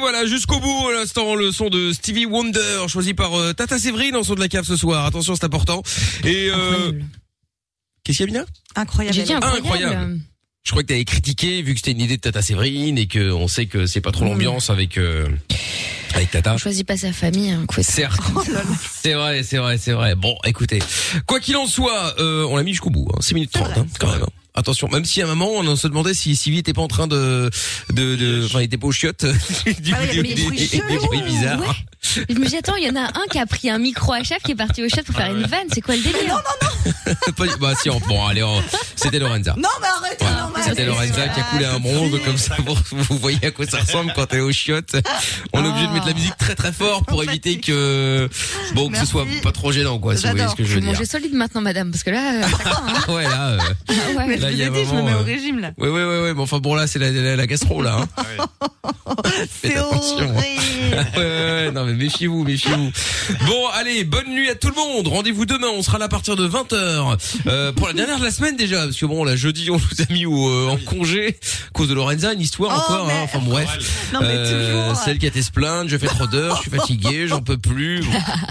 voilà, jusqu'au bout, à l'instant, le son de Stevie Wonder, choisi par euh, Tata Séverine en son de la cave ce soir. Attention, c'est important. Et euh... Qu'est-ce qu'il y a, Mina
Incroyable.
Ah, incroyable. Je crois que t'avais critiqué, vu que c'était une idée de Tata Séverine et que on sait que c'est pas trop l'ambiance avec... euh, Avec Tata.
Mm. On choisit pas sa famille. hein, quoi.
Certes. C'est vrai, c'est vrai, c'est vrai. Bon, écoutez. Quoi qu'il en soit, euh, on l'a mis jusqu'au bout. Hein. 6 minutes 30, hein, quand même. hein. Attention, même si à un moment, on se demandait si Sylvie était pas en train de... de, de- Enfin, il était pas aux chiottes. du
Ah ouais,
des,
mais
des-
des bruits
des- des
chelous,
bruits bizarres.
Je me dis, attends, il y en a un qui a pris un micro à chef qui est parti au chef pour faire une vanne. C'est quoi le délire
Pas du- bah si, on- bon, allez, on- c'était Lorenza.
Non, mais arrête,
Voilà, C'était Lorenza qui a coulé un bronze comme ça. Vous, vous voyez à quoi ça ressemble quand t'es aux chiottes. On est obligé de mettre la musique très très fort pour éviter que bon que ce soit pas trop gênant quoi. Si vous voyez ce que je veux dire.
manger solide maintenant, madame, parce que là. euh,
Ah ouais là. euh,
Ah ouais.
là, il y a un moment, euh,
régime là.
Ouais ouais ouais ouais. Mais enfin bon là c'est la, la, la gastro là.
Ah
Hein. Faites attention. ouais, ouais, ouais, non mais méfiez-vous, méfiez-vous. Bon, allez, bonne nuit à tout le monde. Rendez-vous demain, on sera là à partir de 20h euh, pour la dernière de la semaine déjà parce que bon, là jeudi on nous a mis au, euh, en congé à cause de Lorenza, une histoire
Oh,
encore hein.
mais-
enfin bref.
Non, mais
Euh,
toujours.
celle qui a été se plaindre, je fais trop d'heures, je suis fatigué, j'en peux plus. Bon,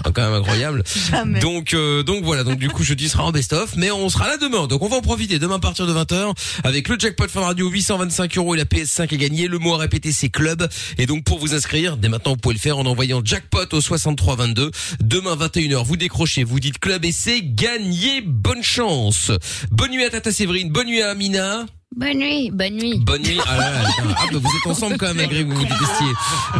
c'est quand même incroyable.
Jamais.
Donc euh, donc voilà, donc du coup jeudi sera en best-of, mais on sera là demain. Donc on va en profiter demain à partir de 20h avec le jackpot Fun Radio 825 euros et la PS5 est gagnée. Le mot à répéter c'est club. Et donc pour vous inscrire, dès maintenant vous pouvez le faire en envoyant jackpot au 6322. Demain 21h, vous décrochez, vous dites club et c'est gagné. Bonne chance. Bonne nuit à Tata Séverine, bonne nuit à Amina.
Bonne nuit, bonne nuit.
Bonne nuit. Ah, là, là, putain. Ah, bah, vous êtes ensemble quand même, malgré que vous vous détestiez.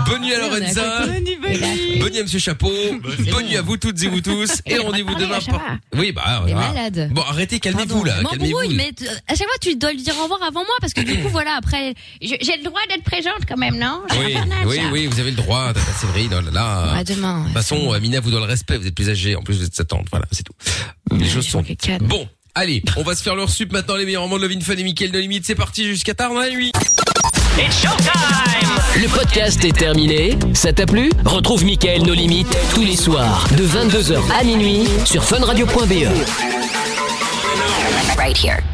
Bonne nuit à
Oui, on est à
Lorenza.
côté. Bonne nuit, bonne nuit.
Bonne nuit à Monsieur Chapeau. Bonne nuit à vous toutes et vous tous. Et
Il a pas
rendez-vous
parlé,
demain.
là, ça va.
Oui, bah.
Il est
voilà.
malade.
Bon, arrêtez, calmez-vous
Pardon,
là.
je
Calmez-vous.
m'embrouille, mais t- euh, à chaque fois, tu dois lui dire au revoir avant moi, parce que du coup, voilà, après.
Je- J'ai le droit d'être présente quand même, non C'est
Oui,
infernal,
oui,
ça.
oui, vous avez le droit, Tata Séverine, oh là là.
À demain.
De toute façon, euh, Mina vous doit le respect, vous êtes plus âgée, en plus vous êtes sa tante, voilà, c'est tout. Les choses sont. Bon, allez, on va se faire leur sup maintenant, les meilleurs moments de Love in Fun et Mickaël No Limite, c'est parti jusqu'à tard dans la nuit.
Le podcast est terminé. Ça t'a plu Retrouve Mickaël nos limites tous les soirs E. de 22h à minuit sur funradio.be. Right here.